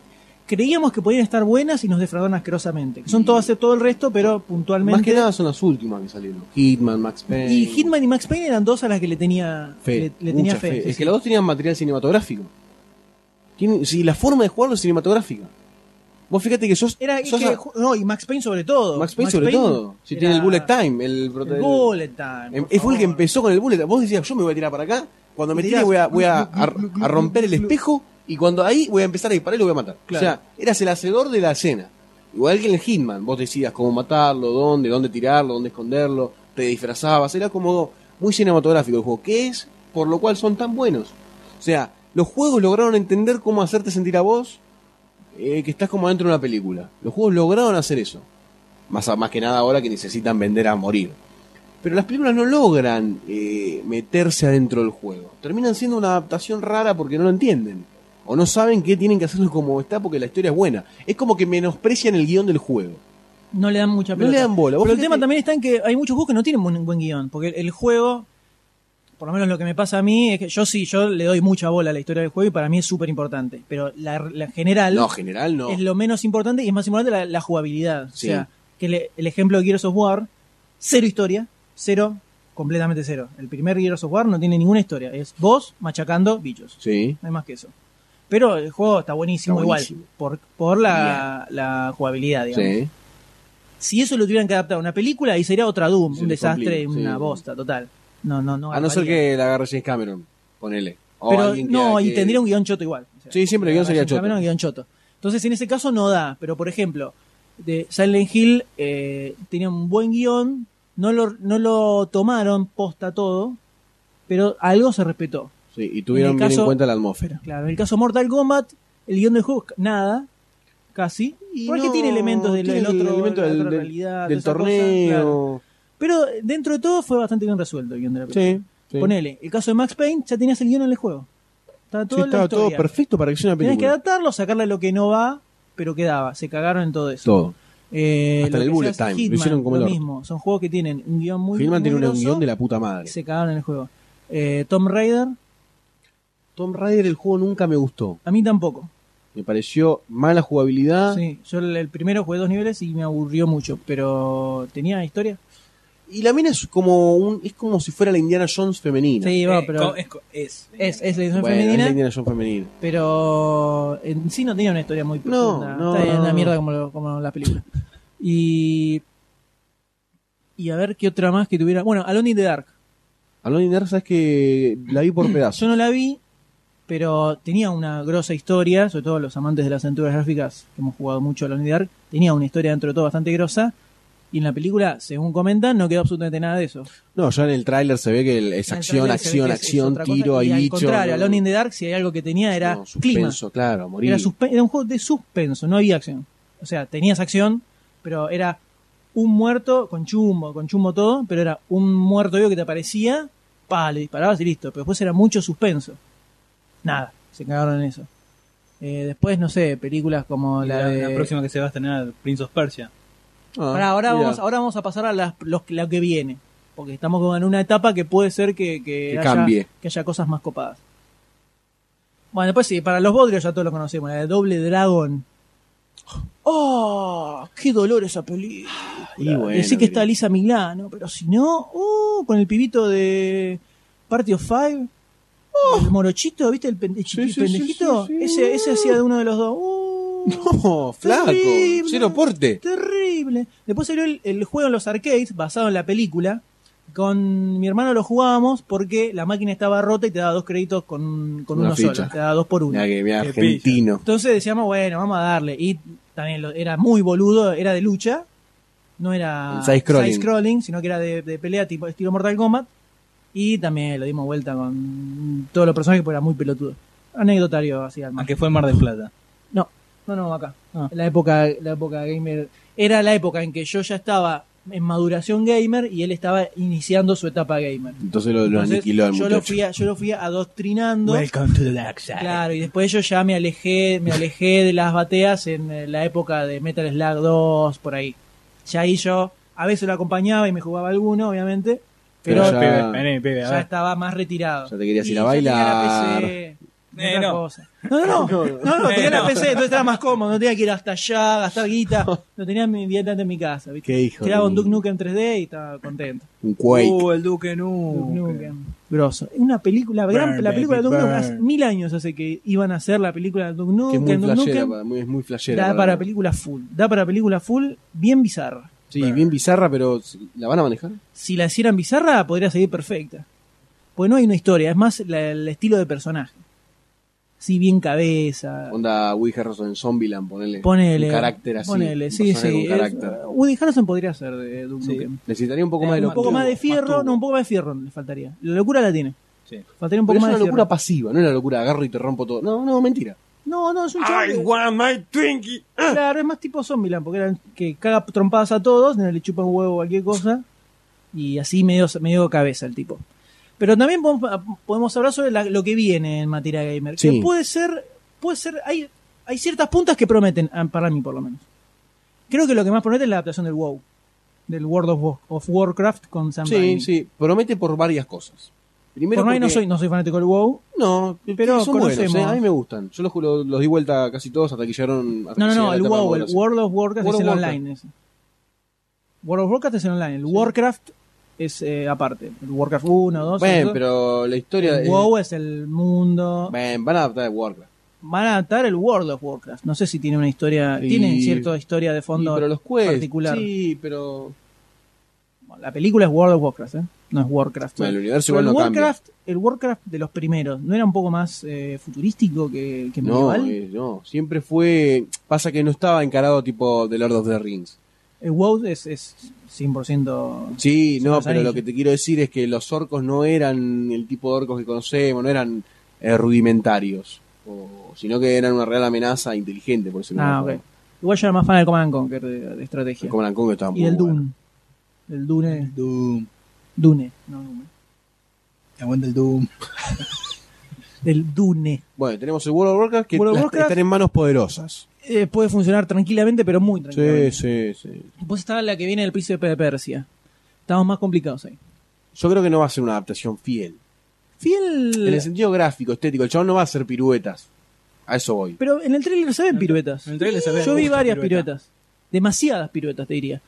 creíamos que podían estar buenas y nos defraudaron asquerosamente. Que son todas, eh, todo el resto, pero puntualmente. Más que nada son las últimas que salieron. Hitman, Max Payne. Y Hitman y Max Payne eran dos a las que le tenía Fe, le, le mucha tenía fe. fe. sí, Es sí. que los dos tenían material cinematográfico. Tienen- sí, la forma de jugarlo es cinematográfica. Vos fíjate que sos. Era, es sos que a- ju- no, y Max Payne sobre todo. Max Payne sobre todo. Si era- tiene el Bullet Time. El, el Bullet Time. em- por fue el favor. que empezó con el Bullet Time. Vos decías, yo me voy a tirar para acá. Cuando me Y tire tirás, voy a, voy a, glu, glu, glu, a- a romper el glu, glu. espejo. Y cuando ahí voy a empezar a disparar y lo voy a matar. Claro. O sea, eras el hacedor de la escena. Igual que en el Hitman. Vos decías cómo matarlo, dónde, dónde tirarlo, dónde esconderlo. Te disfrazabas. Era como muy cinematográfico el juego. Que es por lo cual son tan buenos. O sea, los juegos lograron entender cómo hacerte sentir a vos eh, que estás como dentro de una película. Los juegos lograron hacer eso. Más, a- más que nada ahora que necesitan vender a morir. Pero las películas no logran eh, meterse adentro del juego. Terminan siendo una adaptación rara porque no lo entienden. O no saben que tienen que hacerlo como está porque la historia es buena. Es como que menosprecian el guión del juego. No le dan mucha No pelota. le dan bola. Vos Pero el fíjate- tema también está en que hay muchos juegos que no tienen un buen guión. Porque el- el juego, por lo menos lo que me pasa a mí, es que yo sí, yo le doy mucha bola a la historia del juego y para mí es súper importante. Pero la, la general No, general no. es lo menos importante y es más importante la, la jugabilidad. Sí. O sea, que le- el ejemplo de Gears of War, cero historia, cero, completamente cero. El primer Gears of War no tiene ninguna historia. Es vos machacando bichos. Sí. No hay más que eso. Pero el juego está buenísimo, Está buenísimo. igual, por, por la, la jugabilidad, digamos Sí. si eso lo tuvieran que adaptar a una película, ahí sería otra Doom, Se un le desastre, complica, una sí. bosta, total. No, no, no. A no ser valía. que la agarre James Cameron. Ponele. O Pero alguien que- no, y que- tendría un guión choto igual. O sea, Sí, siempre el guión Ryan sería choto. Cameron, guión choto. Entonces, en ese caso no da, pero por ejemplo, de Silent Hill eh, tenía un buen guión, no lo, no lo tomaron posta todo, pero algo se respetó. Sí, y tuvieron En el bien en caso- cuenta la atmósfera. Claro, en el caso Mortal Kombat, el guión del juego, nada, casi. Y porque no, tiene elementos del, tiene del otro, el elemento la del- otra del- realidad, del de esa cosa, claro. torneo. Pero eh, dentro de todo fue bastante bien resuelto el guión de la película. Sí, sí. Ponele, el caso de Max Payne, ya tenías el guión en el juego. Estaba todo Sí, en la estaba todo historia. perfecto para que sea una Tenías que película. adaptarlo, sacarle lo que no va, pero quedaba. Se cagaron en todo eso. Todo. Eh, Hasta lo el que bullet se hace time, lo Hitman, hicieron como el lo orto. mismo. Son juegos que tienen un guión muy muy Filman tiene un grosso, guión de la puta madre. Se cagaron en el juego. Eh, Tom Raider, Tom Raider el juego nunca me gustó. a mí tampoco. Me pareció mala jugabilidad. Sí, yo el el primero jugué dos niveles y me aburrió mucho, pero tenía historia. Y la mina es como un es como si fuera la Indiana Jones femenina. Sí, va, Eh, pero co- es, co- es, es, es la edición Bueno, es femenina. la Indiana Jones femenina. pero en sí no tenía una historia muy No, profunda. no, Está en no, la no. mierda como, lo- como las películas. Y. Y a ver qué otra más que tuviera. Bueno, Alone in the Dark. Alone in the Dark, sabes que la vi por pedazos. Yo no la vi, pero tenía una grosa historia, sobre todo los amantes de las aventuras gráficas, que hemos jugado mucho a Alone in the Dark, tenía una historia dentro de todo bastante grosa. Y en la película, según comentan, no quedó absolutamente nada de eso. No, ya en el tráiler se ve que el- es En el acción, trailer se ve que es- acción, es acción, otra cosa, tiro, y hay Al bicho. contrario, Alone in the Dark, si hay algo que tenía, era no, clima. suspenso, claro, morir. Era, suspe- era un juego de suspenso, no había acción. O sea, tenías acción, pero era un muerto con chumbo, con chumbo todo, pero era un muerto vivo que te aparecía, pa, le disparabas y listo. Pero después era mucho suspenso. Nada, se cagaron en eso. Eh, después, no sé, películas como Y la, la, de... la próxima que se va a estrenar, Prince of Persia. Ah, Pará, ahora, mira. vamos, ahora vamos a pasar a las, los, lo que viene. Porque estamos como en una etapa que puede ser que, que, Que haya, cambie. que haya cosas más copadas. Bueno, después sí, para los bodrios ya todos lo conocemos, la de Doble Dragon. ¡Oh! ¡Qué dolor esa película! Y bueno, Decí que mira. está Lisa Milano, pero si no, ¡uh! Con el pibito de Party of Five. ¡Oh! El morochito, ¿viste? El pende- Sí, sí, sí, pendejito. sí, sí. Ese, ese hacía de uno de los dos. ¡Uh! No, flaco, Terrible. cero porte. Terrible. Después salió el, el juego en los arcades, basado en la película. Con mi hermano lo jugábamos porque la máquina estaba rota y te daba dos créditos con, con Una uno ficha. solo. Te daba dos por uno. Mira que mira, Qué argentino. Entonces decíamos, bueno, vamos a darle. Y también lo- era muy boludo, era de lucha. No era El side-scrolling. side-scrolling, sino que era de, de pelea tipo estilo Mortal Kombat. Y también lo dimos vuelta con todos los personajes porque era muy pelotudo. Anecdotario así al margen. Aunque fue en Mar del Plata. No, no, acá. Ah. La época, la época gamer. Era la época en que yo ya estaba en maduración gamer y él estaba iniciando su etapa gamer. Entonces lo, lo Entonces, aniquiló al yo muchacho. lo fui a- yo lo fui adoctrinando. Welcome to the dark side. Claro, y después yo ya me alejé, me alejé de las bateas en eh, la época de Metal Slug 2, por ahí. Ya ahí yo a veces lo acompañaba y me jugaba alguno, obviamente, pero, Pero ya, ya- Pibe, vení, pibe, a ver. estaba más retirado. Ah. Ya te querías ir a yo tenía la bailar. PC, Eh, otra no. cosa. no, no, no, no, no, Eh, tenía la no. PC, entonces era más cómodo, no tenía que ir hasta allá, gastar guita, lo tenía mi- directamente en mi casa, ¿viste? Qué hijo. Tiraba de un mí. Duke Nukem 3D y estaba contento. Un Quake. Uh, el Duque Duke Nukem. Nukem. Grosso. Una película, gran- Burn, la película de baby, Duke Nukem hace burn. mil años hace que iban a hacer la película de Duke que Nukem. es muy Duke flashera, Nukem. para- muy, es muy flashera. da para película full. Da para película full, bien bizarra. Sí, bien bizarra, pero ¿la van a manejar? Si la hicieran bizarra, podría seguir perfecta. Pues no hay una historia, es más la- el estilo de personaje. Sí, bien cabeza. Onda Woody Harrelson en Zombieland, ponele. Ponele. Un carácter así. Ponele, un sí, personaje sí. Con carácter. es- Woody Harrelson podría ser de Duke Sí. Nukem. Necesitaría un poco Eh, más de un Un locura. poco más de Más fierro, tubo. no, un poco más de fierro le faltaría. La locura la tiene. Sí. Faltaría un poco Pero es más una de locura fierro. pasiva, no es una locura agarro y te rompo todo. No, no, mentira. No, no, es un chabón. I que- want my Twinkie. Ah. Claro, es más tipo Zombieland, porque eran que caga trompadas a todos, le chupa un huevo cualquier cosa, y así medio, medio cabeza el tipo. Pero también podemos- podemos hablar sobre la- lo que viene en materia gamer, Sí. que puede ser, puede ser, hay, hay ciertas puntas que prometen, ah, para mí por lo menos. Creo que lo que más promete es la adaptación del WoW, del World of, Wa- of Warcraft con Sam Sí, Raimi. sí, promete por varias cosas. Primero Por ahí no porque- soy, no soy fanático del WoW. No, Pero pero son buenos, conocemos. eh, a mí me gustan. Yo los, los, los di vuelta casi todos hasta que llegaron hasta No, no, que llegué a no, la el etapa WoW, el moderación. World of Warcraft World es of el Warcraft. online. ese. World of Warcraft es el online, el Warcraft es eh, aparte, el Warcraft 1, 2, Bueno, pero la historia el es- WoW es el mundo. Bueno, van a adaptar de Warcraft. Van a adaptar el World of Warcraft, no sé si tiene una historia, Y- tienen cierta historia de Sí, fondo pero los quests, particular. sí, pero Bueno, La película es World of Warcraft, ¿eh? no es Warcraft. bueno, el universo Pero igual el, no cambia. Warcraft, el Warcraft de los primeros, ¿no era un poco más eh, futurístico que, que No, medieval? eh, no, siempre fue pasa que no estaba encarado tipo de Lord of the Rings. El WoW es, es 100%... Sí, Sí, no, los pero anillos. lo que te quiero decir es que los orcos no eran el tipo de orcos que conocemos, no eran eh, rudimentarios, o- sino que eran una real amenaza inteligente, por eso Ah, ok. Igual yo era más fan del Command and Conquer de, de estrategia. Como Lancongo estaba Y muy el bueno. Dune. El Dune. Doom. Dune. No, Dune. Aguanta el Doom. El Dune. Bueno, tenemos el World of Warcraft que World of las- Warcraft. están en manos poderosas. Eh, puede funcionar tranquilamente, pero muy Sí, tranquilamente. sí, sí. Después está la que viene del Príncipe de Persia. Estamos más complicados ahí. Yo creo que no va a ser una adaptación fiel. Fiel. En el sentido gráfico, estético, el chabón no va a hacer piruetas. A eso voy. Pero en el trailer se ven piruetas. en el tráiler se ven Yo vi muchas varias piruetas. piruetas. Demasiadas piruetas, te diría.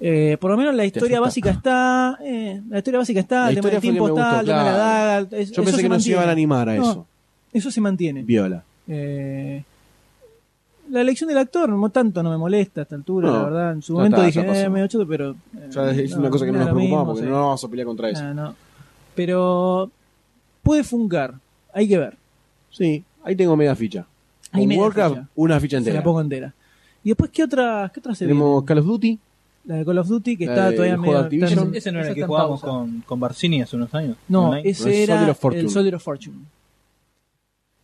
Eh, por lo menos la historia asusta. básica está. eh, la historia básica está. La El tema del historia tiempo fue que me está. gustó, El tema de la claro. daga. es- Yo eso pensé que no se mantiene. iban a animar a No, eso. Eso se mantiene. Viola. Eh, la elección del actor no tanto no me molesta a esta altura, No, la verdad. En su ya momento está, dije, ya pasó. eh, medio choto, pero. eh, Ya es no, una cosa que no era lo nos preocupamos mismo, porque sí. no vamos a pelear contra eso. Ah, no. Pero puede fungar, hay que ver. Sí, ahí tengo media ficha. Ahí Con media Warcraft, ficha. una ficha Se entera. la pongo entera. Y después, ¿qué otra, qué otra se Tenemos viene? Call of Duty. La de Call of Duty, que la está del todavía juego de medio. Activision. está en- Ese no era esa el que está en jugábamos pausa. con, con Barcini hace unos años. No, Online. No, es ese era Soldier of Fortune. el Soldier of Fortune.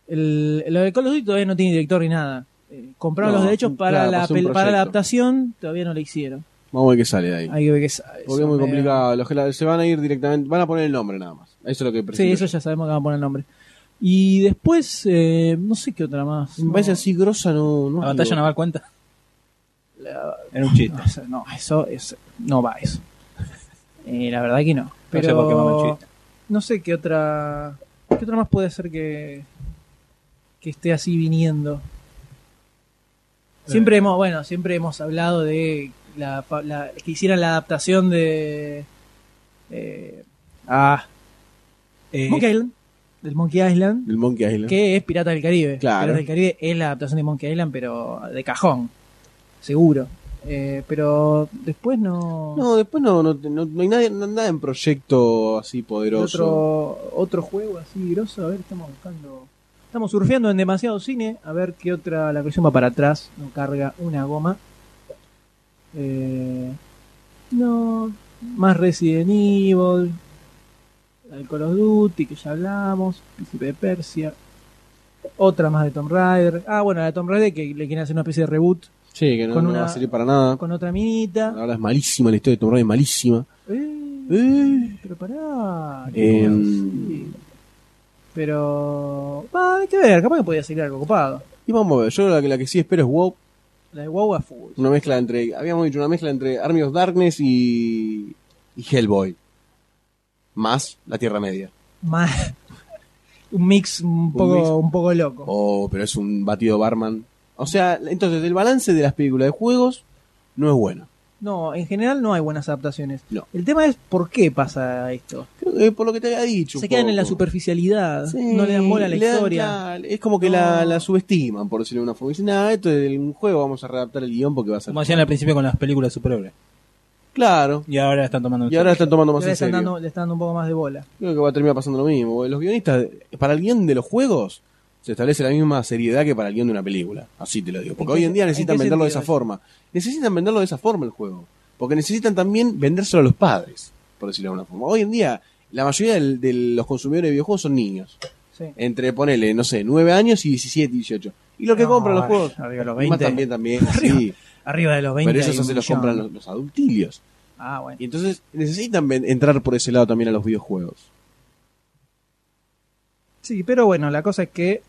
El, lo de Call of Duty todavía no tiene director ni nada. Eh, compraron No, los derechos para, claro, la, pasó un pel- para la proyecto. adaptación, todavía no lo hicieron. Vamos a ver qué sale de ahí. Hay que ver qué sabe. porque es muy complicado. Los que la- se van a ir directamente. Van a poner el nombre nada más. Eso es lo que Sí, prefiero eso ya sabemos que van a poner el nombre. Y después, eh, no sé qué otra más. Me parece así grosa, no. no La batalla digo. naval cuenta. Era un chiste. No, eso- no, eso es, no va eso. Eh, la verdad que no. No sé Pero por qué mamá el chiste. no sé qué otra qué otra más puede ser que que esté así viniendo. Siempre hemos, bueno, siempre hemos hablado de la, pa- la- que hicieran la adaptación de eh, ah, Eh, Monkey Island, del Monkey Island. Del Monkey Island. que es Pirata del Caribe. Claro. Pirata del Caribe es la adaptación de Monkey Island, pero de cajón, seguro. Eh, pero después no. No, después no, no, no- no hay nadie, no- nada en proyecto así poderoso. otro, otro juego así grosso, a ver, estamos buscando. Estamos surfeando en demasiado cine, a ver qué otra. La colección va para atrás, no carga una goma. Eh, no, más Resident Evil. El Call of Duty, que ya hablamos. Príncipe de Persia. Otra más de Tomb Raider. Ah, bueno, la de Tomb Raider que le quieren hacer una especie de reboot Sí, que no, con no una- va a servir para nada. con otra minita. Ahora es malísima la historia de Tomb Raider, malísima. Eh, Ah. Eh, pero pará. Eh, Sí. Pero. va, hay que ver, capaz que podía salir algo copado. y vamos a ver, yo la que, la que sí espero es WoW. La de WoW a full. Una mezcla entre. Habíamos dicho una mezcla entre Army of Darkness y. y Hellboy. Más la Tierra Media. Más- un mix un poco, mix. Un poco loco. Oh, pero es un batido barman. O sea, entonces el balance de las películas de juegos no es bueno. No, en general no hay buenas adaptaciones. No. El tema es por qué pasa esto. Creo que por lo que te había dicho. Se un quedan en la poco. superficialidad, Sí, no le dan bola a la le dan- historia. claro, es como que la, No. la subestiman, por decirlo de una forma. Dicen, nada, esto es un juego, vamos a readaptar el guión porque va a ser. Como hacían al principio con las películas de superhéroes. Claro. Y ahora la están tomando en Y ahora la están tomando más Ya le, en están serio. dando, le están dando un poco más de bola. Creo que va a terminar pasando lo mismo. porque Los guionistas, para el guión de los juegos, se establece la misma seriedad que para el guión de una película. Así te lo digo. Porque ¿En qué hoy en se- día en necesitan qué venderlo de sentido esa eso? forma. Necesitan venderlo de esa forma el juego. Porque necesitan también vendérselo a los padres, por decirlo de alguna forma. Hoy en día, la mayoría del- de los consumidores de videojuegos son niños. Sí. Entre, ponele, no sé, 9 años y 17, 18. Y los que No, compran los ay, juegos. Arriba de los Más 20. también, también, sí. Arriba de los 20. Pero hay ellos un se los millón. compran los, los adultilios. Ah, bueno. Y entonces necesitan ven- entrar por ese lado también a los videojuegos. Sí, pero bueno, la cosa es que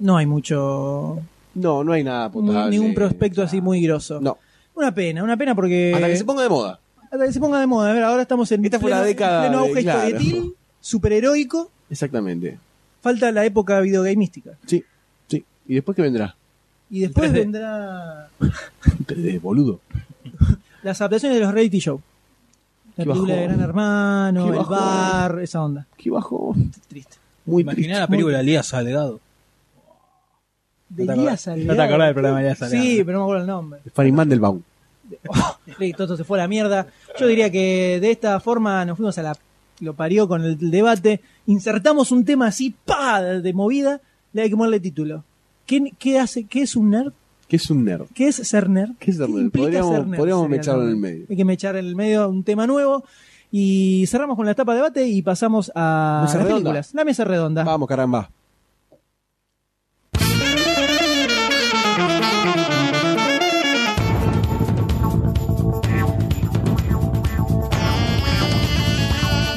no hay mucho. No, no hay nada Ah, eh, potable. Pues ningún prospecto así muy grosso. No. Una pena, una pena porque. Hasta que se ponga de moda. hasta que se ponga de moda. A ver, ahora estamos en. Esta fue la década en pleno de- auge claro. historietil, superheroico. Exactamente. Falta la época videogameística. Sí, sí. ¿Y después qué vendrá? Y después 3D. vendrá 3D, boludo. las adaptaciones de los reality show. La Qué bajón. película de Gran Hermano, Qué el bajón. bar, esa onda. Qué bajo. Triste. Muy Imaginá triste. la película de Elías Salgado. De No te Elías acordás- Salgado. no te acordás del programa de Elías Salgado. Sí, pero no me acuerdo el nombre. Fanny Mandelbaum. Listo, esto se fue a la mierda. Yo diría que de esta forma nos fuimos a la. Lo parió con el debate. Insertamos un tema así, pa, de movida. Le hay que ponerle título. ¿Qué, qué hace? ¿Qué es un nerd? ¿Qué es un nerd? ¿Qué es ser nerd? ¿Qué es ser nerd? implica Podríamos- ser nerd? podríamos Sería mecharlo en el nombre. medio. Hay que mechar en el medio un tema nuevo. Y cerramos con la etapa de debate y pasamos a Mesa las redonda. películas. La mesa redonda. Vamos, caramba.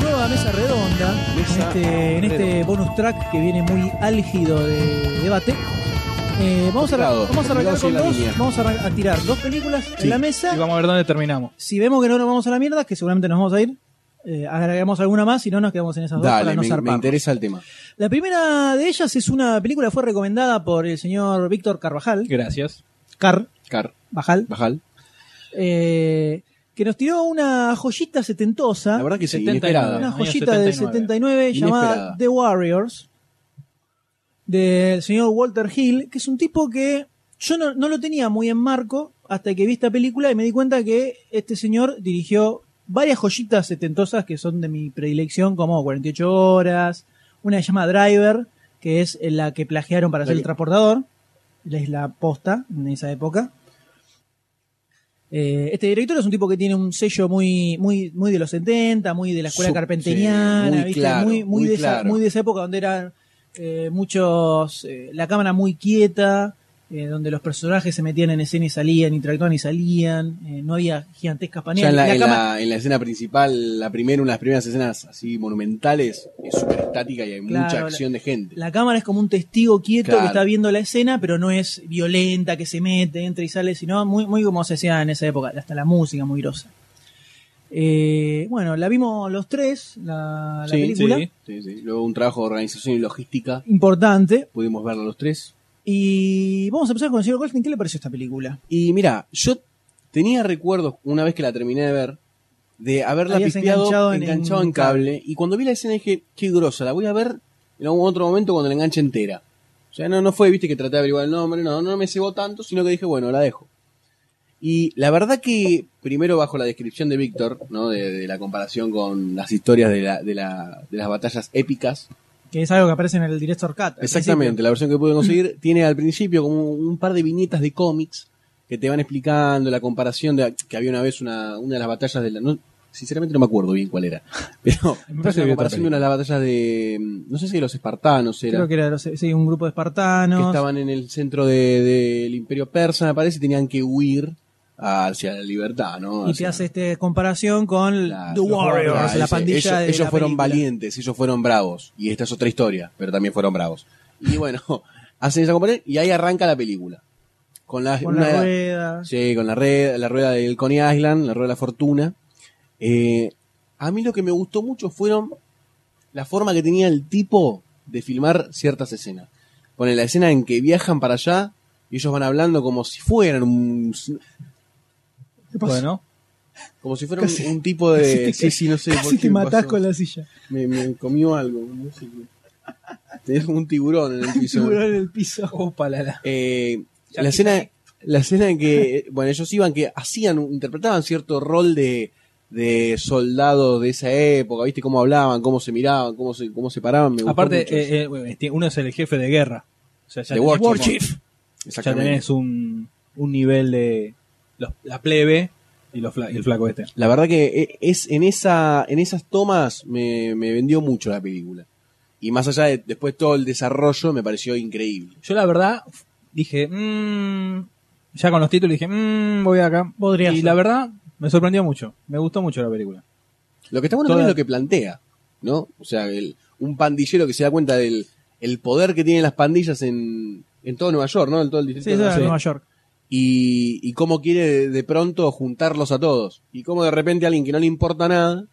Nueva mesa redonda. Mesa en este, en este redonda. bonus track que viene muy álgido de debate. Eh, vamos, a, Complicado, vamos a arrancar con complicado seguir la dos. línea. Vamos a, arran- a tirar dos películas en Sí. la Y mesa. vamos a ver dónde terminamos. Si vemos que no nos vamos a la mierda, que seguramente nos vamos a ir, eh, agregamos alguna más y no nos quedamos en esas dos para Dale, no me, me zarpar. interesa el tema. La primera de ellas es una película que fue recomendada por el señor Víctor Carvajal. Gracias. Car, Carvajal. Bajal. eh, que nos tiró una joyita setentosa. La verdad que sí, 79. inesperada. Una Año joyita 79. del 79 llamada Inesperada. The Warriors, del señor Walter Hill, que es un tipo que yo no, no lo tenía muy en marco hasta que vi esta película y me di cuenta que este señor dirigió varias joyitas setentosas que son de mi predilección, como 48 horas, una llamada Driver, que es la que plagiaron para hacer La el que- transportador, la isla posta en esa época. Eh, este director es un tipo que tiene un sello muy, muy, muy de los 70, muy de la escuela Su- carpenteriana, sí, muy ¿viste? claro, muy, muy muy de esa, claro. muy de esa época donde eran eh, muchos, eh, la cámara muy quieta, eh, donde los personajes se metían en escena y salían, interactuaban y salían, eh, no había gigantescas Ya paneles. en la, La en, cámara- la, en la escena principal, la primera, una de las primeras escenas así monumentales, es súper estática y hay Claro, mucha la- acción de gente. La cámara es como un testigo quieto Claro. que está viendo la escena, pero no es violenta, que se mete, entra y sale, sino muy, muy como se hacía en esa época, hasta la música muy grosa. Eh, bueno, la vimos los tres, la, la Sí, película. sí. Sí, sí. Luego un trabajo de organización y logística, Importante. pudimos verla los tres. Y vamos a empezar con el señor Goldstein. ¿Qué le pareció esta película? Y mira, yo tenía recuerdos, una vez que la terminé de ver, de haberla Habías pispeado, enganchado enganchado, en- en, en cable. cable. Y cuando vi la escena dije, qué grosa, la voy a ver en algún otro momento cuando la enganche entera. O sea, no, no fue, viste, que traté de averiguar el nombre, no, no me cebó tanto, sino que dije, bueno, la dejo. Y la verdad que, primero bajo la descripción de Víctor, ¿no? De, de la comparación con las historias de, la- de la- de las batallas épicas. Que es algo que aparece en el Director Cut. al Mm. Exactamente, la versión que pude conseguir tiene al principio como un par de viñetas de cómics que te van explicando la comparación de que había una vez una, una de las batallas de la... no- sinceramente no me acuerdo bien cuál era, pero Me parece que una vi otra comparación de una de las batallas de... mm, no sé si de los espartanos principio. era, Creo que era los- sí, un grupo de que espartanos. estaban en el centro de- del imperio persa, me parece, y tenían que huir hacia la libertad, ¿no? y te Hacia- hace este comparación con la- The los Warriors, Warriors, la ese- pandilla ellos, de ellos la fueron película. valientes, ellos fueron bravos. Y esta es otra historia, pero también fueron bravos. Y bueno, hacen esa comparación y ahí arranca la película. Con la, Con una- la rueda. Sí, con la, red, la rueda del Coney Island, la rueda de la fortuna. Eh, a mí lo que me gustó mucho fueron la forma que tenía el tipo de filmar ciertas escenas. Pone la escena en que viajan para allá y ellos van hablando como si fueran un, Bueno, como si fueran un- Casi- un tipo casi de te- sí, sí, no sé por Casi qué te me matás pasó. con la silla. Me, me comió algo. No sé qué. Tenés como un tiburón en el piso. Tiburón en el piso. opa, la, la. Eh, la escena, la escena en que, bueno, ellos iban que hacían, interpretaban cierto rol de, de soldado de esa época, viste cómo hablaban, cómo se miraban, cómo se, cómo se paraban. Me gustó Aparte, mucho eso. eh, eh, bueno, este, uno es el jefe de guerra. O sea, ya The tenés- War Chief. Ya Exactamente. tenés un, un nivel de los- la plebe y, los fla- y el flaco este. La verdad que eh, es en esa, en esas tomas me, me vendió mucho la película. Y más allá de después todo el desarrollo, me pareció increíble. Yo la verdad dije, mmm, ya con los títulos dije, mmm, voy acá. Podría y ser. la verdad me sorprendió mucho. Me gustó mucho la película. Lo que está bueno también Toda- es lo que plantea, ¿no? O sea, el- un pandillero que se da cuenta del el poder que tienen las pandillas en, en todo Nueva York, ¿no? En todo el distrito. Sí, eso de era Nueva York. y, y cómo quiere de, de pronto juntarlos a todos. Y cómo de repente alguien que no le importa nada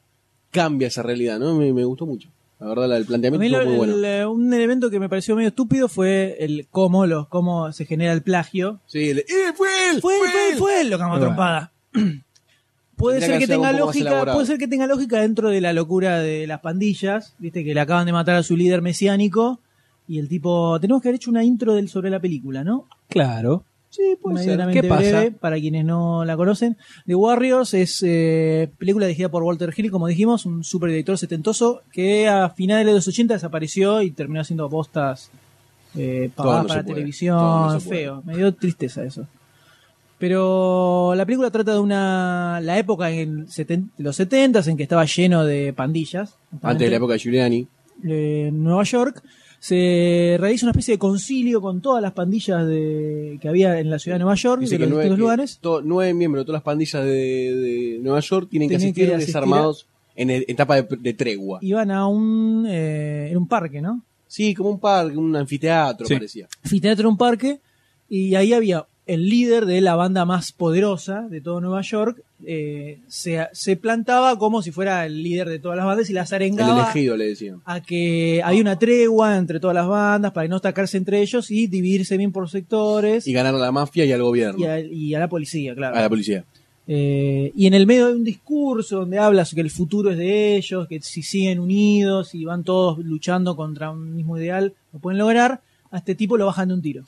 cambia esa realidad, ¿no? Me, me gustó mucho. La verdad, la- el A planteamiento mí lo- estuvo muy bueno. el, eh, un elemento que me pareció medio estúpido fue el cómo, los, cómo se genera el plagio. Sí, el- ¡Eh, fue él! Fue, fue, él! fue, lo cagamos a Bueno. trompada. Puede Tendría ser que que tenga hacer algo un poco más lógica, elaborado. puede ser que tenga lógica dentro de la locura de las pandillas, viste que le acaban de matar a su líder mesiánico y el tipo, tenemos que haber hecho una intro del sobre la película, ¿no? Claro. Sí, puede ser. Medianamente ¿Qué pasa? breve, para quienes no la conocen. The Warriors es eh, película dirigida por Walter Hill, como dijimos, un super director setentoso que a finales de los 80 desapareció y terminó haciendo postas eh, Todo pagadas no para se puede, televisión. todo no se puede. feo, me dio tristeza eso. Pero la película trata de una la época en seten- los 70 en que estaba lleno de pandillas. Antes de la época de Giuliani. eh, en Nueva York, se realiza una especie de concilio con todas las pandillas de, que había en la ciudad de Nueva York, de Dice que los nueve, distintos que lugares. to- nueve miembros de todas las pandillas de, de Nueva York tienen que Tienen asistir, que asistir a- desarmados en e- etapa de, de tregua. Iban a un, eh, era un parque, ¿no? Sí, como un parque, un anfiteatro Sí. parecía. Anfiteatro, un parque, y ahí había el líder de la banda más poderosa de todo Nueva York, eh, se, se plantaba como si fuera el líder de todas las bandas y las El arengaba elegido le decían. a que había una tregua entre todas las bandas para no atacarse entre ellos y dividirse bien por sectores Y y, ganar a la mafia y al gobierno. a, y a la policía, claro. A la policía. Eh, y en el medio hay un discurso donde hablas que el futuro es de ellos, que si siguen unidos y van todos luchando contra un mismo ideal, lo pueden lograr. A este tipo lo bajan de un tiro.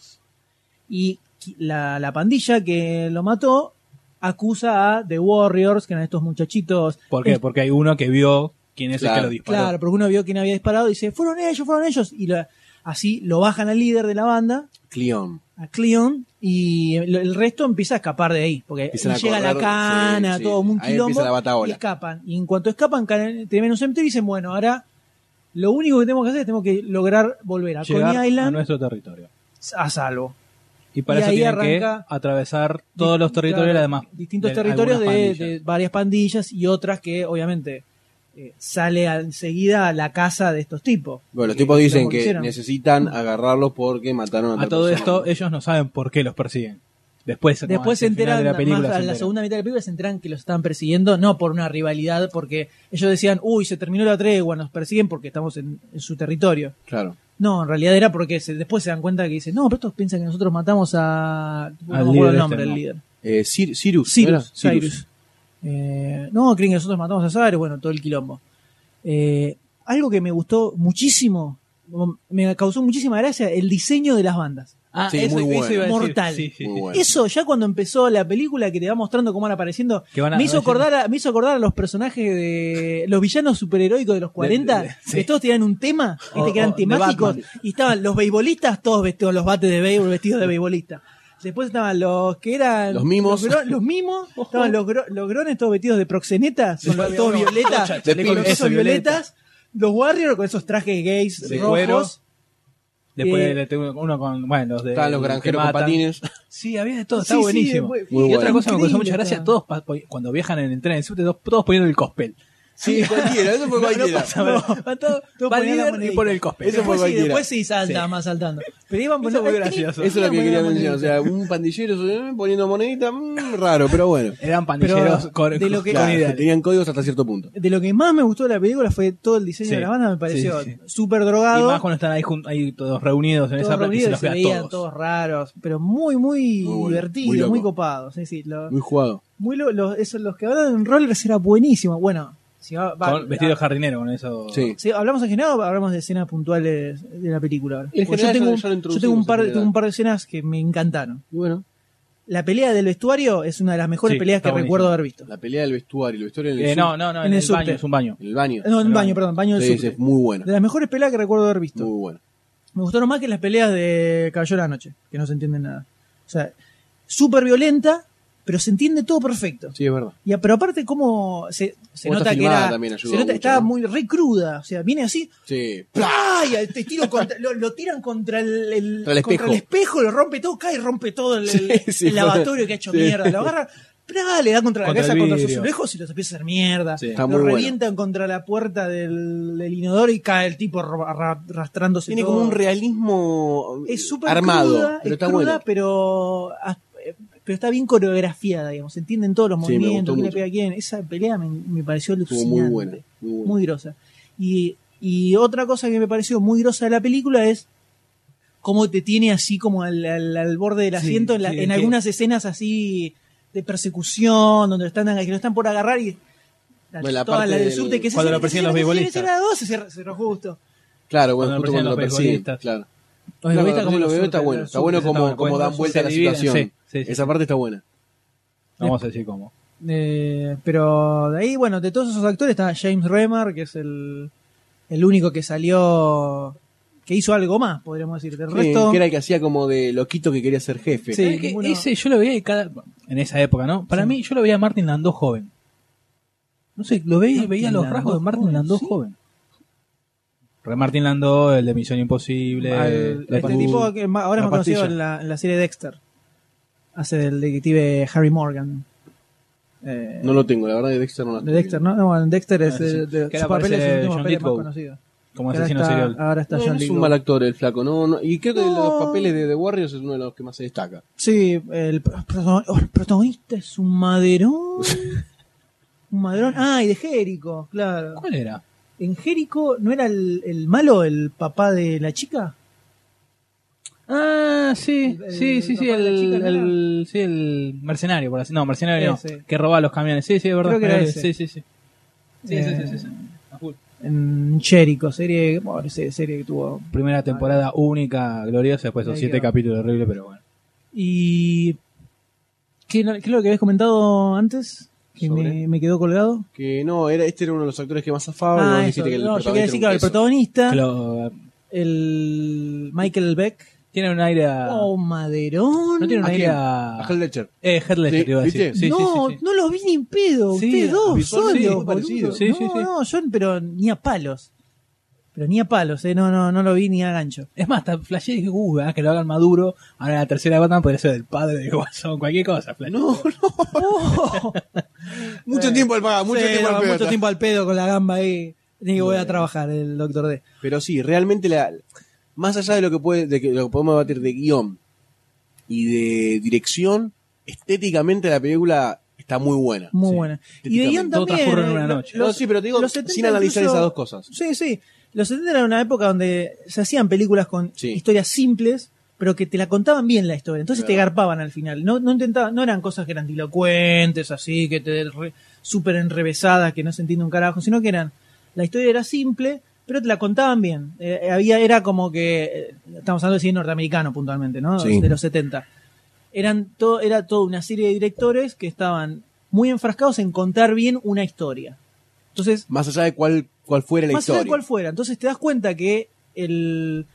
Y qui- la, la pandilla que lo mató acusa a The Warriors, que eran estos muchachitos. ¿Por qué? Eh, Porque hay uno que vio quién es el Claro. que lo disparó. claro, porque uno vio quién había disparado y dice, fueron ellos, fueron ellos. Y la- así lo bajan al líder de la banda, Cleon. a Cleon, y el, el resto empieza a escapar de ahí. Porque Empiezan a llega la correr, cana, sí, sí. todo un Ahí empieza quilombo. la Y bataola. escapan. Y en cuanto escapan, caen- terminan en un cementerio y dicen, bueno, ahora lo único que tenemos que hacer es tenemos que lograr volver a Llegar Coney a Island nuestro territorio. a salvo. Y para Y eso ahí tienen arranca- que atravesar todos los territorios de Claro, las demás. Distintos de territorios algunas de, pandillas. de varias pandillas y otras que, obviamente, eh, sale a- enseguida a la casa de estos tipos. Bueno, los Que tipos lo dicen que hicieron. necesitan agarrarlos porque mataron a, A tal todo persona. esto, eh, ellos no saben por qué los persiguen. Después, como Después se hacia el final enteran, de la más película. a se la enteran. segunda mitad de la película se enteran que los estaban persiguiendo, no por una rivalidad, porque ellos decían, uy, se terminó la tregua, nos persiguen porque estamos en- en su territorio. Claro. No, en realidad era porque se- después se dan cuenta que dicen, no, pero estos piensan que nosotros matamos a... No me Al acuerdo líder el este, nombre del ¿no? líder. Eh, Cir- Cyrus. ¿no era? Cyrus. Cyrus. Eh, no, creen que nosotros matamos a Cyrus, bueno, todo el quilombo. Eh, algo que me gustó muchísimo, como me causó muchísima gracia, el diseño de las bandas. Ah, Sí, eso- muy eso bueno. iba a decir. Mortal. Sí, sí, Muy sí. bueno. Eso ya cuando empezó la película que te va mostrando cómo van apareciendo, Que van a- me, hizo van a- acordar a, me hizo acordar a los personajes de los villanos superheroicos de los 40, de- sí. que todos tenían un tema, O- viste, que eran o de temáticos, Batman. y estaban los beisbolistas, todos vestidos, los bates de béisbol vestidos de beisbolista. Después estaban los que eran Los mimos. los, gro- los mimos, estaban los, gro- los grones todos vestidos de proxenetas, con los- todos violetas, De con los pibes. esos violetas, los warriors con esos trajes gays De rojos. cuero. Después Eh, le tengo uno con. Bueno, los de. Estaban los Eh, que granjeros con matan. patines. Sí, había de todo, Sí, estaba sí, buenísimo. fue- Muy y bueno. otra cosa que me causó mucha Increíble, gracia, está. todos pa- cuando viajan en el tren, en el subte, todos, todos poniendo el cospel. Sí, cualquiera. Eso fue No cualquiera. pasa nada. va todo- todo Va el poner la líder monedita. y pone el cospel. Eso fue después, sí, cualquiera. después sí salta Sí. más saltando. Pero iban Eso fue poniendo- gracioso. Eso es lo que Iban quería poniendo mencionar. O sea, un pandillero eh, poniendo monedita, mm, raro, pero bueno. Eran pandilleros Pero con, de lo que- con Claro, ideales. tenían códigos hasta cierto punto. de lo que más me gustó de la película fue todo el diseño Sí. de la banda, me pareció Sí, sí, súper Y drogado. más cuando están ahí, jun- ahí todos reunidos en todos esa plaza y reunidos se y los se ve a veían todos. todos. raros, pero muy, muy, Muy bueno, divertido, muy muy, loco. copado. Sí, sí, lo- Muy jugado. muy lo- los, esos- los que hablan en Rollers era buenísimo. Bueno, si va- va- Con- vestidos de jardinero con eso. Eh, Sí. si hablamos en general o hablamos de escenas puntuales de la película. ahora? En Porque general, yo tengo, ya- un- ya lo yo tengo un introducimos en par, general. tengo un par de escenas que me encantaron. Y bueno, La pelea del vestuario es una de las mejores Sí, peleas está que buenísimo. recuerdo haber visto. la pelea del vestuario. El vestuario en el, Eh, sur- no, no, no, En en, el el subte. baño, es un baño. en el baño. No, el en un baño, baño. perdón, baño del Sí, subte. sí, Uh. es muy buena. De las mejores peleas que recuerdo haber visto. Muy buena. Me gustaron más que las peleas de Caballero de la Noche, que no se entiende nada. O sea, súper violenta, pero se entiende todo perfecto. Sí, es verdad. Y a- pero aparte, cómo se, se Cómo nota está que filmada era. también ayuda se nota, mucho, estaba ¿no? muy re cruda. O sea, viene así. Sí. ¡plá! Y al- te tiro contra- lo, lo tiran contra el, el- Contra el contra espejo. espejo, lo rompe todo, cae y rompe todo el, el- Sí, sí, el lavatorio que ha hecho sí. mierda. Lo agarra, ¡plá! le da contra la Contra el cabeza, contra sus vidrio. orejos y los empieza a hacer mierda. Sí. Está Lo muy bueno. revientan contra la puerta del, del inodoro y cae el tipo arra- arra- arrastrándose. Tiene todo. como un realismo es súper armado, cruda, pero es está cruda, bueno. pero, ah, eh, pero está bien coreografiada, digamos. Se entienden todos los Sí, me movimientos, gustó quién le mucho. pega a quién. Esa pelea me, me pareció Estuvo alucinante. muy buena. Muy buena. muy grosa. Y, y otra cosa que me pareció muy grosa de la película es cómo te tiene así como al, al- al borde del Sí, asiento en, la- sí, en que- algunas escenas así de persecución, donde lo están, que lo están por agarrar y... Bueno, la toda parte la del del- subte que se cuando lo persiguen cierra, que se los cierra, que se beisbolistas. cierra, que se cierra, se cierra justo. Claro, bueno, Cuando justo cuando lo aparecen los persiguen. beisbolistas. Claro. Los Claro, egoístas sí, como lo los veo, está surten, bueno, los está bueno surten, como, está bueno, como dan se vuelta a la dividen, situación. sí, sí, sí. Esa parte está buena. No vamos a decir cómo. Eh, pero de ahí, bueno, de todos esos actores está James Remar, que es el, el único que salió, que hizo algo más, podríamos decir. Del Sí, resto, que era el que hacía como de loquito que quería ser jefe. Sí, ¿Sabés qué? ninguno- Ese yo lo veía de cada- en esa época, ¿no? Para Sí. mí yo lo veía a Martin Landau joven. No sé, lo veía y Martin veía los Landau rasgos de Martin joven, Landau sí. joven. Porque Martin Landau, el de Misión Imposible, al- la este pastilla. tipo que ma- ahora la es más conocido pastilla. en la, en la serie Dexter. Hace del detective Harry Morgan. Eh, No lo tengo, la verdad, de Dexter no la de estoy Dexter, ¿no? No, bueno, Dexter es Ah, sí. eh, de, Que sus ahora papeles aparece es el último John papel más Ditko. conocido. como Que Ahora asesino está, serial. ahora está viendo. No, John no Eh, es un Lithgow. mal actor el flaco, no, no. Y creo que de los No. papeles de The Warriors es uno de los que más se destaca. Sí, el, pro- protagon- oh, el protagonista es un maderón. un maderón. Ah, y de Jericho, claro. ¿Cuál era? ¿En Jericho no era el, el malo, el papá de la chica? Ah, sí, El- el- sí, sí, el sí, papá de la el, chica, ¿no el- sí, el mercenario, por así No, mercenario no, Ese. que robaba los camiones. Sí, sí, es verdad. Creo que era Sí, ese. Sí, sí, sí. Sí, sí, sí, sí, sí. A full. Eh, En Jericho, serie, bueno, serie, serie que tuvo Primera temporada única, gloriosa, después esos Ahí siete quedó. capítulos horribles, pero bueno. ¿Y qué, no- qué es lo que habías comentado antes? Que Sobre. me, me quedó colgado. Que no, era, este era uno de los actores que más zafaba. y Ah, vos Ah, eso, dijiste que el no, yo protagonista quería era decir un que el queso. Ah. protagonista, Clo- el Michael Beck, Tiene un aire a... Ah. oh, maderón. Ah, no tiene un ¿A aire quién? a... A Heath Ledger. Eh, Heath Ledger, Sí, te iba a decir. ¿viste? Sí, sí, no, sí, sí. no los vi ni en pedo. Sí, Ustedes dos visualmente solos. muy parecido. boludo. Sí, no, sí, sí. no, yo, pero ni a palos. Pero ni a palos, eh. no, no, no lo vi ni a gancho. Es más, hasta flashé y dije, uh, ah, que lo hagan maduro. Ahora la tercera Batman podría ser del padre de Guasón, cualquier cosa. flashé. No, Oh, mucho tiempo al paga, mucho sí, tiempo al no, Eh, mucho pedo. tiempo al pedo con la gamba ahí. Ni que voy a trabajar el doctor D. Pero sí, realmente la, más allá de lo que puede, de que- lo que podemos debatir de guión y de dirección, estéticamente la película está muy buena. Muy Sí. buena. Y de guión Todo también. transcurre en eh, una lo- noche. No, sí, pero te digo, los sin 70 analizar incluso- esas dos cosas. Sí, sí. Los 70 era una época donde se hacían películas con Sí. historias simples, pero que te la contaban bien la historia. Entonces te Claro. garpaban al final. No, no intentaban, no eran cosas grandilocuentes, así, que te re- súper enrevesadas, que no se entiende un carajo, sino que eran. La historia era simple, pero te la contaban bien. Eh, había, era como que. eh, Estamos hablando de cine norteamericano puntualmente, ¿no? Sí. De los 70 eran todo, era toda una serie de directores que estaban muy enfrascados en contar bien una historia. Entonces, Más allá de cuál, cuál fuera la más allá historia. de cuál fuera, entonces te das cuenta que el,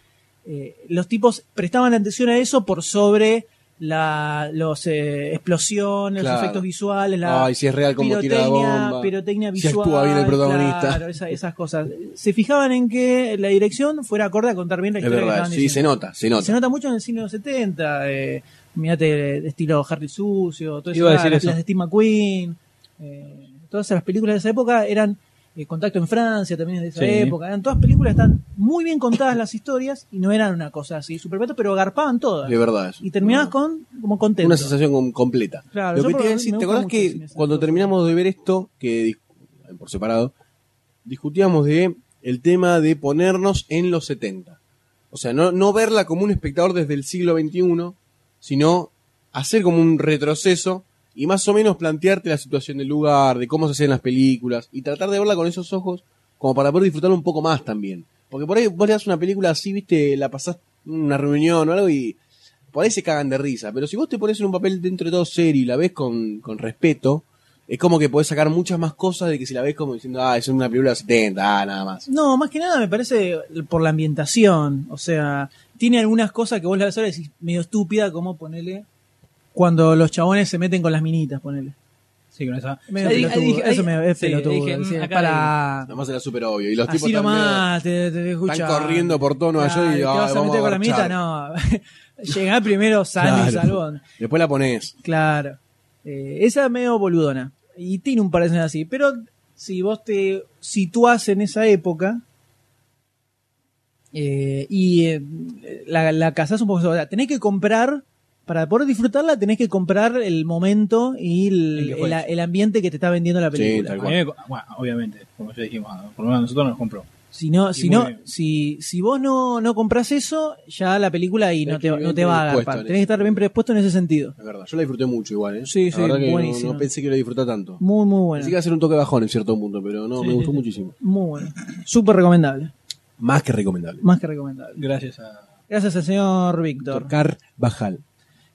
eh, los tipos prestaban atención a eso por sobre la los eh, explosiones, los Claro. efectos visuales, la Ay, si es real como tira la bomba. pirotecnia Si visual. actúa bien el protagonista. claro, esa- esas cosas. Se fijaban en que la dirección fuera acorde a contar bien la es historia que verdad, estaban sí, diciendo. se nota, se nota. Se nota mucho en el cine de los 70. Eh, mirate eh, estilo Harry Sucio, todas Iba a esas- decir las, eso. las de Steve McQueen. eh, todas las películas de esa época eran eh, Contacto en Francia, también es de esa Sí. época. Eran todas películas, están muy bien contadas las historias y no eran una cosa así super pero garpaban todas. De verdad. eso. Y terminabas con como contento. Una sensación com- completa. Claro, lo yo que por lo te iba a menos decir, me ¿te gusta acordás mucho el cine que de cuando Santos. terminamos de ver esto, que dis- por separado, discutíamos de el tema de ponernos en los 70? O sea, no, no verla como un espectador desde el siglo XXI, sino hacer como un retroceso y más o menos plantearte la situación del lugar, de cómo se hacían las películas, y tratar de verla con esos ojos, como para poder disfrutarla un poco más también. Porque por ahí vos le das una película así, viste, la pasás en una reunión o algo y por ahí se cagan de risa. Pero si vos te pones en un papel dentro de todo serio y la ves con, con respeto, es como que podés sacar muchas más cosas de que si la ves como diciendo, ah, es una película de 70, ah, nada más. No, más que nada me parece por la ambientación. O sea, tiene algunas cosas que vos la ves ahora y decís medio estúpida, como ponele cuando los chabones se meten con las minitas, ponele. Sí, con esa. Medio Ahí- ahí pelotudo. dije- ahí- Eso me es sí, pelotudo. dije, mm, sí, acá para. Nomás era súper obvio. Y los tipos Así están, nomás, te, te medio- escuchan. están corriendo por tono allá Claro, te y "Ay, vas a vamos meter con la minita, garchar". no. Llegá primero sano y Claro. salvón. Después la ponés. Claro. Eh, esa es medio boludona. Y tiene un par de escenas así. Pero si vos te situás en esa época eh, y eh, la, la casás un poco. O sea, tenés que comprar, para poder disfrutarla, tenés que comprar el momento y El el, que juegues. el- el ambiente que te está vendiendo la Sí, película. tal A mí me co- bueno, obviamente, como ya dijimos, a- por lo menos a nosotros nos compró. si no, Y si, muy no bien. si, si vos no, no compras eso, ya la película ahí no te, Tenés que no te ir va a predispuesto agarpar. en Tenés que eso. estar bien predispuesto en ese sentido. Es verdad. Yo la disfruté mucho igual, ¿eh? Sí, La sí, verdad que no- buenísimo. No, pensé que la disfrutar tanto. Muy, muy bueno. Así que va a ser un toque bajón en cierto punto, pero no, Sí, me sí, gustó sí. muchísimo. Muy bueno. Súper recomendable. Más que recomendable. Más que recomendable. Gracias a. Gracias al señor Víctor. Tocar Bajal.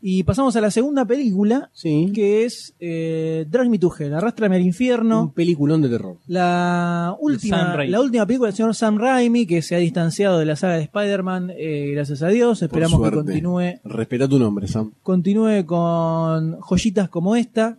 Y pasamos a la segunda película, Sí. que es eh, Drag Me to Hell, Arrástrame al Un Mm. Infierno. peliculón de terror. La Sam última, Raimi. la última película del señor Sam Raimi, que se ha distanciado de la saga de Spider-Man, eh, gracias a Dios. Esperamos que suerte. continúe, Respeta tu nombre, Sam. continúe con joyitas como esta.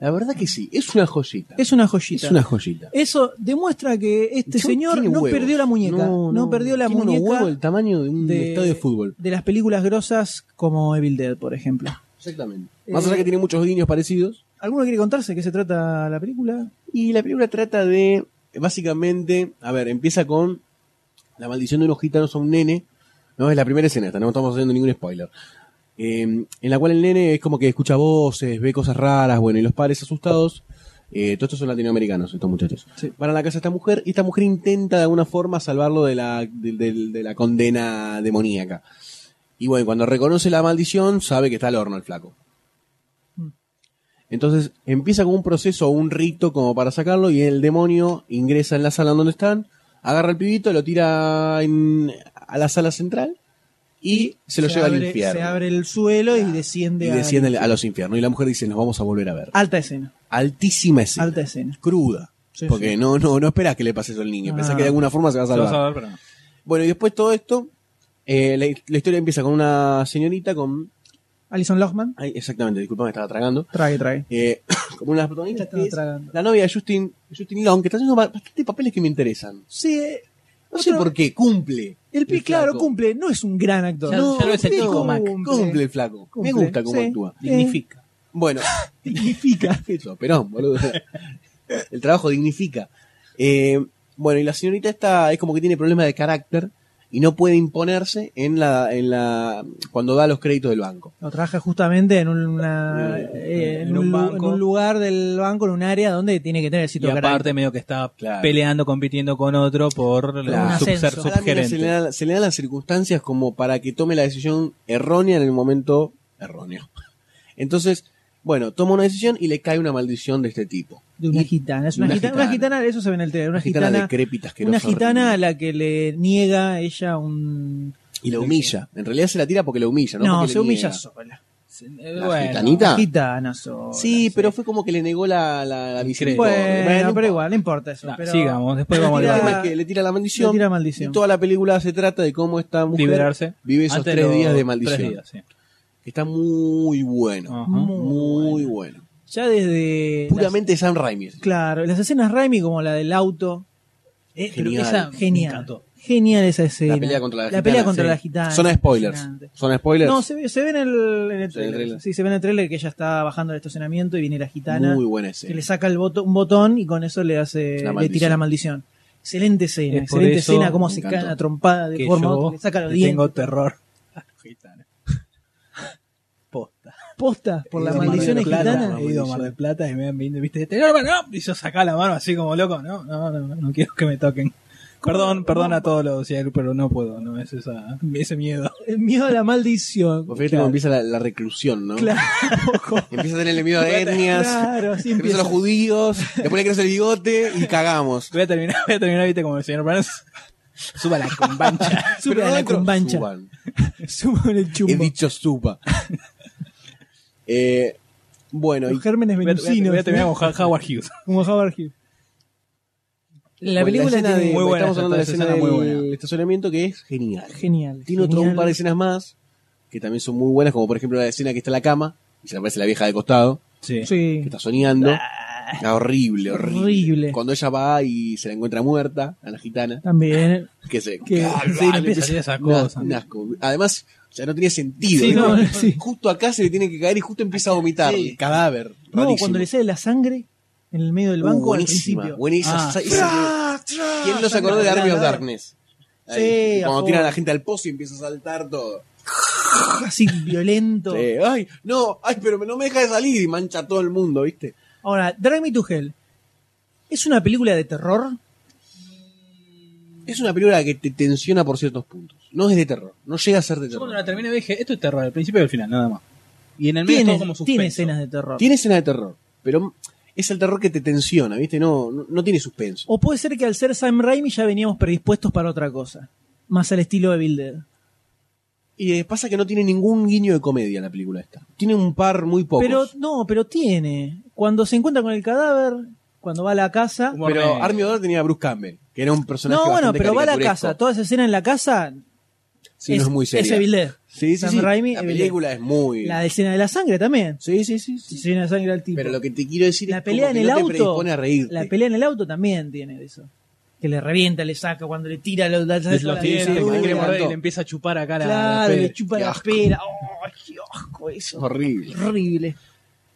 La verdad que sí, es una joyita. Es una joyita. Es una joyita. Eso demuestra que este Yo- señor tiene no huevos. perdió la muñeca. No, perdió la tiene unos muñeca huevos del tamaño de un de- estadio de fútbol. de las películas grosas como Evil Dead, por ejemplo. Exactamente. Más Eh, allá que tiene muchos guiños parecidos. ¿Alguno quiere contarse de qué se trata la película? Y la película trata de, básicamente, a ver, empieza con la maldición de unos gitanos a un nene. No, es la primera escena esta, no estamos haciendo ningún spoiler. Eh, en la cual el nene es como que escucha voces, ve cosas raras, bueno, y los padres asustados. Eh, todos estos son latinoamericanos, estos muchachos. Sí. Van a la casa de esta mujer y esta mujer intenta de alguna forma salvarlo de la, de- de- de la condena demoníaca. Y bueno, cuando reconoce la maldición, sabe que está al horno el flaco. Mm. Entonces empieza con un proceso o un rito como para sacarlo y el demonio ingresa en la sala donde están, agarra al pibito, lo tira en- a la sala central y se lo lleva al abre- infierno. Ah, Se abre el suelo y desciende, y al- desciende al- a los infiernos. Y la mujer dice, nos vamos a volver a ver. Alta escena. Altísima escena. Ah. Alta escena. Cruda. Sí, Ah. porque no no no esperas que le pase eso al niño. No, Pensás no, que de no. alguna forma se va a Se salvar. vas a ver, pero no. Bueno, y después todo esto, eh, la, la historia empieza con una señorita con... Alison Lohman. Ay, exactamente, disculpa, me estaba tragando. Trague, trague. Eh, como una de las protagonistas Estaba que es tragando. la novia de Justin, Justin Long, que está haciendo ba- bastante papeles que me interesan. Sí, eh, No sé Otro- por qué, cumple. el pi, El flaco. claro, cumple. No es un gran actor. Ya- No, ya lo es el sí, chico Mac. Cumple el flaco. Cumple, Me gusta cómo sí. actúa. Eh, Dignifica. Bueno, dignifica. Eso, Perón, boludo. El trabajo dignifica. Eh, bueno, y la señorita está, es como que tiene problemas de carácter y no puede imponerse en la, en la, cuando da los créditos del banco. No, trabaja justamente en, una, Eh, eh, en en un, un lu- banco. en un lugar del banco, en un área donde tiene que tener el Y sitio aparte, medio que está Claro. peleando, compitiendo con otro por Claro. sub- ser Ascenso. Ahora, mira, Se le, subgerente. dan, se le dan las circunstancias como para que tome la decisión errónea en el momento erróneo. Entonces, bueno, toma una decisión y le cae una maldición de este tipo. de una Y- gitana. Es de una, una gitana, una gitana. gitana, eso se ve en el trailer. Una, Una gitana, gitana, decrépita, asquerosa, una gitana a horrible. la que le niega ella un. Y la humilla. En realidad se la tira porque la humilla, ¿no? No, Porque le se humilla niega. sola. Eh, ¿La bueno, gitanita? La Gitana sola. Sí, pero fue como que le negó la, la, la misericordia. Bueno, Bueno, pero igual, no importa eso. nah, pero- sigamos, después vamos a El Tira- tema hablar. es que le tira la maldición. Le tira maldición. Y toda la película se trata de cómo esta mujer liberarse. vive esos Antes tres los días de tres maldición. días, sí. Que está muy bueno. Ah, Ajá. Muy bueno. Ya desde. Puramente Sam Raimi. las- claro, las escenas Raimi, como la del auto. Eh, pero Genial. esa me Genial. encantó. Genial esa escena. La pelea contra la, gitana. pelea contra sí. la gitana. Zona spoilers. Impresionante. Zona spoilers. No, se ve, se ve en el, en el Se ve en el trailer. trailer. Sí, se ve en el trailer que ella está bajando del estacionamiento y viene la gitana. muy buena que escena. le saca el botón, un botón y con eso le hace La le tira maldición. la maldición. Excelente escena, Es por excelente eso escena, cómo me se encantó. cae la trompada de que forma, yo le saca los le dientes, tengo terror a los gitanos. Posta. posta por He la ido a Mar del maldición Plata, gitana. He ido a Mar del Plata y me han visto, viste, "Te- no, no", y yo sacaba la mano así como loco, no, no, no, no quiero que me toquen. Perdón, perdón a todos los, ciegos, pero no puedo, no es esa, ese miedo. El miedo a la maldición. Vos fíjate Claro. cómo empieza la, la reclusión, ¿no? Claro, Empieza a tenerle miedo a etnias. claro, así Empiezan empieza. los judíos. Después le crece el bigote y cagamos. Voy a terminar, voy a terminar, viste, como el señor Burns. Suba la combancha. Sube Pero a la adentro, cumbancha. suban. Sube en el He chumbo. dicho supa. Eh, bueno, y Los gérmenes Voy a, voy a- venusinos. voy a terminar con Ha- Howard Hughes. Como Howard Hughes. La bueno, película escena tiene- muy buena estamos esa, hablando de la esa escena del escena muy buena. estacionamiento que es genial. genial. Tiene otro genial. un par de escenas más que también son muy buenas, como por ejemplo la escena que está en la cama Y se le aparece la vieja de costado, Sí. Sí. que está soñando. Ah, horrible, horrible, Horrible. Cuando ella va y se la encuentra muerta, a la gitana, También. que se... Que- Ah, sí, ah, le empieza a salir esa cosa. un asco. Además, o sea, no tenía sentido. Sí, no, ¿no? sí. Justo acá se le tiene que caer y justo empieza a vomitar. Sí. El cadáver. No, rarísimo. cuando le sale la sangre en el medio del Uh, banco al buenísima, principio. buenísima. Ah. Esa- esa- ¿Quién no se acordó de Army of Darkness? Ahí, Sí, y a cuando full. tiran a la gente al pozo y empieza a saltar todo. Así violento. Sí, Ay, no, ay, pero no me deja de salir y mancha a todo el mundo, ¿viste? Ahora, Drag Me to Hell. ¿Es una película de terror? Es una película que te tensiona por ciertos puntos. No es de terror, no llega a ser de Yo cuando terror. la terminé dije, esto es terror, al principio y al final, nada más. Y en el medio es Tiene, todo como suspenso. tiene escenas de terror. Tiene escena de terror, pero es el terror que te tensiona, ¿viste? No, no, no tiene suspenso. O puede ser que al ser Sam Raimi ya veníamos predispuestos para otra cosa. Más al estilo de Bill Dead. Y eh, pasa que no tiene ningún guiño de comedia la película esta. Tiene un par muy pocos. Pero no, pero tiene. Cuando se encuentra con el cadáver, cuando va a la casa. Humor Pero negro. Army of Darkness tenía a Bruce Campbell, que era un personaje No, bueno, bastante pero va a la caricaturesco. casa. Toda esa escena en la casa Sí, no es muy seria. es Evil Dead. Sí, sí, Sam sí. Raimi, la Evil Dead. película es muy... La escena de la sangre también. Sí, sí, sí, sí. La escena de sangre al tipo. Pero lo que te quiero decir la es como pelea en que el no te auto. predispone a reírte. La pelea en el auto también tiene de eso. Que le revienta, le saca, cuando le tira los, los, Es lo la que dice, dentadura. que sí, sí, quiere sí. morder y le empieza a chupar acá la- la Claro, pera. le chupa Qué la asco. pera. ¡Oh, qué asco eso! Horrible. Horrible.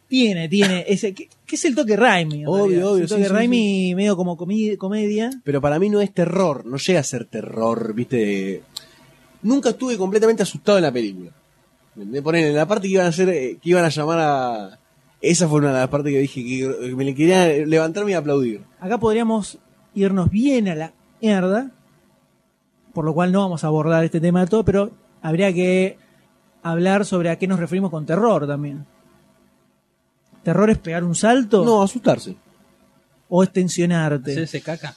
Tiene, tiene. Ese, ¿qué, qué es el toque Raimi? en Obvio, realidad? obvio, El sí, toque sí, Raimi medio como comi- comedia. Pero para mí no es terror, no llega a ser terror, viste. Nunca estuve completamente asustado en la película. Me ponen en la parte que iban a hacer, eh, que iban a llamar a. Esa fue una de las partes que dije que eh, me le quería levantarme y aplaudir. Acá podríamos irnos bien a la mierda, por lo cual no vamos a abordar este tema de todo, pero habría que hablar sobre a qué nos referimos con terror también. ¿Terror es pegar un salto No, asustarse. o es tensionarte? Hacer ese caca.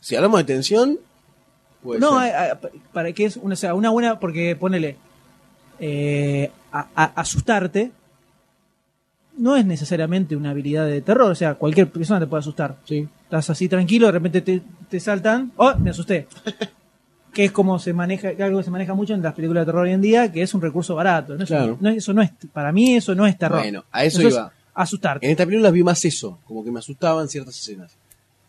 Si hablamos de tensión, puede no, eh. ser. hay- hay- para que es una, o sea, una buena, porque ponele, eh, a- a- asustarte no es necesariamente una habilidad de terror, o sea, cualquier persona te puede asustar. Sí. Estás así tranquilo, de repente te, te saltan. ¡Oh! Me asusté. que es como se maneja, que algo que se maneja mucho en las películas de terror hoy en día, que es un recurso barato. ¿no? Eso Claro. no- eso no es, para mí eso no es terror. Bueno, a eso es iba. asustarte. En esta película vi más eso, como que me asustaban ciertas escenas.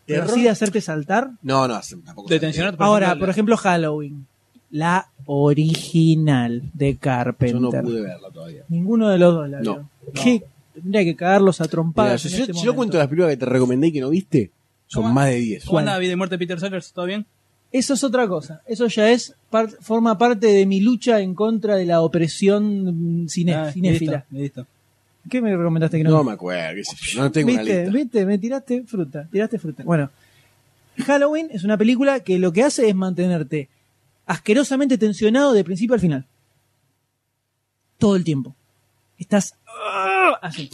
Pero así de hacerte saltar. No, no, hace- tampoco. De tensionar, por Ahora, ejemplo, por la- ejemplo, Halloween. La original de Carpenter. Yo no pude verla todavía. Ninguno de los dos la No, vio. ¿Qué? Tendría que cagarlos a Mira, trompadas. si, en yo, este si yo momento. cuento las películas que te recomendé y que no viste, son Toma. más de 10. ¿Cómo anda la vida y muerte de Peter Sellers? ¿Todo bien? Eso es otra cosa. Eso ya es par- forma parte de mi lucha en contra de la opresión mm, cine- Ah, cinéfila. Listo, listo. ¿Qué me recomendaste que no? No me acuerdo, qué sé yo, no tengo una ¿Viste? lista. ¿Viste? Me tiraste fruta. Tiraste fruta. Bueno, Halloween es una película que lo que hace es mantenerte asquerosamente tensionado de principio al final. Todo el tiempo. Estás ah, así.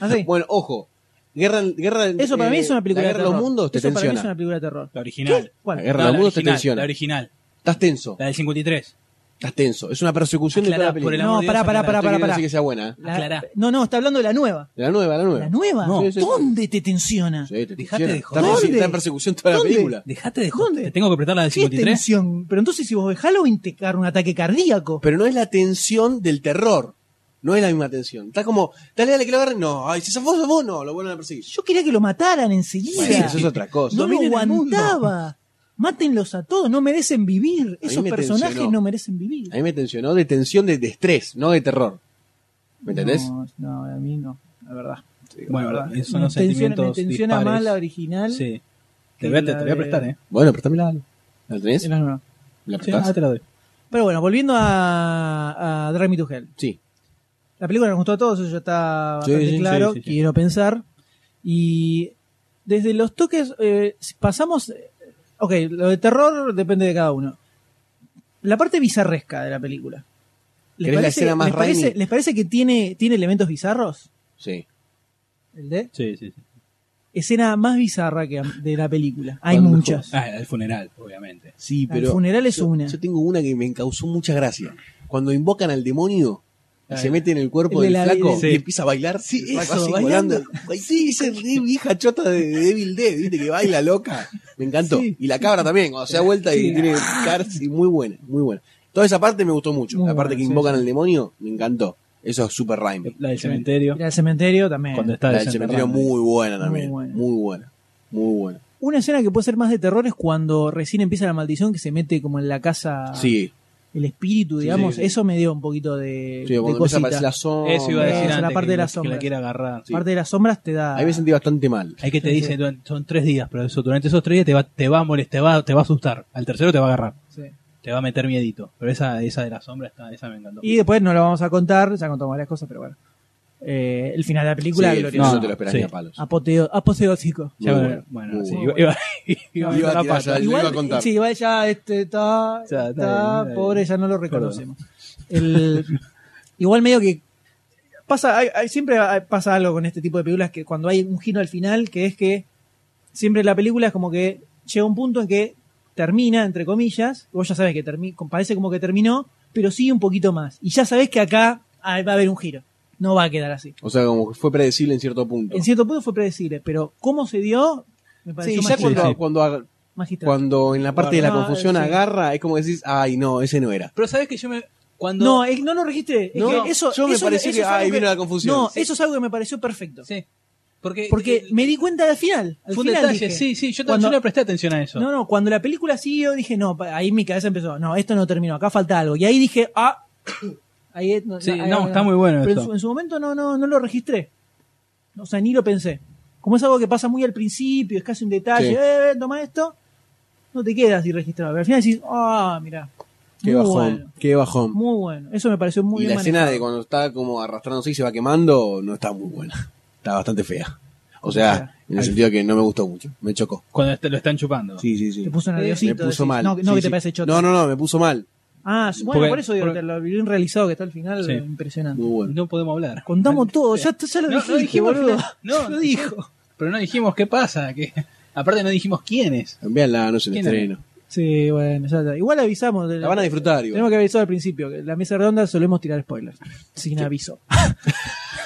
Así. Bueno, ojo. Guerra, guerra, Eso para mí eh, es una película la de guerra terror. de los mundos te Eso para mí tensiona. es una película de terror. La original. ¿Cuál? La No, guerra de la los mundos te original, tensiona. La original. Estás tenso, Eh. La del 53. estás tenso. Es una persecución Aclará, de por toda el la película. No, amor de pará, Dios, pará, aclará. pará, Esto pará, quiere pará. decir que sea buena. ¿eh? La- Aclará. no, no, está hablando de la nueva. La nueva, la nueva. ¿La nueva? No. Sí, sí, sí. ¿Dónde te tensiona? Sí, te Dejate tensiona. de Está, joder. perse- ¿Dónde? está en persecución toda la ¿Dónde? película. Dejate de ¿Dónde? Te tengo que apretar la del ¿Qué es 53. tensión? Pero entonces si vos ves Halloween te cae un ataque cardíaco. Pero no es la tensión del terror. No es la misma tensión. Está como, dale, dale, que lo agarren. No, ay, si se fue, se fue. No, lo vuelven a perseguir. Yo quería que lo mataran enseguida. Bueno, eso es otra cosa. no lo Dominen el mundo. aguantaba. Mátenlos a todos, no merecen vivir. A mí Esos me personajes tensionó. no merecen vivir. A mí me tensionó de tensión de, de estrés, no de terror. ¿Me entendés? No, no, a mí no, la verdad. Bueno, La verdad. esos son los me tensiona, sentimientos me tensiona dispares. más la original. Sí. que Te voy, a- la te, te voy a de- prestar, ¿eh? Bueno, prestámela. ¿La tenés? No, no, no. ¿La Sí, prestás? ah, te la doy. Pero bueno, volviendo a, a Drive Me to Hell. Sí. La película nos gustó a todos, eso ya está Sí, bastante sí, claro, sí, sí, sí. quiero pensar. Y desde los toques eh, si pasamos... eh, Ok, lo de terror depende de cada uno. La parte bizarresca de la película. ¿Querés la escena más les, parece, Raimi? les parece que tiene, tiene elementos bizarros? Sí. ¿El de? Sí, sí, sí. Escena más bizarra que de la película. Hay Cuando- muchas. Ah, el funeral, obviamente. Sí, El funeral es yo, una. Yo tengo una que me causó mucha gracia. Cuando invocan al demonio y se mete en el cuerpo El de del la- flaco Sí. y empieza a bailar. Sí, eso, bailando. Sí, esa re vieja chota de de Devil Dead, viste, que baila loca. Me encantó. Sí. Y la cabra también, cuando se da vuelta y Sí. tiene cars, y muy buena, muy buena. Toda esa parte me gustó mucho. Muy la parte buena, que sí, invocan sí. al demonio, me encantó. Eso es super Raimi. La del Ah, cementerio. Era el cementerio también. Cuando está La del cementerio desenterrando. muy buena también. Muy buena. Muy buena. Muy buena. Una escena que puede ser más de terror es cuando recién empieza la maldición que se mete como en la casa Sí, el espíritu, Sí, digamos. sí, sí. Eso me dio un poquito de, sí, de cuando cosita. empieza a Ah. aparecer la sombra. Eso iba a Hombre, decir esa es antes. la parte que, de la que sombra. quiere agarrar. Sí. Parte de las sombras te da. Ahí me sentí bastante mal. Hay que te Sí, dice, sí. "Duran- son tres días, pero eso durante esos tres días te va, te va a molestar, te va, te va a asustar. Al tercero te va a agarrar, Sí. te va a meter miedito. Pero esa, esa de la sombra, está, esa me encantó. Y después no lo vamos a contar, ya contamos varias cosas, pero bueno. Eh, el final de Ah, la película, Sí, el glorioso. final No, no te lo esperas sí. ni a palos. Apoteo- apoteótico. Muy Ya, bueno, bueno, muy sí, bueno. iba- iba a Iba a meter la tirar pata. ya el- Lo iba a contar. sí, igual ya este, está, Ya, está está, bien, está pobre, bien. ya no lo reconocemos. El, igual medio que pasa, hay- hay- siempre hay- pasa algo con este tipo de películas que cuando hay un giro al final, que es que siempre la película es como que llega un punto en que termina, entre comillas, vos ya sabes que termina, parece como que terminó, pero sigue un poquito más. Y ya sabes que acá ah, va a haber un giro, no va a quedar así. O sea, como que fue predecible en cierto punto. En cierto punto fue predecible, pero cómo se dio, me Sí, pareció ya magistral. cuando, Sí, sí. cuando ag- magistral. cuando en la parte de la No, confusión Ah, sí. agarra, es como decís, ay, no, ese no era. Pero sabes que yo me. Cuando. No, eh, no lo registré. Es No, que eso, yo me eso- pareció eso que, es algo ay, vino la confusión. No, Sí. eso es algo que me pareció perfecto. Sí. Porque. Porque eh, me di cuenta al final. Al Fue un final detalle, dije, sí, sí. Yo, cuando- también yo le presté atención a eso. No, no, cuando la película siguió dije, no, pa- ahí mi cabeza empezó, no, esto no terminó, acá falta algo. Y ahí dije, ah, ahí es- Sí, ahí- no, está muy bueno Pero en eso. su, en su momento no, no, no lo registré. O sea, ni lo pensé. Como es algo que pasa muy al principio, es casi un detalle, Sí. eh, toma esto, no te quedas irregistrado. Pero al final decís, ah, mira, Qué muy bajón, bueno, qué bajón. muy bueno. Eso me pareció muy y la bien escena manejado. de cuando está como arrastrándose y se va quemando no está muy buena. Está bastante fea. O sea, Fea. en el sentido que no me gustó mucho. Me chocó. Cuando te lo están chupando. Sí, sí, sí. Te puso nerviosito, me puso decís. mal. No, no, Sí, que te sí. parece choto. No, no, no, me puso mal. Ah, bueno, Porque- por eso digo, porque- te lo bien realizado que está al final, Sí. impresionante. Muy bueno. No podemos hablar. Contamos todo, ya, ya lo No, no dijiste, dijimos al boludo. final. No, lo dijo. Pero no dijimos qué pasa. Que... Aparte, no dijimos quién es. Veanla, no es el ¿Quién estreno. Sí, bueno, ya está. Igual avisamos. de La van a disfrutar, igual. Tenemos que avisar al principio. que La mesa redonda solemos tirar spoilers. Sin aviso.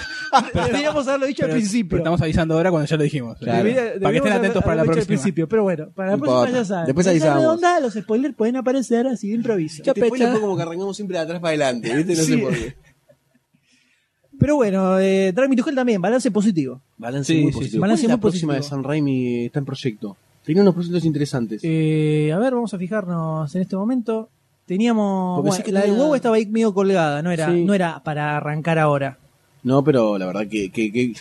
Deberíamos haberlo dicho Pero- al principio. pero estamos avisando ahora cuando ya lo dijimos. Claro. Debería- Para deberíamos que estén haber- atentos para la haberlo dicho al próxima. principio, pero bueno, para la No próxima importa. ya saben. Después Mesa avisamos. redonda, los spoilers pueden aparecer así de improviso. Y después le fue como que arrancamos siempre de atrás para adelante, ¿viste? No Sí. sé por qué. Pero bueno, eh, Drag Me to Hell también, balance positivo. Balance Sí, muy sí, positivo. sí. ¿Cuál Balance es la muy próxima de positivo. San Raimi está en proyecto. Tenía unos proyectos interesantes. Eh, a ver, vamos a fijarnos en este momento. Teníamos. Porque bueno, sé que la del tenía- huevo estaba ahí medio colgada, no era, Sí. no era para arrancar ahora. No, pero la verdad que, que, que-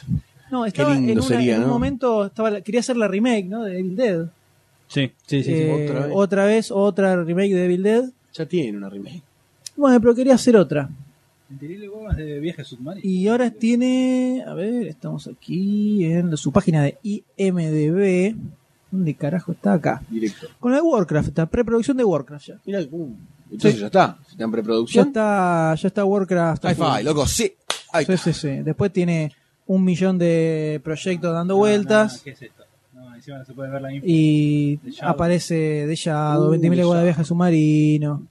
No, estaba lindo en, una- sería, en un ¿no? momento estaba, la- quería hacer la remake, ¿no? De Evil Dead. Sí, sí, sí. sí. Eh, otra vez. otra vez, otra remake de Evil Dead. ya tiene una remake. Bueno, pero quería hacer otra. Tirarle bombas de viaje submarino. Y ahora tiene. A ver, estamos aquí en su página de IMDB. ¿Dónde carajo está acá? Directo. Con la de Warcraft, está preproducción de Warcraft ya. Mirá, uh, entonces Sí. ya está. Si está en Ya preproducción. está, ya está Warcraft. High five, loco, sí. Ahí Sí, está. sí, sí. Después tiene un millón de proyectos dando vueltas. ¿Qué es esto? No, encima no se puede ver la info. Y The Shadow. aparece de Shadow, Uh, 20.000 The leguas de Shadow. viaje submarino.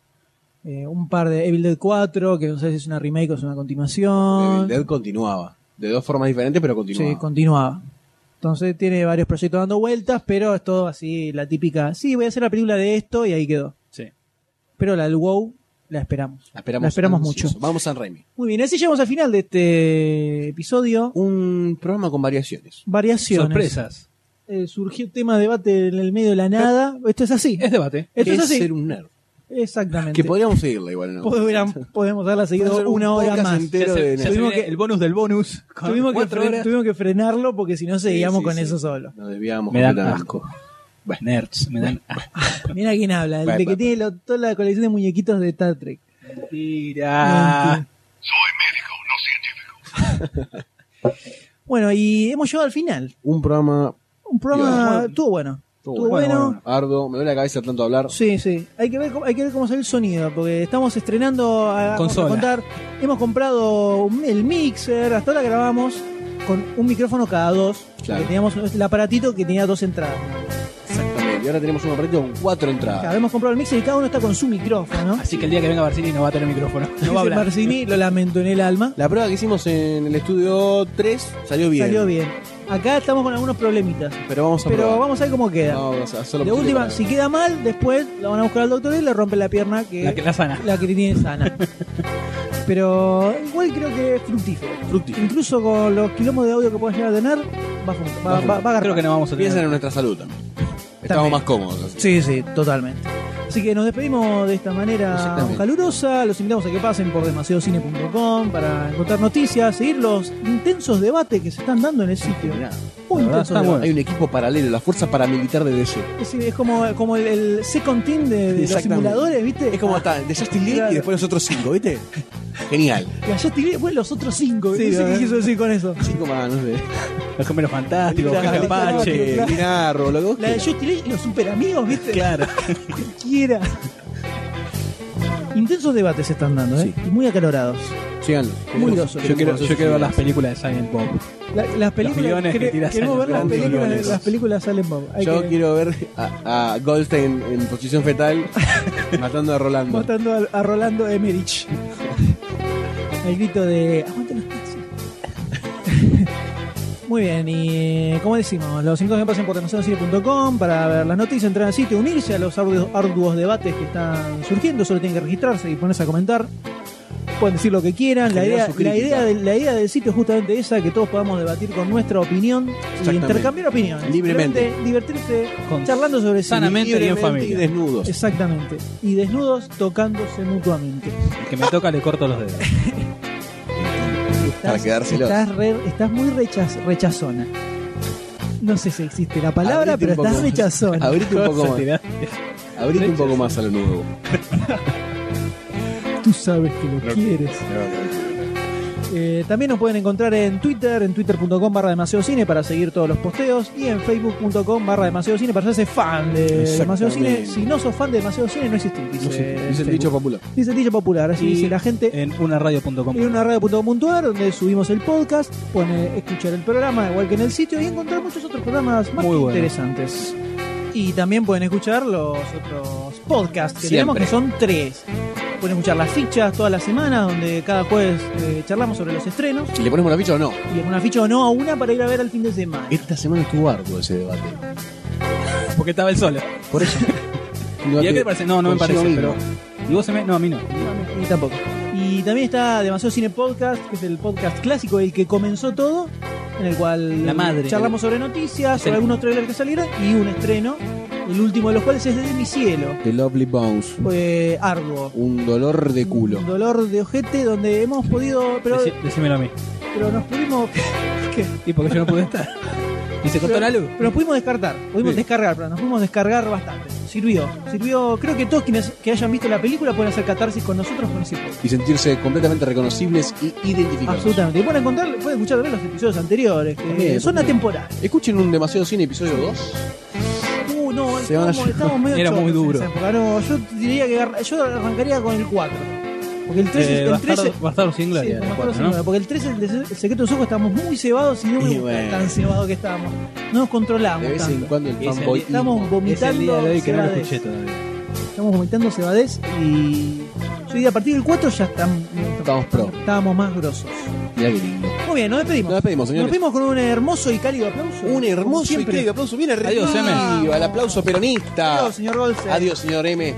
eh, un par de Evil Dead 4, que no sé si es una remake o es una Evil continuación. Dead continuaba. De dos formas diferentes, pero continuaba. Ah. Sí, continuaba. Entonces tiene varios proyectos dando vueltas, pero es todo así, la típica. Sí, voy a hacer la película de esto y ahí quedó. Sí. Pero la del WoW la esperamos. la esperamos, la esperamos ansioso. mucho. Vamos a San Raimi. Muy bien, así llegamos al final de este episodio. Uh, Un programa con variaciones. Variaciones. Sorpresas. eh, surgió tema de debate en el medio de la nada. Esto es así. Es debate. Esto es Que así. ser un nerd. Exactamente. Que podríamos seguirla igual. ¿no? Podrían- podemos darla Puede ser seguido un una hora podcast más. entero. Pero Ya se- de- ya Tuvimos se viene que- el bonus del bonus. con Tuvimos que, cuatro fre- horas. tuvimos que frenarlo porque si no seguíamos sí, con sí. eso solo. Nos desviamos Me dan completamente. asco. Nerds, me dan asco. Mira quién habla, el Bueno, de que bueno. tiene lo- toda la colección de muñequitos de Star Trek. Ah. Mentira. Bueno, y hemos llegado al final. Un programa Un programa Dios. estuvo bueno. Estuvo Estuvo bueno. bueno. Bueno, arduo. Me duele la cabeza tanto hablar. Sí, sí. Hay que ver cómo, hay que ver cómo sale el sonido, porque estamos estrenando a, vamos a Consola. contar. Hemos comprado un- el mixer, hasta ahora grabamos con un micrófono cada dos. Claro. porque Teníamos el aparatito que tenía dos entradas. Exactamente. Y ahora tenemos un aparato con cuatro entradas. Claro, hemos comprado el mixer y cada uno está con su micrófono. Así que el día que venga Barcini no va a tener micrófono. No va a Dice hablar. Marcini, lo lamento en el alma. La prueba que hicimos en el estudio 3 salió bien. Salió bien. Acá estamos con algunos problemitas, Pero vamos a pero probar. vamos a ver cómo queda. Vamos a hacer lo de posible última, para- si queda mal, después la van a buscar al doctor y le rompen la pierna que La, que- la sana. la que tiene sana. Pero igual creo que es fructífero. Fructífero. Incluso con los kilómetros de audio que puedas llegar a tener, va, a fun- va, va, va a agarrar. Creo que no vamos a Piensen tener. en nuestra salud también. Estamos También. más cómodos. así. Sí, sí, totalmente. Así que nos despedimos de esta manera Exactamente. calurosa. Los invitamos a que pasen por demasiadocine.com para encontrar noticias, seguir los intensos debates que se están dando en el sitio. Mirá, Muy la verdad, intensos está debates. Hay un equipo paralelo, la Fuerza Paramilitar de DC. Es, es como, como el, el second team de, de los Exactamente. simuladores, ¿viste? Es como Ah, está, de Justin League Claro. y después los otros cinco, ¿viste? Genial. y allá te bueno, los otros cinco. Sí, no sé qué ¿verdad? quiso decir con eso. Cinco más, no sé. Los gemelos fantásticos, Claro, Jorge claro, Apache. claro. Minarro, lo que vos La de Justin Lin y los super amigos, ¿viste? Claro. Cualquiera. Intensos debates se están dando, ¿eh? Y muy acalorados. Síganlo. Muy Queremos- grosos. Yo quiero, queremos yo quiero ver las sus ideas. películas de Silent Bob. La- las películas. guiones que quere- tira queremos ver Silent las Bob. películas, Grandes las películas Salen Bob. Hay Yo que- quiero ver a, a Goldstein en posición fetal matando a Rolando. Matando a, a Rolando Emerich. El grito de. "Aguante los nazis". Muy bien, y eh, como decimos, los invitados que pasen por demasiadocine.com para ver las noticias, entrar al sitio, unirse a los arduos, arduos debates que están surgiendo, solo tienen que registrarse y ponerse a comentar. Pueden decir lo que quieran. La Generar idea, su la, crítica. idea del, la idea del sitio es justamente esa, que todos podamos debatir con nuestra opinión y Exactamente. intercambiar opiniones. Libremente. Simplemente Divertirse Con- charlando sobre sí. Sanamente y en Libremente familia. Y desnudos. Exactamente. Y desnudos tocándose mutuamente. El que me toca le corto los dedos. Para quedárselos. Estás, re- estás muy rechaz- rechazona. No sé si existe la palabra, Abrite pero un poco estás más. rechazona. Abrite un poco más. Tirá. Abrite un poco más a lo nuevo. Tú sabes que lo quieres. Eh, también nos pueden encontrar en Twitter, en twitter.com barra demasiado cine para seguir todos los posteos y en facebook.com barra demasiado cine para hacerse fan de demasiado cine. Exactamente. Si no sos fan de demasiado cine, no existís. Dice, este No sé, dice Facebook. el dicho popular. Dice el dicho popular, así Y- dice la gente. En unaradio.com. en una radio.com.ar donde subimos el podcast, pone escuchar el programa igual que en el sitio y encontrar muchos otros programas más Muy que bueno. interesantes. Y también pueden escuchar los otros podcasts que tenemos, Siempre. que son tres. Pueden escuchar las fichas todas las semanas, donde cada jueves eh, charlamos sobre los estrenos. ¿Y le ponemos la ficha o no? Y en una ficha o no a una para ir a ver al fin de semana. Esta semana estuvo arduo ese debate. Porque estaba el solo. Por eso. ¿Y Un debate a qué te parece? No, no me consigo parece, mismo. pero. ¿Y vos se me.? No, a mí no. Y tampoco. Y también está Demasiado Cine Podcast, que es el podcast clásico, el que comenzó todo, en el cual La madre. charlamos sobre noticias, Es sobre el- algunos trailers que salieron y un estreno, el último de los cuales es Desde mi cielo. The Lovely Bones. Fue arduo. Un dolor de culo. Un dolor de ojete donde hemos podido. Pero, Decí- decímelo a mí. pero nos pudimos. ¿Qué? ¿Y por qué yo no pude estar? Eh, ¿Y se cortó la luz? Pero nos pudimos descartar, pudimos Sí. descargar, pero nos pudimos descargar bastante. Sirvió, sirvió. Creo que todos quienes que hayan visto la película pueden hacer catarsis con nosotros con ese podcast. Y sentirse completamente reconocibles y identificados. Absolutamente. Y pueden encontrar, pueden escuchar también los episodios anteriores, que También, son también. atemporales. Escuchen un demasiado cine episodio 2. Uh, no, Se van a estamos, llevar. estamos medio Era chotos muy en duro. esa época. No, yo diría que agar- yo arrancaría con el 4. Porque el 3 Eh, es el 13 Bastardo- Bastardo sin sí, gloria. con el Bastardo cuatro, sin ¿no? Gloria, porque el 3 el, de Se- el secreto de los ojos estábamos muy cebados y no me Y gusta bueno. tan cebados que estábamos. No nos controlábamos De vez en tanto. cuando el Es el fanboy. día- Estamos Es el día vomitando de hoy que no lo cebades. escuché todavía. Estamos vomitando cebadez y yo diría a partir del 4 ya estamos, Estamos pro. estábamos más grosos. Mirá qué lindo. Muy bien, nos despedimos. Nos despedimos, Nos señores. vimos con un hermoso y cálido aplauso. Un Como hermoso y siempre. cálido aplauso. Bien arriba. Adiós, M. El aplauso peronista. Adiós, señor Golce. Adiós, señor M.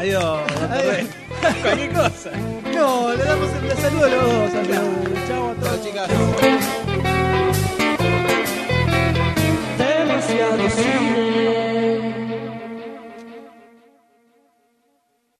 Adiós. Adiós. Cualquier cosa. No, le damos el saludo a los dos. a los-